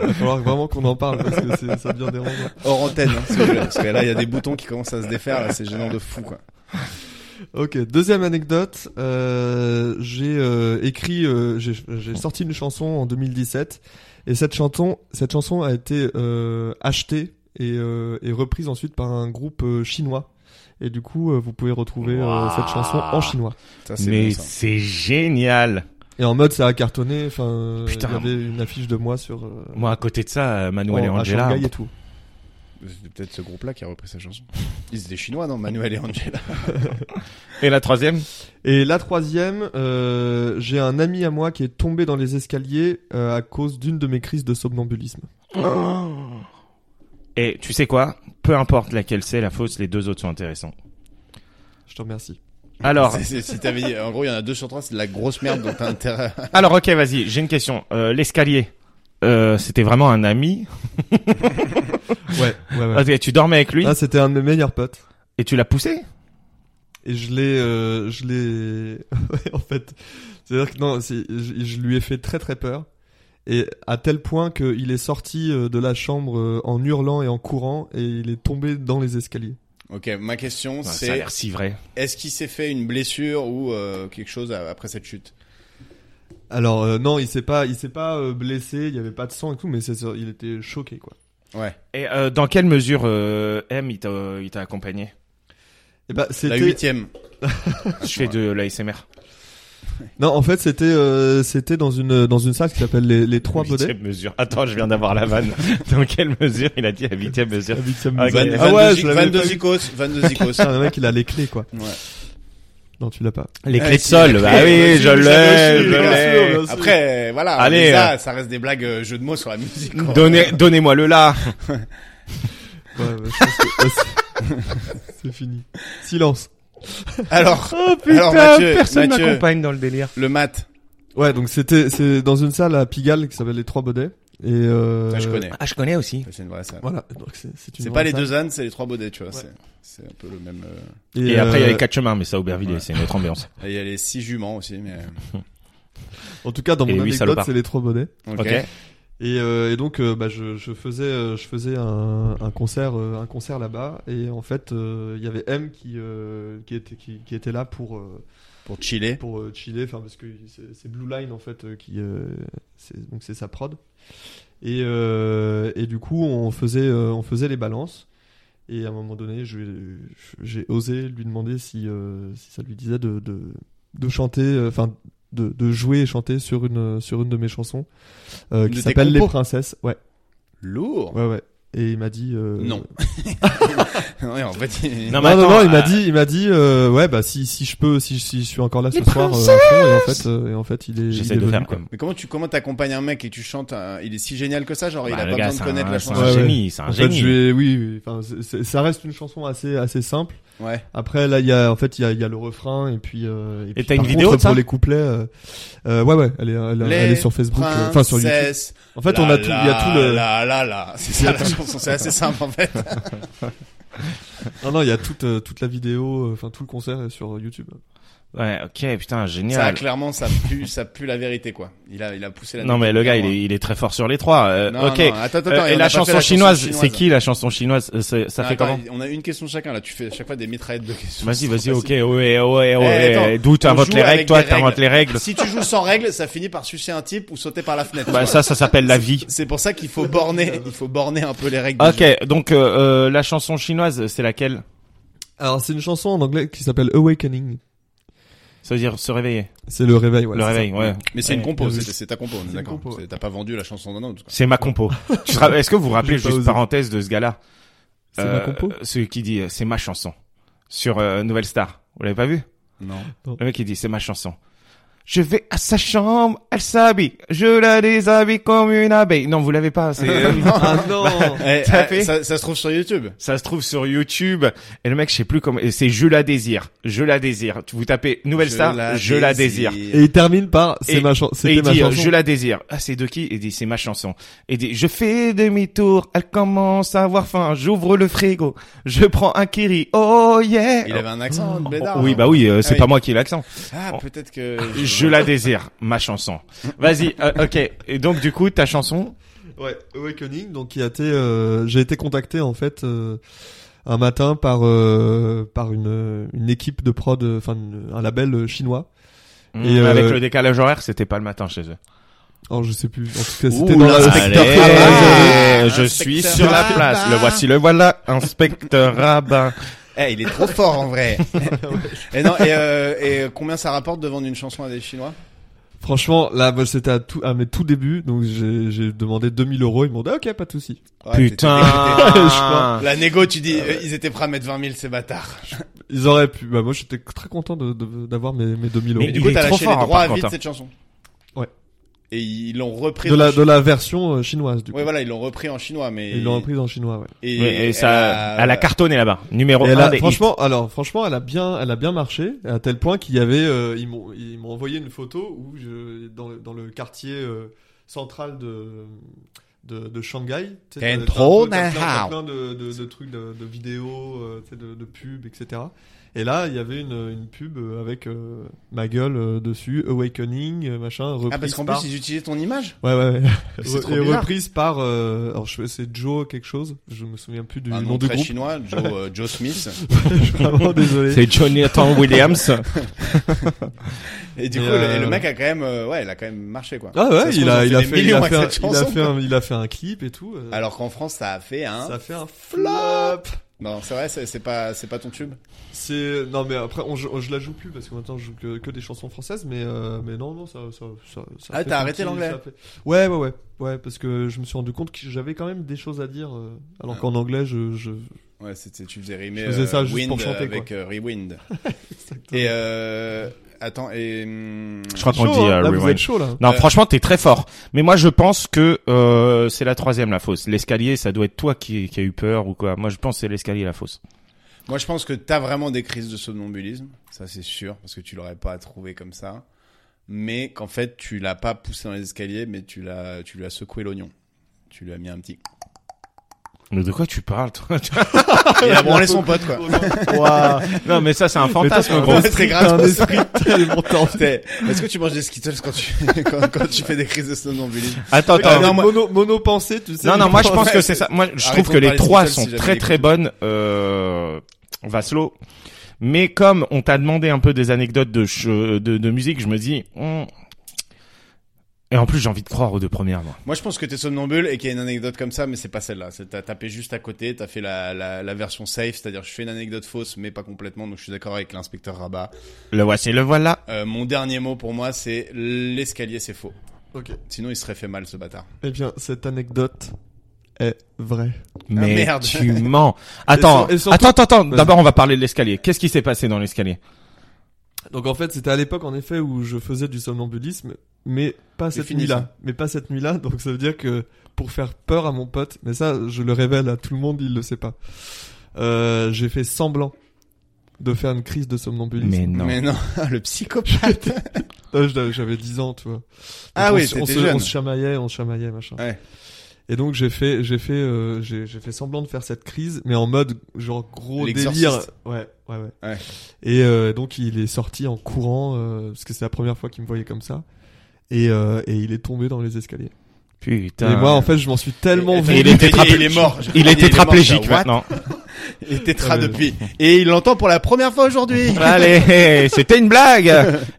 Speaker 5: va falloir vraiment qu'on en parle parce que c'est- ça devient dérangeant.
Speaker 3: c'est hors antenne, hein, ce jeu-là, parce que là, il y a des boutons qui commencent à se défaire, là, c'est gênant de fou, quoi.
Speaker 5: Ok, deuxième anecdote. euh, j'ai euh, écrit, euh, j'ai j'ai sorti une chanson en 2017 et cette chanson, cette chanson a été euh, achetée et, euh, et reprise ensuite par un groupe euh, chinois. Et du coup, euh, vous pouvez retrouver euh,
Speaker 2: Waouh.
Speaker 5: cette chanson en chinois.
Speaker 3: Ça, c'est
Speaker 2: Mais
Speaker 3: bon, ça.
Speaker 2: c'est génial.
Speaker 5: Et en mode, ça a cartonné. Enfin, euh, il y
Speaker 2: Putain.
Speaker 5: avait une affiche de moi sur. euh,
Speaker 2: Moi, à côté de ça, euh, Manuel
Speaker 3: Oh,
Speaker 5: en-
Speaker 2: et
Speaker 5: à
Speaker 2: Angela.
Speaker 5: Shanghai et tout.
Speaker 3: C'est peut-être ce groupe-là qui a repris sa chanson. Ils étaient chinois, non? Manuel et Angela.
Speaker 2: Et la troisième
Speaker 5: Et la troisième, euh, j'ai un ami à moi qui est tombé dans les escaliers euh, à cause d'une de mes crises de somnambulisme.
Speaker 2: Et tu sais quoi Peu importe laquelle c'est, la fausse, les deux autres sont intéressants.
Speaker 5: Je
Speaker 2: (laughs)
Speaker 5: te remercie.
Speaker 2: Alors,
Speaker 3: C'est- c'est- Si t'avais dit, en gros, il y en a deux sur trois, c'est de la grosse merde dont t'as intérêt. à-
Speaker 2: alors ok, vas-y, j'ai une question. Euh, L'escalier, euh, c'était vraiment un ami
Speaker 5: Ouais, ouais, ouais.
Speaker 2: Ok, Tu dormais avec lui
Speaker 5: Ah, c'était un de mes meilleurs potes.
Speaker 2: et tu l'as poussé
Speaker 5: Et je l'ai, euh, je l'ai, (laughs) Ouais, en fait, c'est-à-dire que non, c'est- je, je lui ai fait très très peur. Et à tel point qu'il est sorti euh, de la chambre euh, en hurlant et en courant et il est tombé dans les escaliers.
Speaker 3: Ok, ma question,
Speaker 2: Ah, Ça a
Speaker 3: c'est,
Speaker 2: l'air si vrai.
Speaker 3: est-ce qu'il s'est fait une blessure ou euh, quelque chose a- après cette chute?
Speaker 5: Alors euh, non, il s'est pas, il s'est pas euh, blessé, il y avait pas de sang et tout, mais c'est, il était choqué quoi.
Speaker 3: Ouais.
Speaker 2: Et euh, dans quelle mesure euh, M il t'a euh, il t'a accompagné
Speaker 5: Et bah
Speaker 3: La
Speaker 5: c'était,
Speaker 3: huitième.
Speaker 2: Je fais de l'ASMR.
Speaker 5: non en fait c'était, euh, c'était dans une dans une salle qui s'appelle les, les trois
Speaker 2: Huitième
Speaker 5: modèles.
Speaker 2: mesure. Attends, je viens d'avoir la vanne. dans quelle mesure il a dit la huitième mesure Ok.
Speaker 3: Van,
Speaker 5: Ah ouais, je l'avais
Speaker 3: Van de
Speaker 5: pas vu. Ah,
Speaker 3: Zikos, Van de Zikos.
Speaker 5: (laughs) Putain, le mec il a les clés quoi.
Speaker 3: Ouais.
Speaker 5: Non tu l'as pas.
Speaker 2: Les
Speaker 3: Ah,
Speaker 2: clés de
Speaker 3: si, la
Speaker 2: sol.
Speaker 3: clé,
Speaker 2: Bah oui,
Speaker 3: aussi,
Speaker 2: je
Speaker 3: vous savez
Speaker 2: l'ai,
Speaker 3: aussi,
Speaker 2: je
Speaker 3: bien
Speaker 2: l'ai.
Speaker 5: sûr, bien sûr.
Speaker 3: Après, voilà,
Speaker 2: Allez,
Speaker 3: mais ça,
Speaker 2: euh,
Speaker 3: ça reste des blagues euh, jeux de mots sur la musique. quoi.
Speaker 2: Donnez, donnez-moi le là.
Speaker 5: Ouais, ouais, je pense que- ouais, c'est- (laughs) c'est fini. Silence.
Speaker 3: Alors,
Speaker 2: Oh
Speaker 3: Alors, Mathieu, Mathieu.
Speaker 2: dans le délire.
Speaker 3: le mat,
Speaker 5: Ouais, donc c'était c'est dans une salle à Pigalle qui s'appelle les Trois Baudets et euh,
Speaker 3: ça je connais.
Speaker 2: Ah, je connais aussi.
Speaker 3: Ça, C'est une vraie salle.
Speaker 5: Voilà, donc c'est c'est une
Speaker 3: C'est pas
Speaker 5: vraie
Speaker 3: les
Speaker 5: salle.
Speaker 3: deux ânes, c'est les trois baudets, tu vois.
Speaker 5: Ouais.
Speaker 3: c'est- C'est un peu le même. euh,
Speaker 2: Et, après, il y a
Speaker 5: euh,
Speaker 2: les quatre chemins, mais ça, Aubervilliers,
Speaker 3: Ouais.
Speaker 2: c'est une autre ambiance.
Speaker 3: et Il y a les six juments aussi, mais.
Speaker 5: En tout cas, dans
Speaker 2: Et
Speaker 5: mon
Speaker 2: huit
Speaker 5: anecdote,
Speaker 2: salopards.
Speaker 5: c'est les Trois Baudets.
Speaker 3: euh, Ok.
Speaker 2: Ok.
Speaker 5: Et, euh, et donc, euh, bah, je, je faisais euh, je faisais un, un concert euh, un concert là-bas et en fait, euh, il y avait M qui euh, qui était qui, qui était là pour euh,
Speaker 3: Pour chiller.
Speaker 5: pour euh, chiller enfin parce que c'est- c'est Blue Line en fait euh, qui euh, c'est- donc c'est sa prod et, euh, et du coup on faisait euh, on faisait les balances et à un moment donné je lui- je- j'ai osé lui demander si euh, si ça lui disait de de, de chanter euh, enfin de, de jouer et chanter sur une sur une de mes chansons euh,
Speaker 3: Une
Speaker 5: qui
Speaker 3: de tes
Speaker 5: s'appelle les
Speaker 3: compos
Speaker 5: princesses ouais
Speaker 3: Lourd.
Speaker 5: ouais ouais et il m'a dit euh,
Speaker 3: Non. (laughs) Ouais, en fait. il-
Speaker 2: Non,
Speaker 5: non, non, non, il m'a
Speaker 2: euh,
Speaker 5: dit, il m'a dit, euh, ouais, bah si si je peux, si, si je suis encore là ce soir, euh, à fond, et en fait, euh, et en fait, il est. il
Speaker 2: J'essaie
Speaker 5: est
Speaker 2: de
Speaker 5: venu,
Speaker 2: faire
Speaker 5: quoi.
Speaker 2: comme.
Speaker 3: Mais comment tu comment t'accompagnes un mec et tu chantes un- Il est si génial que ça, genre il
Speaker 2: Bah,
Speaker 3: a
Speaker 2: le
Speaker 3: pas
Speaker 2: gars,
Speaker 3: besoin
Speaker 2: c'est
Speaker 3: de connaître
Speaker 2: un-
Speaker 3: la
Speaker 2: c'est
Speaker 3: chanson.
Speaker 2: un
Speaker 5: Ouais,
Speaker 2: génie, c'est un
Speaker 5: En fait, je
Speaker 2: génie.
Speaker 5: vais, oui, oui, enfin, c'est- c'est- ça reste une chanson assez, assez simple.
Speaker 3: Ouais.
Speaker 5: Après, là, il y a, en fait, il y a, il y a le refrain et puis. Euh, et puis,
Speaker 2: t'as
Speaker 5: par
Speaker 2: une vidéo
Speaker 5: contre,
Speaker 2: de ça
Speaker 5: pour les couplets. Euh, euh, ouais, ouais, elle est, elle,
Speaker 3: Les
Speaker 5: elle est sur Facebook, euh, enfin sur YouTube.
Speaker 3: princesses,
Speaker 5: En fait,
Speaker 3: la,
Speaker 5: on a tout, il y a
Speaker 3: la,
Speaker 5: tout le.
Speaker 3: La la la. C'est ça la chanson. C'est assez simple en fait.
Speaker 5: Non, non, il y a toute, euh, toute la vidéo, euh, enfin tout le concert est sur YouTube.
Speaker 2: Ouais, ok, putain,
Speaker 3: Ça,
Speaker 2: génial.
Speaker 3: clairement, ça pue, ça pue la vérité, quoi. Il a, il a poussé la.
Speaker 2: Non mais le gars, il est, il est très fort sur les trois. Euh,
Speaker 3: Non,
Speaker 2: ok.
Speaker 3: non, attends, attends,
Speaker 2: Euh,
Speaker 3: attends, on
Speaker 2: et
Speaker 3: a
Speaker 2: la
Speaker 3: pas fait
Speaker 2: chanson chinoise, c'est
Speaker 3: chinoise.
Speaker 2: qui la chanson chinoise Euh, c'est- Ça
Speaker 3: Non,
Speaker 2: fait
Speaker 3: attends,
Speaker 2: comment
Speaker 3: On a une question chacun, là. Tu fais à chaque fois des mitraillettes de questions.
Speaker 2: Vas-y,
Speaker 3: C'est
Speaker 2: vas-y,
Speaker 3: trop
Speaker 2: ok,
Speaker 3: facile.
Speaker 2: ouais, ouais, ouais,
Speaker 3: attends,
Speaker 2: ouais. D'où
Speaker 3: on
Speaker 2: t'inventes
Speaker 3: joue
Speaker 2: les
Speaker 3: avec
Speaker 2: règles, toi,
Speaker 3: des
Speaker 2: t'inventes les règles.
Speaker 3: Si tu joues sans règles, ça finit par sucer un type ou sauter par la fenêtre.
Speaker 2: Bah ça, ça s'appelle la vie.
Speaker 3: C'est pour ça qu'il faut borner, il faut borner un peu les règles. du
Speaker 2: Ok,
Speaker 3: jeu.
Speaker 2: donc euh, euh, la chanson chinoise, c'est laquelle
Speaker 5: Alors c'est une chanson en anglais qui s'appelle Awakening.
Speaker 2: Ça veut dire se réveiller.
Speaker 5: C'est le réveil, ouais.
Speaker 2: le
Speaker 5: c'est
Speaker 2: réveil, ouais.
Speaker 3: Mais c'est
Speaker 2: Ouais.
Speaker 3: une compo,
Speaker 5: bien vu.
Speaker 3: c'est c'est ta compo, on est
Speaker 5: une
Speaker 3: d'accord.
Speaker 5: compo, ouais.
Speaker 3: C'est- T'as pas vendu la chanson d'un autre. quoi.
Speaker 2: (laughs) C'est ma compo. Tu te rappelles- Est-ce que vous vous rappelez
Speaker 5: J'ai pas
Speaker 2: juste
Speaker 5: osé.
Speaker 2: parenthèse de ce gars-là
Speaker 5: C'est
Speaker 2: (laughs)
Speaker 5: ma compo
Speaker 2: Celui qui dit euh, c'est ma chanson sur euh, Nouvelle Star. Vous l'avez pas vu
Speaker 3: Non.
Speaker 2: Le mec il dit c'est ma chanson. Je vais à sa chambre, elle s'habille, je la déshabille comme une abeille. Non, vous l'avez
Speaker 5: (laughs)
Speaker 2: pas. C'est euh,
Speaker 5: Ah non
Speaker 3: Eh,
Speaker 2: T'as
Speaker 3: eh,
Speaker 2: fait
Speaker 3: ça, ça se trouve sur YouTube.
Speaker 2: Ça se trouve sur YouTube. Et le mec, je sais plus comment. et C'est Je la désire. Je la désire. Tu vous tapez Nouvelle
Speaker 3: Je
Speaker 2: Star. je la désire.
Speaker 5: Et il termine par c'est
Speaker 2: Et-
Speaker 5: ma chan-
Speaker 2: Et
Speaker 5: c'était
Speaker 2: il
Speaker 5: ma
Speaker 2: dit euh,
Speaker 5: chanson.
Speaker 2: Je la désire. Ah, c'est de qui Il dit C'est ma chanson. Et il dit Je fais demi-tour. Elle commence à avoir faim. J'ouvre le frigo. Je prends un kiri. Oh yeah.
Speaker 3: Il avait un accent, de blédard.
Speaker 2: oui,
Speaker 3: hein.
Speaker 2: bah oui. euh, c'est
Speaker 3: Ah
Speaker 2: pas
Speaker 3: oui.
Speaker 2: moi qui ai l'accent.
Speaker 3: Ah, peut-être que.
Speaker 2: Je la désire. Ma chanson. Vas-y. euh, ok. Et donc du coup, ta chanson.
Speaker 5: Ouais, Awakening, donc il a été, euh, j'ai été contacté en fait euh, un matin par euh, par une une équipe de prod, euh, enfin une- un label euh, chinois. Et,
Speaker 2: Mm, Avec
Speaker 5: euh,
Speaker 2: le décalage horaire, c'était pas le matin chez eux.
Speaker 5: Alors je sais plus. En tout cas,
Speaker 2: Ouh
Speaker 5: c'était dans
Speaker 2: là,
Speaker 5: l'inspecteur.
Speaker 2: allez,
Speaker 3: Rabat.
Speaker 2: Je
Speaker 3: Inspecteur
Speaker 2: suis sur la
Speaker 3: Rabat.
Speaker 2: place. Le voici, le voilà, inspecteur Rabat.
Speaker 3: Eh, il est trop fort en vrai. (laughs) et non, et, euh, et combien ça rapporte de vendre une chanson à des Chinois
Speaker 5: Franchement, là, moi, c'était à tout à mes tout débuts, donc j'ai j'ai demandé 2000 euros. Ils m'ont dit ah, ok, pas de souci.
Speaker 3: Ouais,
Speaker 2: Putain.
Speaker 3: t'étais
Speaker 2: (laughs)
Speaker 3: dégoûté.
Speaker 2: crois.
Speaker 3: La négo, tu
Speaker 5: Ah
Speaker 3: dis, euh, ils étaient prêts à mettre 20 000, ces bâtards.
Speaker 5: Ils auraient pu. Bah moi, j'étais très content de- de- d'avoir mes mes 2000 euros.
Speaker 2: Mais
Speaker 3: Et du
Speaker 2: il
Speaker 3: coup,
Speaker 2: est
Speaker 3: t'as
Speaker 2: trop
Speaker 3: lâché
Speaker 2: fort, hein,
Speaker 3: les droits
Speaker 2: par
Speaker 3: à vie de
Speaker 2: contre, hein.
Speaker 3: cette chanson.
Speaker 5: Ouais.
Speaker 3: Et ils l'ont repris.
Speaker 5: de
Speaker 3: en
Speaker 5: la
Speaker 3: chi-
Speaker 5: de la version euh, chinoise du coup.
Speaker 3: Ouais, voilà, ils l'ont repris en chinois, mais.
Speaker 5: Ils l'ont reprise en chinois, ouais.
Speaker 3: Et,
Speaker 2: Oui, et ça,
Speaker 3: elle a-
Speaker 2: elle a cartonné là-bas. Numéro
Speaker 5: Et elle
Speaker 2: 1
Speaker 5: a-
Speaker 2: des hits.
Speaker 5: franchement, alors franchement, elle a bien, elle a bien marché à tel point qu'il y avait, euh, ils m'ont, ils m'ont envoyé une photo où je, dans, le- dans le quartier euh, central de de, de Shanghai.
Speaker 3: Ten
Speaker 5: tu sais, t'as- t'as un peu-
Speaker 3: Tron
Speaker 5: t'as plein- t'as
Speaker 3: Hao.
Speaker 5: plein de, de, de trucs de, de vidéos, euh, tu sais, de, de pubs, etc. Et là, il y avait une, une pub avec euh, ma gueule euh, dessus, Awakening, euh, machin, reprise
Speaker 3: Ah, parce qu'en
Speaker 5: par-
Speaker 3: plus, ils utilisaient ton image?
Speaker 5: Ouais, ouais, ouais.
Speaker 3: Mais (laughs) c'est trop
Speaker 5: et
Speaker 3: bizarre.
Speaker 5: reprise par, euh, alors je c'est Joe quelque chose, je me souviens plus du
Speaker 3: Un
Speaker 5: nom
Speaker 3: nom
Speaker 5: du
Speaker 3: Ah très
Speaker 5: groupe.
Speaker 3: chinois, Joe, euh, Joe Smith.
Speaker 5: (laughs) je suis
Speaker 3: (laughs)
Speaker 5: vraiment désolé.
Speaker 2: C'est Jonathan Williams.
Speaker 3: Et du
Speaker 5: Mais,
Speaker 3: coup,
Speaker 5: euh,
Speaker 3: le, le mec a quand même, euh, ouais, il a quand même marché, quoi.
Speaker 5: Ah
Speaker 3: Ça
Speaker 5: ouais,
Speaker 3: se trouve,
Speaker 5: il
Speaker 3: ils ont
Speaker 5: a, il a
Speaker 3: fait des
Speaker 5: fait, il
Speaker 3: millions
Speaker 5: a
Speaker 3: avec
Speaker 5: fait, un,
Speaker 3: cette
Speaker 5: il a
Speaker 3: chanson.
Speaker 5: fait un, il a fait un clip et tout. euh,
Speaker 3: Alors qu'en France, ça a fait un.
Speaker 5: ça fait un flop.
Speaker 3: Non, c'est vrai, c'est c'est pas, c'est pas ton tube.
Speaker 5: C'est non mais après on, je, je la joue plus parce que maintenant je joue que, que des chansons françaises mais euh, mais non non ça ça ça. ça
Speaker 3: Ah,
Speaker 5: fait
Speaker 3: t'as arrêté
Speaker 5: partie,
Speaker 3: l'anglais.
Speaker 5: ça fait- Ouais ouais ouais ouais parce que je me suis rendu compte que j'avais quand même des choses à dire euh, alors qu'en anglais je je.
Speaker 3: Ouais, c'était, tu faisais rimer.
Speaker 5: Je faisais ça
Speaker 3: euh,
Speaker 5: juste pour
Speaker 3: Wind,
Speaker 5: chanter,
Speaker 3: avec
Speaker 5: quoi.
Speaker 3: euh,
Speaker 5: (laughs)
Speaker 3: Rewind. et euh, attends, et hum,
Speaker 2: Je crois qu'on
Speaker 5: Chaud,
Speaker 2: dit
Speaker 5: hein,
Speaker 2: euh,
Speaker 5: là vous
Speaker 2: Rewind.
Speaker 5: êtes chaud là.
Speaker 2: Non,
Speaker 3: Euh,
Speaker 2: franchement, t'es très fort. Mais moi, je pense que euh, c'est la troisième la fausse. L'escalier, ça doit être toi qui, qui a eu peur ou quoi. Moi, je pense que c'est l'escalier la fausse.
Speaker 3: moi je pense que t'as vraiment des crises de somnambulisme, ça c'est sûr, parce que tu l'aurais pas trouvé comme ça. Mais qu'en fait, tu l'as pas poussé dans les escaliers, mais tu l'as, tu lui as secoué l'oignon. Tu lui as mis un
Speaker 5: (laughs)
Speaker 3: petit.
Speaker 2: Mais de quoi tu parles (laughs) toi
Speaker 3: Il a branlé son pote, quoi.
Speaker 2: Non, mais ça, c'est un fantasme.
Speaker 3: (laughs)
Speaker 5: t'as-
Speaker 2: gros.
Speaker 5: Ouais,
Speaker 3: C'est
Speaker 5: T'as un
Speaker 3: grave.
Speaker 5: esprit tellement tordu.
Speaker 3: T'es- Est-ce que tu manges des Skittles quand tu, (laughs) quand, quand tu fais des crises de somnambulisme
Speaker 2: Attends,
Speaker 5: T'as
Speaker 2: attends.
Speaker 5: des
Speaker 3: non, moi-
Speaker 5: Euh, mono mono pensée tu sais.
Speaker 2: Non, non, moi je
Speaker 5: Ouais.
Speaker 2: pense que
Speaker 3: Ouais,
Speaker 2: c'est ça. Moi je
Speaker 3: arrêtons
Speaker 2: trouve que
Speaker 3: de
Speaker 2: les
Speaker 3: parler
Speaker 2: trois
Speaker 3: Beatles si
Speaker 2: sont
Speaker 3: jamais
Speaker 2: très
Speaker 3: ils
Speaker 2: très
Speaker 3: écoutent.
Speaker 2: bonnes. Euh, on va slow. Mais comme on t'a demandé un peu des anecdotes de, che- de, de musique, je me dis... hmm. Et en plus j'ai envie de croire aux deux premières. Moi.
Speaker 3: Moi, je pense que t'es somnambule et qu'il y a une anecdote comme ça, mais c'est pas celle-là. C'est- T'as tapé juste à côté, t'as fait la, la, la version safe, c'est-à-dire je fais une anecdote fausse, mais pas complètement, donc je suis d'accord avec l'inspecteur Rabat.
Speaker 2: Le voici, le voilà.
Speaker 3: Euh, mon dernier mot pour moi, c'est l'escalier, c'est faux.
Speaker 5: Ok.
Speaker 3: Sinon, il serait fait mal, ce bâtard.
Speaker 5: Eh bien cette anecdote est vraie.
Speaker 2: Mais
Speaker 3: merde.
Speaker 2: tu mens. Attends,
Speaker 5: sur- et surtout-
Speaker 2: attends, attends, attends.
Speaker 5: Vas-y.
Speaker 2: D'abord on va parler de l'escalier. Qu'est-ce qui s'est passé dans l'escalier
Speaker 5: Donc en fait, c'était à l'époque en effet où je faisais du somnambulisme, mais pas cette
Speaker 3: fini,
Speaker 5: nuit-là.
Speaker 3: ça.
Speaker 5: Mais pas cette nuit-là, donc ça veut dire que pour faire peur à mon pote, mais ça, je le révèle à tout le monde, il le sait pas. Euh, j'ai fait semblant de faire une crise de somnambulisme.
Speaker 2: Mais non.
Speaker 3: Mais non, (laughs) le psychopathe.
Speaker 5: Euh, je- J'avais 10 ans, tu vois. Donc
Speaker 3: Ah
Speaker 5: on
Speaker 3: oui,
Speaker 5: se- on,
Speaker 3: t'étais
Speaker 5: se-
Speaker 3: jeune.
Speaker 5: on se chamaillait, on se chamaillait, machin.
Speaker 3: Ouais.
Speaker 5: Et donc j'ai fait, j'ai fait, euh, j'ai j'ai fait semblant de faire cette crise, mais en mode genre gros
Speaker 3: L'exorciste.
Speaker 5: délire. Ouais, ouais, ouais.
Speaker 3: Ouais.
Speaker 5: Et euh, donc il est sorti en courant euh, parce que c'est la première fois qu'il me voyait comme ça. Et, euh, et il est tombé dans les escaliers.
Speaker 2: Putain.
Speaker 5: Et moi en fait je m'en suis tellement
Speaker 3: Et-
Speaker 5: voulu.
Speaker 2: il est tétraplé-
Speaker 3: Ah, il est mort.
Speaker 2: il est tétraplégique Euh,
Speaker 3: maintenant.
Speaker 2: maintenant.
Speaker 3: Il est tétra
Speaker 5: Ouais, mais-
Speaker 3: depuis. Et il l'entend pour la première fois aujourd'hui.
Speaker 2: Allez, c'était une blague.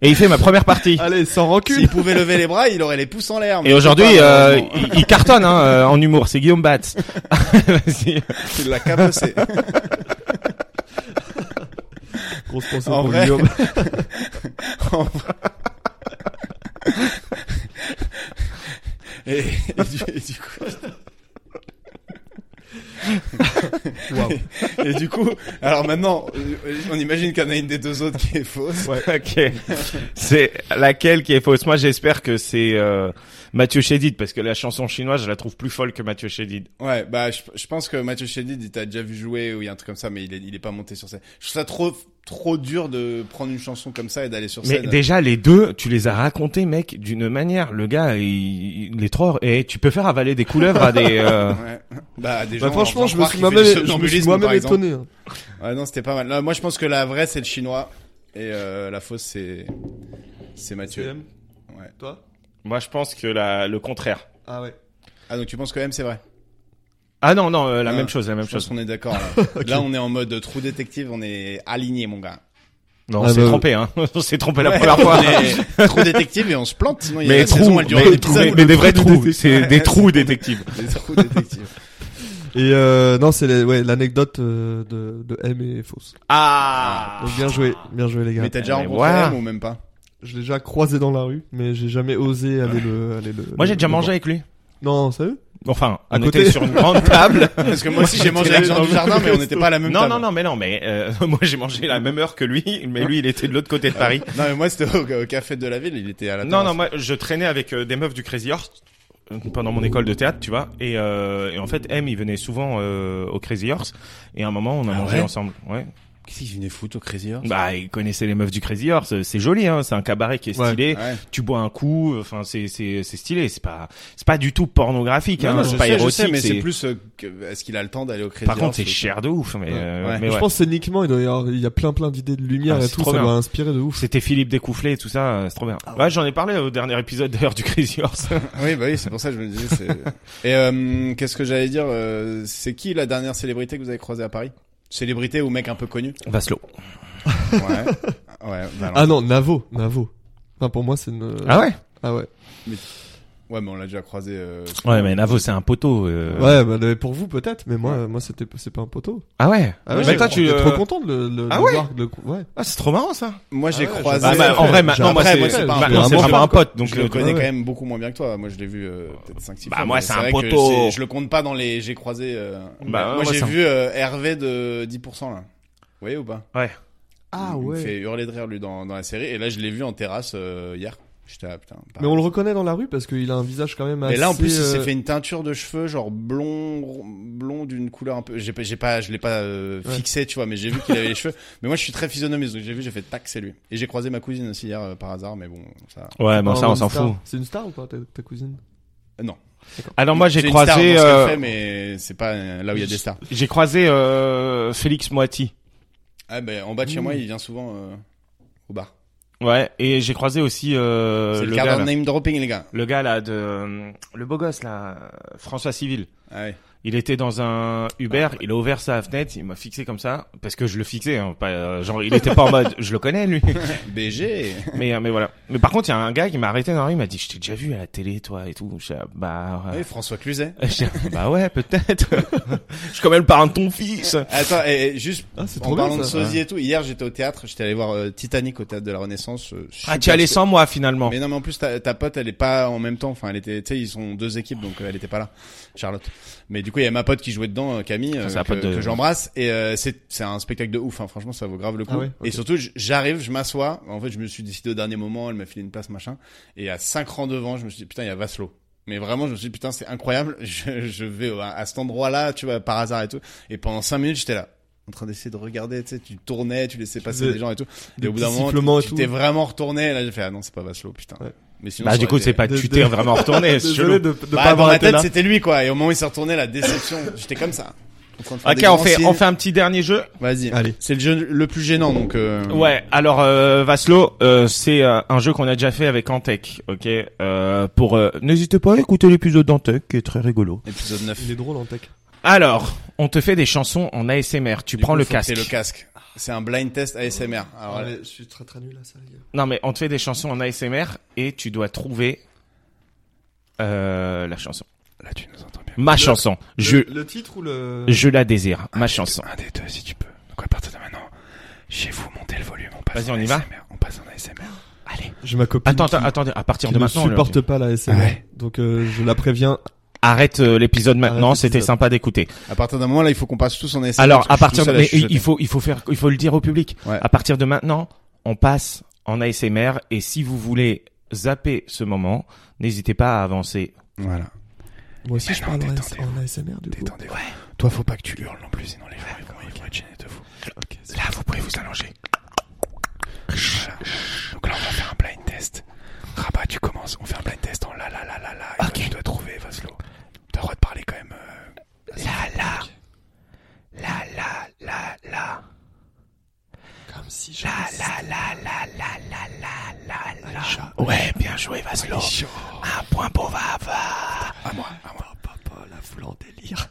Speaker 2: Et il fait ma première partie.
Speaker 5: (laughs) Allez, sans rancune.
Speaker 3: (laughs) S'il pouvait lever les bras, il aurait les pouces en l'air. mais
Speaker 2: Et
Speaker 3: il peut
Speaker 2: aujourd'hui,
Speaker 3: pas,
Speaker 2: euh,
Speaker 3: malheureusement.
Speaker 2: il, il cartonne hein, euh, en humour. C'est Guillaume Batz. Vas-y.
Speaker 3: (laughs) il l'a cabossé.
Speaker 5: Grosse pensée
Speaker 3: En
Speaker 5: pour
Speaker 3: vrai. (laughs)
Speaker 5: Guillaume.
Speaker 3: En vrai. et, et du, et du coup,
Speaker 5: (laughs) Waouh.
Speaker 3: et du coup, alors maintenant, euh, on imagine qu'il y en a une des deux autres qui est fausse.
Speaker 2: Ok. C'est laquelle qui est fausse Moi, j'espère que c'est euh, Mathieu Chédid parce que la chanson chinoise, je la trouve plus folle que Mathieu Chédid.
Speaker 3: Ouais, bah je, je pense que Mathieu Chédid, il t'a déjà vu jouer ou il y a un truc comme ça, mais il est, il est pas monté sur scène. Je trouve ça trop trop dur de prendre une chanson comme ça et d'aller sur
Speaker 2: Mais
Speaker 3: scène.
Speaker 2: déjà, les deux, tu les as racontés, mec, d'une manière. Le gars, il, il- les trois, et tu peux faire avaler des couleuvres à des. euh,
Speaker 3: Ouais. Bah, des
Speaker 5: Bah,
Speaker 3: gens,
Speaker 5: franchement,
Speaker 3: enfin,
Speaker 5: je me
Speaker 3: croire
Speaker 5: suis
Speaker 3: qu'il fait
Speaker 5: moi-même,
Speaker 3: du
Speaker 5: je me suis
Speaker 3: somnambulisme,
Speaker 5: moi-même
Speaker 3: par exemple.
Speaker 5: étonné. hein.
Speaker 3: Ouais, non, c'était pas mal. Là, moi, je pense que la vraie, c'est le chinois. Et euh, la fausse, c'est. C'est Mathieu.
Speaker 5: CM,
Speaker 3: Ouais.
Speaker 5: toi
Speaker 2: (laughs) Moi, je pense que la, le contraire.
Speaker 5: Ah ouais.
Speaker 3: Ah, donc tu penses que même c'est vrai
Speaker 2: Ah non, non, euh, la
Speaker 3: Ah,
Speaker 2: même chose, la même
Speaker 3: Je pense
Speaker 2: chose.
Speaker 3: qu'on est d'accord. Là.
Speaker 2: (laughs)
Speaker 3: Là, on est en mode trou détective, on est aligné, mon gars.
Speaker 2: Non, on
Speaker 5: Ah,
Speaker 2: s'est
Speaker 5: bah,
Speaker 2: trompé, hein. (laughs) on s'est trompé la
Speaker 3: Ouais,
Speaker 2: première (laughs) fois.
Speaker 3: on est trou détective et on se plante, sinon il y a
Speaker 2: Mais
Speaker 3: la
Speaker 2: trous,
Speaker 3: saison,
Speaker 2: mais,
Speaker 3: elle dure un épisode.
Speaker 2: mais-
Speaker 3: (laughs)
Speaker 2: mais des vrais trous, c'est des trous détectives.
Speaker 3: Les trous détectives.
Speaker 5: Et euh, non, c'est les- ouais, l'anecdote euh, de, de M est fausse.
Speaker 2: Ah.
Speaker 5: Donc, bien joué, bien joué les gars.
Speaker 3: Mais t'as déjà
Speaker 2: Mais
Speaker 3: rencontré
Speaker 2: voilà.
Speaker 3: M ou même pas
Speaker 5: Je l'ai déjà croisé dans la rue, mais j'ai jamais osé aller le. Aller le
Speaker 2: Moi, j'ai
Speaker 5: le-
Speaker 2: déjà
Speaker 5: le
Speaker 2: mangé
Speaker 5: voir.
Speaker 2: avec lui.
Speaker 5: Non, sérieux
Speaker 2: Enfin,
Speaker 5: À
Speaker 2: on
Speaker 5: côté.
Speaker 2: était sur une grande table.
Speaker 3: Parce que moi aussi, j'ai mangé avec Jean du Jardin, mais on n'était pas à la même
Speaker 2: non,
Speaker 3: table.
Speaker 2: non, non, mais non, mais euh, (laughs) moi j'ai mangé la même heure que lui, mais lui il était de l'autre côté de Paris.
Speaker 3: Euh, Non, mais moi, c'était au, au café de la ville, il était à la
Speaker 2: Non,
Speaker 3: terrasse.
Speaker 2: non, moi je traînais avec euh, des meufs du Crazy Horse euh, pendant mon école de théâtre, tu vois. Et, euh, et en fait, M il venait souvent euh, au Crazy Horse. Et à un moment, on a
Speaker 3: Ah
Speaker 2: mangé
Speaker 3: ouais
Speaker 2: ensemble. Ouais.
Speaker 3: Qu'est-ce qu'il venait foutre au Crazy Horse
Speaker 2: Bah, il connaissait les meufs du Crazy Horse. C'est joli, hein. C'est un cabaret qui est
Speaker 5: Ouais.
Speaker 2: stylé.
Speaker 3: Ouais.
Speaker 2: Tu bois un coup. Enfin, c'est c'est c'est stylé. C'est pas c'est pas du tout pornographique.
Speaker 3: Non,
Speaker 2: hein,
Speaker 3: non,
Speaker 2: c'est
Speaker 3: je
Speaker 2: pas
Speaker 3: sais, je
Speaker 2: érotique.
Speaker 3: sais, mais c'est
Speaker 2: c'est-
Speaker 3: plus euh, que- est-ce qu'il a le temps d'aller au Crazy
Speaker 2: Par contre,
Speaker 3: Horse,
Speaker 2: c'est
Speaker 3: ou-
Speaker 2: cher de ouf. Mais,
Speaker 3: Ouais.
Speaker 2: euh,
Speaker 3: Ouais.
Speaker 2: mais
Speaker 5: Je
Speaker 2: ouais.
Speaker 5: pense scéniquement, il doit y avoir- il y a plein plein d'idées de lumière
Speaker 2: Ah,
Speaker 5: et
Speaker 2: c'est
Speaker 5: tout,
Speaker 2: trop
Speaker 5: ça
Speaker 2: bien.
Speaker 5: doit inspirer de ouf.
Speaker 2: C'était Philippe Découfflé et tout ça, euh, c'est trop bien.
Speaker 3: Ah
Speaker 2: ouais, j'en ai parlé au dernier épisode d'ailleurs du Crazy Horse.
Speaker 3: Oui, bah oui, c'est pour ça que je me disais. c'est- Et euh, qu'est-ce que j'allais dire euh, C'est qui la dernière célébrité que vous avez croisée à Paris Célébrité ou mec un peu connu
Speaker 2: Vaslo.
Speaker 3: Ouais. Ouais, bah
Speaker 5: Ah non, Navo, Navo. Enfin, pour moi, c'est une.
Speaker 2: Ah ouais
Speaker 5: Ah ouais.
Speaker 3: non. Ouais, mais on l'a déjà croisé. euh,
Speaker 2: Ouais, mais Navo, c'est un poteau. euh.
Speaker 5: Ouais, bah, mais pour vous peut-être, mais moi, moi, c'était c'est pas un poteau.
Speaker 2: Ah ouais
Speaker 5: Ah
Speaker 2: Mais
Speaker 5: ouais,
Speaker 2: toi,
Speaker 5: j'étais
Speaker 2: tu... euh,
Speaker 5: trop content de le, le,
Speaker 2: Ah
Speaker 5: le
Speaker 2: ouais
Speaker 5: voir, de le- ouais.
Speaker 2: Ah, c'est trop marrant, ça.
Speaker 3: Moi, j'ai
Speaker 5: ouais,
Speaker 3: croisé.
Speaker 5: Ah,
Speaker 2: Ah
Speaker 5: j'ai
Speaker 2: bah, en vrai,
Speaker 5: j'ai
Speaker 2: maintenant, moi,
Speaker 5: appris,
Speaker 2: c'est
Speaker 5: ouais,
Speaker 2: c'est-
Speaker 5: j'ai
Speaker 2: maintenant, c'est
Speaker 5: vraiment
Speaker 2: vraiment un
Speaker 5: fait.
Speaker 2: pote. Donc,
Speaker 3: je le
Speaker 2: euh,
Speaker 3: connais
Speaker 5: ouais,
Speaker 3: quand
Speaker 5: ouais.
Speaker 3: même beaucoup moins bien que toi. Moi, je l'ai vu euh, peut-être 5 6
Speaker 2: Bah,
Speaker 3: fois.
Speaker 2: moi,
Speaker 3: mais
Speaker 2: c'est un
Speaker 3: vrai que
Speaker 2: poteau.
Speaker 3: c'est- Je le compte pas dans les j'ai croisé euh,
Speaker 2: Bah,
Speaker 3: moi,
Speaker 2: moi,
Speaker 3: j'ai
Speaker 2: c'est un-
Speaker 3: vu euh, Hervé de 10 là. Vous voyez ou pas
Speaker 2: Ouais.
Speaker 5: Ah
Speaker 3: Il me
Speaker 5: ouais.
Speaker 3: fait hurler de rire lui dans dans la série et là, je l'ai vu en terrasse euh, hier. J'étais là, putain.
Speaker 5: Mais on le reconnaît dans la rue parce qu'il a un visage quand même assez.
Speaker 3: Et là en plus il s'est
Speaker 5: euh,
Speaker 3: fait une teinture de cheveux genre blond rond- blond d'une couleur un peu j'ai pas j'ai pas je l'ai pas euh,
Speaker 5: Ouais.
Speaker 3: fixé tu vois mais j'ai vu qu'il avait les cheveux (laughs) mais moi je suis très physionomiste donc j'ai vu j'ai fait tac c'est lui et j'ai croisé ma cousine aussi hier euh, par hasard mais bon ça
Speaker 2: Ouais, bon,
Speaker 5: un
Speaker 2: ça, on
Speaker 5: homme
Speaker 2: s'en
Speaker 5: star.
Speaker 2: fout.
Speaker 5: C'est une star ou pas, ta, ta cousine
Speaker 3: Euh, non
Speaker 2: Ah non, moi, j'ai
Speaker 3: C'est une star dans ce
Speaker 2: croisé...
Speaker 3: qu'elle
Speaker 2: euh,
Speaker 3: fait, mais c'est pas euh, là où il y a des stars
Speaker 2: J'ai croisé euh, Félix Moati.
Speaker 3: ah ben en bas de
Speaker 2: Hmm.
Speaker 3: chez moi il vient souvent euh, au bar
Speaker 2: Ouais, et j'ai croisé aussi euh,
Speaker 3: c'est le,
Speaker 2: le
Speaker 3: quart
Speaker 2: gars...
Speaker 3: d'un
Speaker 2: là.
Speaker 3: name dropping les gars
Speaker 2: Le gars, là, de... euh, Le beau gosse, là, euh, François Civil.
Speaker 3: ah ouais.
Speaker 2: Il était dans un Uber, il a ouvert sa fenêtre, il m'a fixé comme ça, parce que je le fixais, hein, pas, euh, genre il était pas en mode, je le connais lui. (laughs)
Speaker 3: BG
Speaker 2: Mais, euh, mais voilà. Mais par contre, il y a un gars qui m'a arrêté dans la rue, il m'a dit, je t'ai déjà vu à la télé, toi, et tout. Je, bah, ouais.
Speaker 3: Ouais, Ah
Speaker 2: (laughs)
Speaker 3: François Cluzet
Speaker 2: J'ai dit, bah ouais, peut-être. (laughs) je suis quand même le parrain de ton fils.
Speaker 3: Attends, et, et juste
Speaker 5: Ah, c'est
Speaker 3: en
Speaker 5: trop
Speaker 3: parlant
Speaker 5: bien
Speaker 3: de
Speaker 5: ça.
Speaker 3: sosie et tout, hier j'étais au théâtre, j'étais allé voir euh, Titanic au théâtre de la Renaissance. euh,
Speaker 2: Ah, tu es
Speaker 3: super
Speaker 2: allé
Speaker 3: spectacle.
Speaker 2: sans moi finalement.
Speaker 3: Mais non, mais en plus ta, ta pote, elle est pas en même temps. Enfin, elle était, tu sais, ils sont deux équipes, donc euh, elle était pas là, Charlotte. Mais du coup, il y a ma pote qui jouait dedans, euh, Camille, euh,
Speaker 2: c'est la
Speaker 3: que,
Speaker 2: pote de-
Speaker 3: que j'embrasse. Et euh, c'est c'est un spectacle de ouf. hein. Franchement, ça vaut grave le coup.
Speaker 5: Ah ouais
Speaker 3: Et
Speaker 5: Ok.
Speaker 3: surtout, j- j'arrive, je m'assois. En fait, je me suis décidé au dernier moment. Elle m'a filé une place, machin. Et à cinq rangs devant, je me suis dit putain, il y a Vaslo. Mais vraiment, je me suis dit, putain, c'est incroyable. (laughs) Je, je vais au- à cet endroit-là, tu vois, par hasard et tout. Et pendant cinq minutes, j'étais là, en train d'essayer de regarder, tu sais, tu tournais, tu laissais passer
Speaker 5: Des-
Speaker 3: des gens et tout. Et
Speaker 5: des
Speaker 3: au bout
Speaker 5: petits
Speaker 3: d'un
Speaker 5: sifflements
Speaker 3: moment,
Speaker 5: et
Speaker 3: tu
Speaker 5: tout.
Speaker 3: t'es vraiment retourné. Et là, j'ai fait, ah non, c'est pas Vaslo, putain.
Speaker 5: Ouais.
Speaker 3: Mais sinon,
Speaker 2: Bah,
Speaker 3: ça
Speaker 2: du
Speaker 3: aurait
Speaker 2: coup,
Speaker 3: été-
Speaker 2: c'est pas,
Speaker 5: Dé-
Speaker 2: tu
Speaker 5: dé-
Speaker 2: t'es vraiment retourné, c'est
Speaker 5: (laughs) Désolé
Speaker 2: Eh, chelou.
Speaker 5: de, de
Speaker 3: Bah,
Speaker 5: pas
Speaker 3: dans
Speaker 5: avoir
Speaker 3: ma
Speaker 5: été
Speaker 3: tête,
Speaker 5: là.
Speaker 3: c'était lui, quoi. Et au moment où il s'est retourné, la déception. (coughs) J'étais comme ça. En train de faire
Speaker 2: Ok,
Speaker 3: des
Speaker 2: on
Speaker 3: grands
Speaker 2: fait,
Speaker 3: signes.
Speaker 2: on fait un petit dernier jeu.
Speaker 3: Vas-y.
Speaker 5: Allez.
Speaker 3: C'est le jeu le plus gênant, donc. euh,
Speaker 2: Ouais, alors euh, Vaslo, euh, c'est euh, un jeu qu'on a déjà fait avec Antec, ok euh, Pour euh, N'hésitez pas à écouter l'épisode d'Antec qui est très rigolo.
Speaker 3: Épisode 9.
Speaker 5: Il est drôle en tech.
Speaker 2: Alors, on te fait des chansons en ASMR, tu prends le casque.
Speaker 3: C'est le casque. C'est un blind test ASMR. Alors,
Speaker 5: Ah Ouais, Je suis très très nul à ça, les gars.
Speaker 2: Non mais on te fait des chansons en ASMR et tu dois trouver euh, la chanson.
Speaker 3: Là, tu nous entends bien.
Speaker 2: Ma chanson,
Speaker 5: Le,
Speaker 2: je,
Speaker 5: le titre ou le.
Speaker 2: je la désire, ma chanson.
Speaker 3: Un des deux, si tu peux. Donc, à partir de maintenant, chez vous, montez le volume. On passe
Speaker 2: Vas-y, on y va.
Speaker 3: On passe en ASMR.
Speaker 2: Allez.
Speaker 5: J'ai ma copine.
Speaker 2: Attends,
Speaker 5: qui-
Speaker 2: attends, attendez, à partir
Speaker 5: qui
Speaker 2: de
Speaker 5: ne
Speaker 2: maintenant... on le-
Speaker 5: supporte pas la SMR.
Speaker 3: Ah ouais.
Speaker 5: Donc euh, je la préviens.
Speaker 2: Arrête euh, l'épisode maintenant,
Speaker 5: Arrête
Speaker 2: c'était
Speaker 5: l'épisode.
Speaker 2: sympa d'écouter.
Speaker 3: À partir d'un moment, là, il faut qu'on passe tous en ASMR.
Speaker 2: Alors,
Speaker 3: parce que
Speaker 2: à
Speaker 3: je
Speaker 2: partir
Speaker 3: suis tout
Speaker 2: de,
Speaker 3: seul à
Speaker 2: mais il
Speaker 3: chuchoter.
Speaker 2: il faut, il faut faire, il faut le dire au public.
Speaker 3: Ouais.
Speaker 2: À partir de maintenant, on passe en ASMR et si vous voulez zapper ce moment, n'hésitez pas à avancer.
Speaker 3: Voilà.
Speaker 5: Moi aussi je
Speaker 3: Mais non,
Speaker 5: parle en AS-
Speaker 3: détendez-vous.
Speaker 5: en ASMR du coup.
Speaker 3: Détendez-vous. Toi, faut pas que tu hurles non plus, sinon les gens ils vont, ils vont être gênés de vous. Là, vous pouvez vous allonger. Voilà. Donc là, on va faire un blind test. Rabat, tu commences. On fait un blind test en la la la la la. Et toi, tu dois trouver, Vaslo. T'as le droit de parler quand même. euh,
Speaker 5: Comme si je.
Speaker 2: Ouais, bien joué, Vaslo. Un point pour Vav.
Speaker 5: Papa, la foule en délire.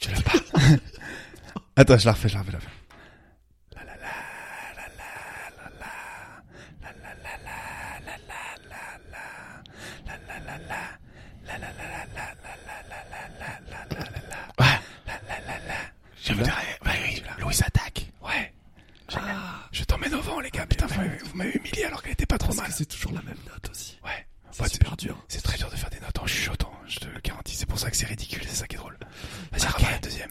Speaker 3: Tu l'as pas. Attends, je la refais, je la refais, je la refais.
Speaker 2: Je voudrais, Louis attaque.
Speaker 3: Ouais. Je t'emmène au vent, les gars. Putain, vous m'avez- vous m'avez humilié alors qu'elle était pas trop
Speaker 5: Parce
Speaker 3: mal.
Speaker 5: que c'est toujours la même note aussi.
Speaker 3: Ouais.
Speaker 5: C'est
Speaker 3: Ouais,
Speaker 5: super dur.
Speaker 3: C'est très dur de faire des notes en chuchotant, je te le garantis. C'est pour ça que c'est ridicule, c'est ça qui est drôle. Vas-y, rabat la deuxième.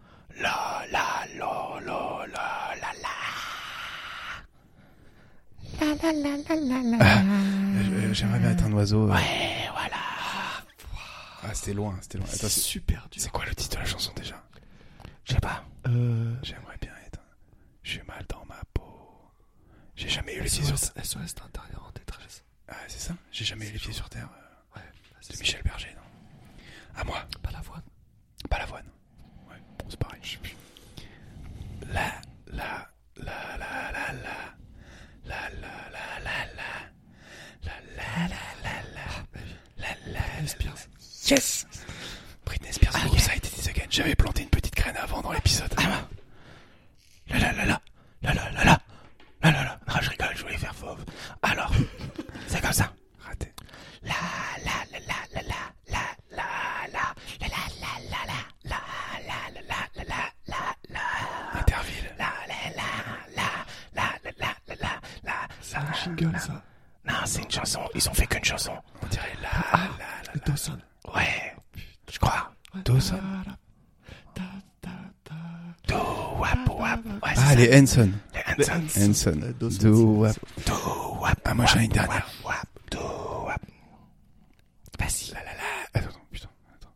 Speaker 3: Euh, euh, J'aimerais bien être un oiseau. Ouais, voilà. Ah, c'était loin, c'était loin. Attends,
Speaker 5: c'est
Speaker 3: c'est
Speaker 5: super dur.
Speaker 3: c'est quoi le titre de la chanson déjà
Speaker 2: Je sais pas.
Speaker 5: Euh,
Speaker 3: J'aimerais bien être. un- Je suis mal dans ma peau. J'ai jamais eu les pieds sur terre.
Speaker 5: SOS, SOS d'intérieur en détresse.
Speaker 3: Ah, c'est ça J'ai jamais eu les pieds sur terre.
Speaker 5: C'est
Speaker 3: Ah, C'est Michel Berger, non À moi.
Speaker 5: pas la voix.
Speaker 3: Pas l'avoine. Ouais, bon, c'est pareil. Je sais plus. La, la, la, la, la, la. La, la, la, la, la. La, la, la, la, la. La, la, la, la. Yes Britney Spears, groupe Side It Is Again. J'avais planté une petite graine avant dans l'épisode.
Speaker 2: La la la la. La la la la. La la la. Ah, je rigole, je voulais faire fauve. Alors, c'est comme ça.
Speaker 3: Raté. Interville.
Speaker 5: C'est un jingle ça.
Speaker 2: Non, c'est une chanson. Ils ont fait qu'une chanson.
Speaker 3: On dirait la, la, la,
Speaker 5: Les Dawson.
Speaker 2: Ouais. Je crois.
Speaker 5: Ouais.
Speaker 3: Dawson.
Speaker 5: Ta, ta, ta.
Speaker 2: Wap wap. Ouais,
Speaker 3: Ah, les Henson.
Speaker 2: les Hansons.
Speaker 3: Henson.
Speaker 5: Dawson, c'est-
Speaker 3: Do, wap.
Speaker 2: Wap.
Speaker 3: Ah, moi j'en ai une dernière.
Speaker 2: Wap, do, wap. Vas-y.
Speaker 3: La, la, la. Attends, attends, putain. Attends.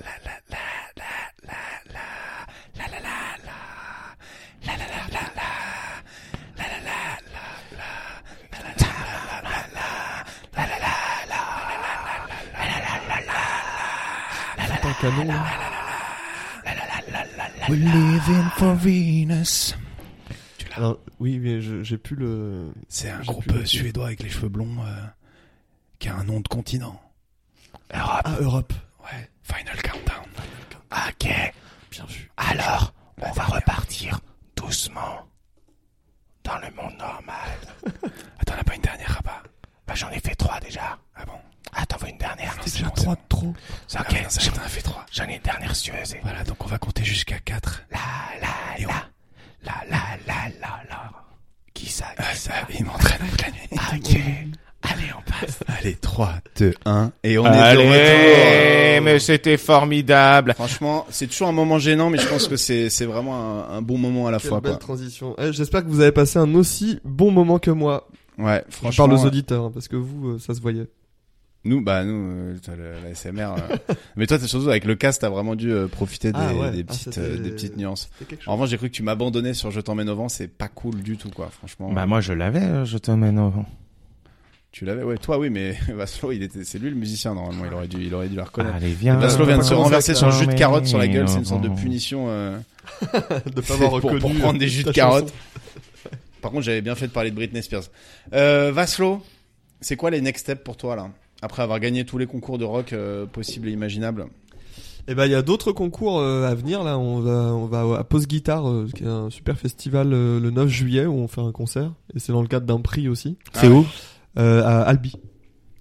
Speaker 3: La, la, la, la, la, la. La, la, la, la. La, la, la, la, la. La, la, la, la, la. La, la, la, la, la, la. La, la, la, la.
Speaker 5: T'as un canon là.
Speaker 1: We're living for Venus.
Speaker 5: Alors, oui, mais je- j'ai plus le.
Speaker 3: C'est un
Speaker 5: J'ai
Speaker 3: groupe
Speaker 5: plus le-
Speaker 3: euh, suédois avec les cheveux blonds euh, qui a un nom de continent.
Speaker 5: Ah, Europe.
Speaker 3: Ouais. Final Countdown.
Speaker 2: Ok.
Speaker 5: Bien vu. Bah,
Speaker 2: Alors, on va repartir doucement dans le monde normal.
Speaker 5: (laughs)
Speaker 3: Attends, on n'a pas une dernière rabat.
Speaker 2: Bah, j'en ai fait trois
Speaker 5: Ah
Speaker 3: hein,
Speaker 1: trop.
Speaker 3: Ça, ok, j'en ai fait trois.
Speaker 1: J'en ai une dernière si tu veux. c'est-
Speaker 3: Voilà, donc on va compter jusqu'à 4.
Speaker 1: La la la. La la la la la. Qui ça qui
Speaker 3: Ah, ça, il m'entraîne toute la nuit.
Speaker 5: Ah,
Speaker 3: (laughs)
Speaker 1: ça Ok. Allez, on passe.
Speaker 3: Allez, 3, 2, 1, et on est de
Speaker 2: Allez,
Speaker 3: retour.
Speaker 2: mais c'était formidable.
Speaker 3: Franchement, c'est toujours un moment gênant, mais je pense que c'est c'est vraiment un, un bon moment à la
Speaker 5: Quelle
Speaker 3: fois.
Speaker 5: belle
Speaker 3: Quoi.
Speaker 5: transition. Eh, J'espère que vous avez passé un aussi bon moment que moi.
Speaker 3: Ouais,
Speaker 5: Je
Speaker 3: franchement.
Speaker 5: parle aux auditeurs, hein, parce que vous, euh, ça se voyait.
Speaker 3: Nous, bah nous, euh, t'as le, la SMR.
Speaker 5: (laughs)
Speaker 3: euh. mais toi, t'as surtout avec le casque, t'as vraiment dû euh, profiter des,
Speaker 5: Ah ouais,
Speaker 3: des
Speaker 5: ah,
Speaker 3: petites,
Speaker 5: c'était-
Speaker 3: euh, des petites nuances.
Speaker 5: C'était quelque
Speaker 3: En revanche, j'ai cru que tu m'abandonnais sur Je t'emmène au vent, c'est pas cool du tout, quoi. Franchement,
Speaker 2: Bah moi je l'avais, euh, je t'emmène au vent.
Speaker 3: tu l'avais, ouais, toi, oui, mais (laughs) Vaslo, il était, c'est lui le musicien normalement, il aurait dû, il aurait dû la reconnaître.
Speaker 2: Allez viens.
Speaker 3: Vaslo
Speaker 5: euh,
Speaker 3: vient de se
Speaker 5: comment ça
Speaker 3: renverser
Speaker 2: que-
Speaker 3: son jus de carotte sur la gueule,
Speaker 2: hein, Mais
Speaker 3: c'est une sorte de
Speaker 2: non.
Speaker 3: punition euh,
Speaker 5: de pas
Speaker 3: (laughs)
Speaker 5: avoir
Speaker 3: pour-
Speaker 5: reconnu.
Speaker 3: pour prendre des
Speaker 5: euh,
Speaker 3: jus de
Speaker 5: ta
Speaker 3: carotte.
Speaker 5: chanson.
Speaker 3: Par contre, j'avais bien fait de parler de Britney Spears. Euh, Vaslo, c'est quoi les next steps pour toi là Après avoir gagné tous les concours de rock euh, possibles et imaginables.
Speaker 5: Eh ben, il y a d'autres concours euh, à venir là. On va, on va à Pause Guitare, euh, qui est un super festival euh, le 9 juillet où on fait un concert et c'est dans le cadre d'un prix aussi
Speaker 3: Ah
Speaker 2: C'est où
Speaker 5: euh, à Albi.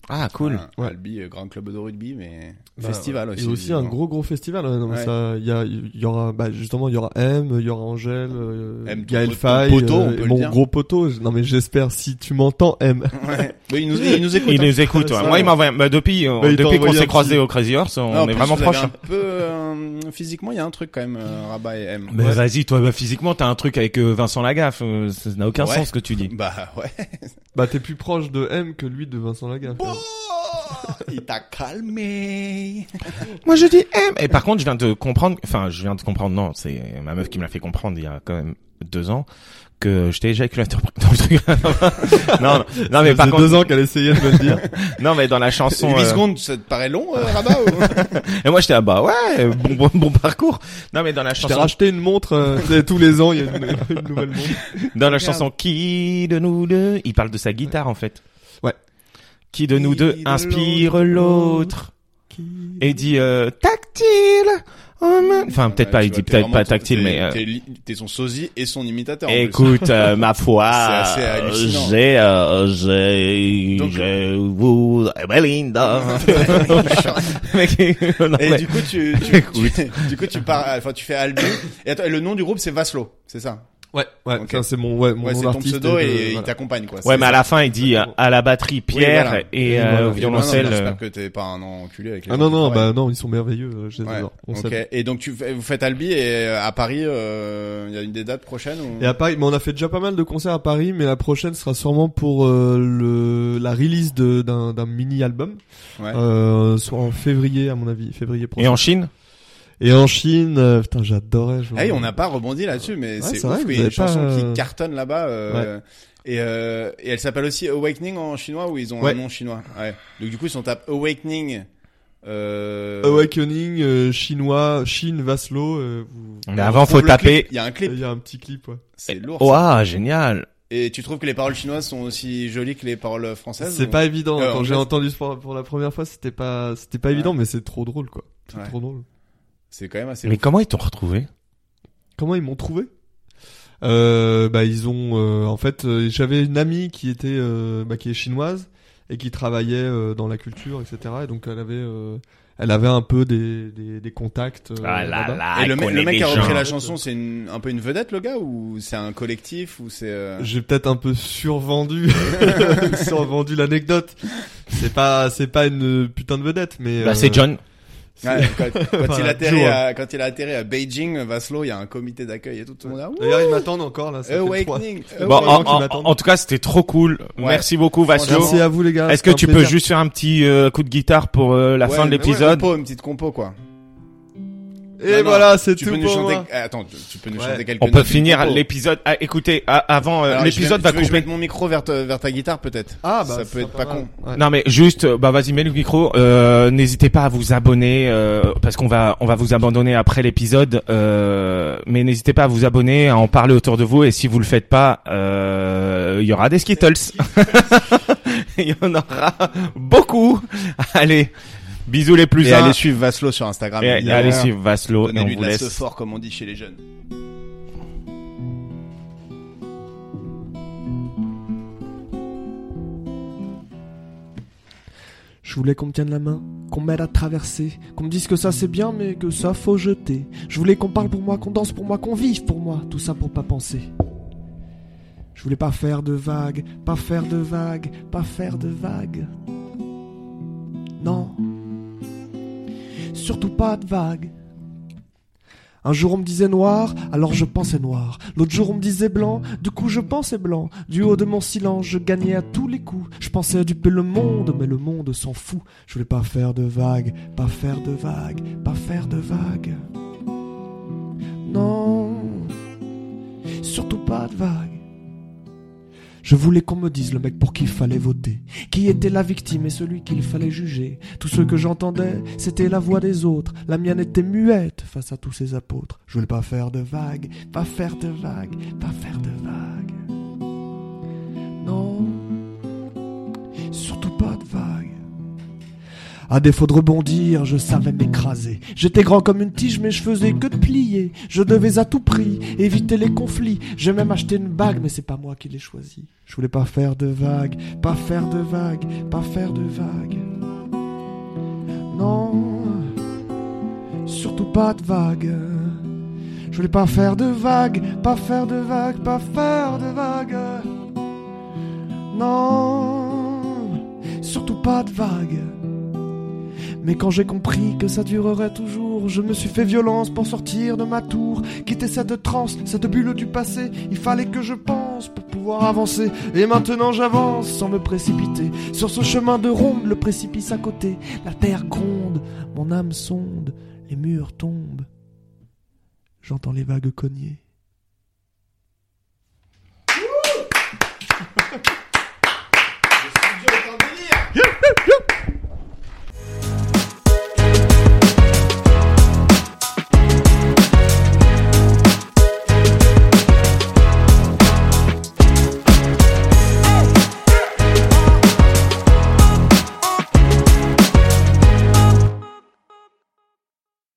Speaker 2: Ah cool.
Speaker 3: Un-
Speaker 5: Ouais.
Speaker 3: Albi, euh, grand club de rugby, mais
Speaker 5: Bah,
Speaker 3: festival aussi.
Speaker 5: Et aussi un
Speaker 3: visiblement.
Speaker 5: gros gros festival. ouais, non, mais
Speaker 3: Ouais.
Speaker 5: ça, il y, a- il y aura, bah, justement, il y aura M, il y aura Angèle, euh,
Speaker 3: M, ton
Speaker 5: Gaël
Speaker 3: pot- ton
Speaker 5: Faye,
Speaker 3: poteau, on
Speaker 5: et
Speaker 3: peut le
Speaker 5: mon
Speaker 3: dire.
Speaker 5: gros poteau. je- Non mais j'espère si tu m'entends M.
Speaker 3: Ouais. Mais il nous, il nous
Speaker 2: (laughs)
Speaker 3: écoute.
Speaker 2: Il
Speaker 3: hein.
Speaker 2: nous écoute. ouais.
Speaker 3: Ça,
Speaker 2: Moi, il
Speaker 3: ouais.
Speaker 2: m'a envoyé. bah, depuis, euh,
Speaker 5: Bah, il t'a
Speaker 2: depuis qu'on
Speaker 5: envoyé un
Speaker 2: s'est
Speaker 5: petit-
Speaker 2: croisés au Crazy Horse, on
Speaker 3: Ah, en
Speaker 2: est
Speaker 3: plus,
Speaker 2: vraiment
Speaker 3: vous avez
Speaker 2: proches. hein.
Speaker 3: Un peu euh, physiquement, il y a un truc quand même, euh, Rabat et M.
Speaker 2: Mais vas-y, toi, bah, physiquement, t'as un truc avec euh, Vincent Lagaffe. euh, Ça n'a aucun
Speaker 3: Ouais.
Speaker 2: sens ce que tu dis.
Speaker 3: Bah ouais. (laughs)
Speaker 5: Bah t'es plus proche de M que lui de Vincent Lagaffe.
Speaker 3: Oh, il t'a calmé.
Speaker 2: Moi, je dis M. Et par contre, je viens de comprendre. Enfin, je viens de comprendre. Non, c'est ma meuf qui me l'a fait comprendre il y a quand même deux ans que j'étais éjaculateur. Dans le truc. (laughs) non, non, non, mais
Speaker 5: Ça
Speaker 2: par
Speaker 5: faisait
Speaker 2: contre,
Speaker 5: deux ans qu'elle essayait de me le dire.
Speaker 2: (laughs) non, mais dans la chanson.
Speaker 3: 8
Speaker 2: euh,
Speaker 3: secondes, ça te paraît long, euh, Rabat ou...
Speaker 2: Et moi, j'étais ah bah ouais, bon, bon, bon parcours. Non, mais dans la
Speaker 5: Je t'ai
Speaker 2: chanson,
Speaker 5: racheté une montre euh, tu sais, tous les ans, il y a une, (laughs) une nouvelle montre.
Speaker 2: Dans la
Speaker 3: Regarde.
Speaker 2: chanson Qui de nous deux Il parle de sa guitare en fait.
Speaker 5: Ouais.
Speaker 2: Qui de nous
Speaker 3: Qui
Speaker 2: deux
Speaker 3: de
Speaker 2: inspire l'autre
Speaker 5: l'autre
Speaker 2: et dit euh, tactile. oh ma- Enfin peut-être
Speaker 3: Ouais,
Speaker 2: pas,
Speaker 3: tu
Speaker 2: il
Speaker 3: vois,
Speaker 2: dit
Speaker 3: t'es
Speaker 2: peut-être
Speaker 3: vraiment
Speaker 2: pas
Speaker 3: son-
Speaker 2: tactile,
Speaker 3: t'es-
Speaker 2: mais euh,
Speaker 3: t'es li- t'es son sosie et son imitateur. en plus.
Speaker 2: écoute euh,
Speaker 3: (laughs)
Speaker 2: ma foi,
Speaker 3: C'est assez
Speaker 2: euh,
Speaker 3: hallucinant.
Speaker 2: j'ai euh, j'ai
Speaker 3: Donc- euh,
Speaker 2: j'ai vous Belinda.
Speaker 5: Ah.
Speaker 3: (laughs)
Speaker 2: Mec, non,
Speaker 3: Et
Speaker 2: mais-
Speaker 3: du coup, tu, tu- tu- du coup, tu pars, enfin, tu fais Albi. Et attends, et le nom du groupe, c'est Vaslo, c'est ça?
Speaker 5: Ouais, ouais,
Speaker 3: Ok.
Speaker 5: ça, c'est mon, ouais, mon
Speaker 3: ouais,
Speaker 5: nom
Speaker 3: c'est ton
Speaker 5: d'artiste
Speaker 3: pseudo
Speaker 5: et
Speaker 3: et,
Speaker 5: de-
Speaker 3: il
Speaker 5: voilà.
Speaker 3: t'accompagne, quoi.
Speaker 2: Ouais,
Speaker 3: C'est
Speaker 2: mais à
Speaker 3: ça.
Speaker 2: la fin il dit euh, à la batterie Pierre
Speaker 3: voilà.
Speaker 2: et
Speaker 5: Et
Speaker 2: euh,
Speaker 5: voilà.
Speaker 2: au
Speaker 5: Et
Speaker 3: Non, non,
Speaker 2: violoncelle.
Speaker 3: mais J'espère
Speaker 2: euh,
Speaker 3: que t'es pas un nom enculé avec les
Speaker 5: Ah
Speaker 3: gens
Speaker 5: non,
Speaker 3: qui
Speaker 5: non,
Speaker 3: travaillent.
Speaker 5: bah non, ils sont merveilleux, euh, je les
Speaker 3: Ouais,
Speaker 5: adore. On
Speaker 3: ok.
Speaker 5: s'aime.
Speaker 3: Et donc, tu, fais- vous faites Albi et euh, à Paris, euh, il y a une des dates prochaines ou...
Speaker 5: Et à Paris, mais on a fait déjà pas mal de concerts à Paris, mais la prochaine sera sûrement pour euh, le, la release de- d'un d'un mini-album,
Speaker 3: Ouais.
Speaker 5: euh, soit en février à mon avis, février prochain.
Speaker 2: Et en Chine
Speaker 5: Et en Chine, euh, putain j'adorais. je-
Speaker 3: Hey, Ah on n'a pas rebondi là-dessus, mais c'est
Speaker 5: c'est
Speaker 3: ouf.
Speaker 5: vrai,
Speaker 3: il
Speaker 5: vous
Speaker 3: y a une
Speaker 5: avez pas,
Speaker 3: chanson qui
Speaker 5: euh,
Speaker 3: cartonne là-bas. euh, Et, euh, et elle s'appelle aussi Awakening en chinois ou ils ont un
Speaker 5: Ouais.
Speaker 3: nom chinois. Ouais. Donc du coup, si on tape Awakening, euh,
Speaker 5: Awakening, euh, chinois, Chine, Vaslo. euh, vous-
Speaker 2: Mais avant
Speaker 3: on trouve
Speaker 2: faut
Speaker 3: le clip.
Speaker 2: taper.
Speaker 3: Il y a un
Speaker 5: Il
Speaker 3: clip.
Speaker 5: y a un petit clip. Ouais.
Speaker 3: C'est lourd. ça.
Speaker 2: Waouh, génial.
Speaker 3: Et tu trouves que les paroles chinoises sont aussi jolies que les paroles françaises
Speaker 5: C'est
Speaker 3: ou-
Speaker 5: pas évident.
Speaker 3: Euh, en
Speaker 5: Quand j'ai
Speaker 3: fait-
Speaker 5: entendu ce pour, pour la première fois, c'était pas, c'était pas
Speaker 3: Ouais.
Speaker 5: évident, mais c'est trop drôle quoi. C'est
Speaker 3: Ouais.
Speaker 5: trop drôle.
Speaker 3: C'est quand même assez.
Speaker 2: Mais comment ils t'ont retrouvé
Speaker 5: Comment ils m'ont trouvé euh, Bah ils ont, euh, en fait, euh, j'avais une amie qui était, euh, bah, qui est chinoise et qui travaillait euh, dans la culture, etc. Et donc elle avait, euh, elle avait un peu des, des, des contacts. euh, là-bas.
Speaker 2: Ah là,
Speaker 3: Ah, et le, me- le mec qui a
Speaker 5: gens.
Speaker 3: repris la chanson, c'est une- un peu une vedette le gars ou c'est un collectif ou c'est euh,
Speaker 5: J'ai peut-être un
Speaker 3: (laughs)
Speaker 5: peu survendu, (laughs) survendu l'anecdote. C'est pas, c'est pas une putain de vedette, mais. euh,
Speaker 2: Bah, c'est John.
Speaker 5: c'est-
Speaker 3: ouais, quand,
Speaker 5: (laughs)
Speaker 3: quand
Speaker 5: Enfin,
Speaker 3: il atterrit
Speaker 5: Joe. hein.
Speaker 3: à, quand il a atterri à Beijing, Vaslo, il y a un comité d'accueil et tout, tout le monde ah a,
Speaker 5: D'ailleurs, ils m'attendent encore là.
Speaker 3: Euh,
Speaker 5: ça fait trois-
Speaker 3: Awakening.
Speaker 5: Bon,
Speaker 2: Bon,
Speaker 5: Ouais,
Speaker 2: en,
Speaker 5: qui
Speaker 2: en-
Speaker 5: m'attendent.
Speaker 2: en tout cas, c'était trop cool.
Speaker 3: Ouais.
Speaker 2: Merci beaucoup, Vaslo.
Speaker 5: Merci à vous les gars.
Speaker 2: Est-ce que
Speaker 5: c'était
Speaker 2: tu
Speaker 5: un
Speaker 2: peux
Speaker 5: plaisir.
Speaker 2: juste faire un petit euh, coup de guitare pour euh, la
Speaker 3: Ouais,
Speaker 2: fin de
Speaker 3: mais ouais,
Speaker 2: l'épisode
Speaker 3: compo, une petite compo quoi.
Speaker 5: Et
Speaker 3: Non, non,
Speaker 5: voilà, c'est
Speaker 3: Tu
Speaker 5: tout
Speaker 3: peux
Speaker 5: pour
Speaker 3: nous chanter.
Speaker 5: moi.
Speaker 3: eh, Attends, tu, tu peux nous
Speaker 5: Ouais.
Speaker 3: chanter quelques.
Speaker 2: On peut
Speaker 3: notes d'une
Speaker 2: finir
Speaker 3: compo.
Speaker 2: l'épisode. Ah, écoutez, ah, avant, euh,
Speaker 3: Alors, je
Speaker 2: l'épisode va
Speaker 3: vais-
Speaker 2: bah,
Speaker 3: tu veux que Je vais
Speaker 2: couper.
Speaker 3: mettre mon micro vers, te- vers ta guitare peut-être.
Speaker 5: Ah
Speaker 3: bah, ça peut
Speaker 5: c'est
Speaker 3: être pas
Speaker 5: mal. Ouais.
Speaker 2: Non mais juste, euh, bah vas-y, mets le micro. Euh, N'hésitez pas à vous abonner euh, parce qu'on va, on va vous abandonner après l'épisode. Euh, mais n'hésitez pas à vous abonner, à en parler autour de vous. Et si vous le faites pas, euh, il y aura des skittles. (laughs) Il y en aura beaucoup. Allez, bisous les plus
Speaker 3: Et
Speaker 2: uns.
Speaker 3: allez suivre Vaslo sur Instagram.
Speaker 2: Et allez,
Speaker 3: évidemment.
Speaker 2: suivre Vaslo. Et on
Speaker 3: Donnez-lui
Speaker 2: vous
Speaker 3: de la
Speaker 2: laisse.
Speaker 3: ce fort comme on dit chez les jeunes.
Speaker 5: Je voulais qu'on me tienne la main, qu'on m'aide à traverser, qu'on me dise que ça c'est bien mais que ça faut jeter. Je voulais qu'on parle pour moi, qu'on danse pour moi, qu'on vive pour moi, tout ça pour pas penser. Je voulais pas faire de vagues, pas faire de vagues, pas faire de vagues. Non. Surtout pas de vagues. Un jour on me disait noir, alors je pensais noir. L'autre jour on me disait blanc, du coup je pensais blanc. Du haut de mon silence, je gagnais à tous les coups. Je pensais à duper le monde, mais le monde s'en fout. Je voulais pas faire de vagues, pas faire de vagues, pas faire de vagues. Non, surtout pas de vagues. Je voulais qu'on me dise le mec pour qui fallait voter, qui était la victime et celui qu'il fallait juger. Tout ce que j'entendais, c'était la voix des autres. La mienne était muette face à tous ces apôtres. Je voulais pas faire de vagues, pas faire de vagues, pas faire de vagues. Non, surtout pas de vagues. À défaut de rebondir, je savais m'écraser. J'étais grand comme une tige, mais je faisais que de plier. Je devais à tout prix éviter les conflits. J'ai même acheté une bague, mais c'est pas moi qui l'ai choisie. Je voulais pas faire de vagues, pas faire de vagues, pas faire de vagues. Non, surtout pas de vagues. Je voulais pas faire de vagues, pas faire de vagues, pas faire de vagues. Non, surtout pas de vagues. Mais quand j'ai compris que ça durerait toujours, je me suis fait violence pour sortir de ma tour, quitter cette transe, cette bulle du passé. Il fallait que je pense pour pouvoir avancer. Et maintenant j'avance sans me précipiter. Sur ce chemin de ronde, le précipice à côté. La terre gronde, mon âme sonde, les murs tombent. J'entends les vagues cogner.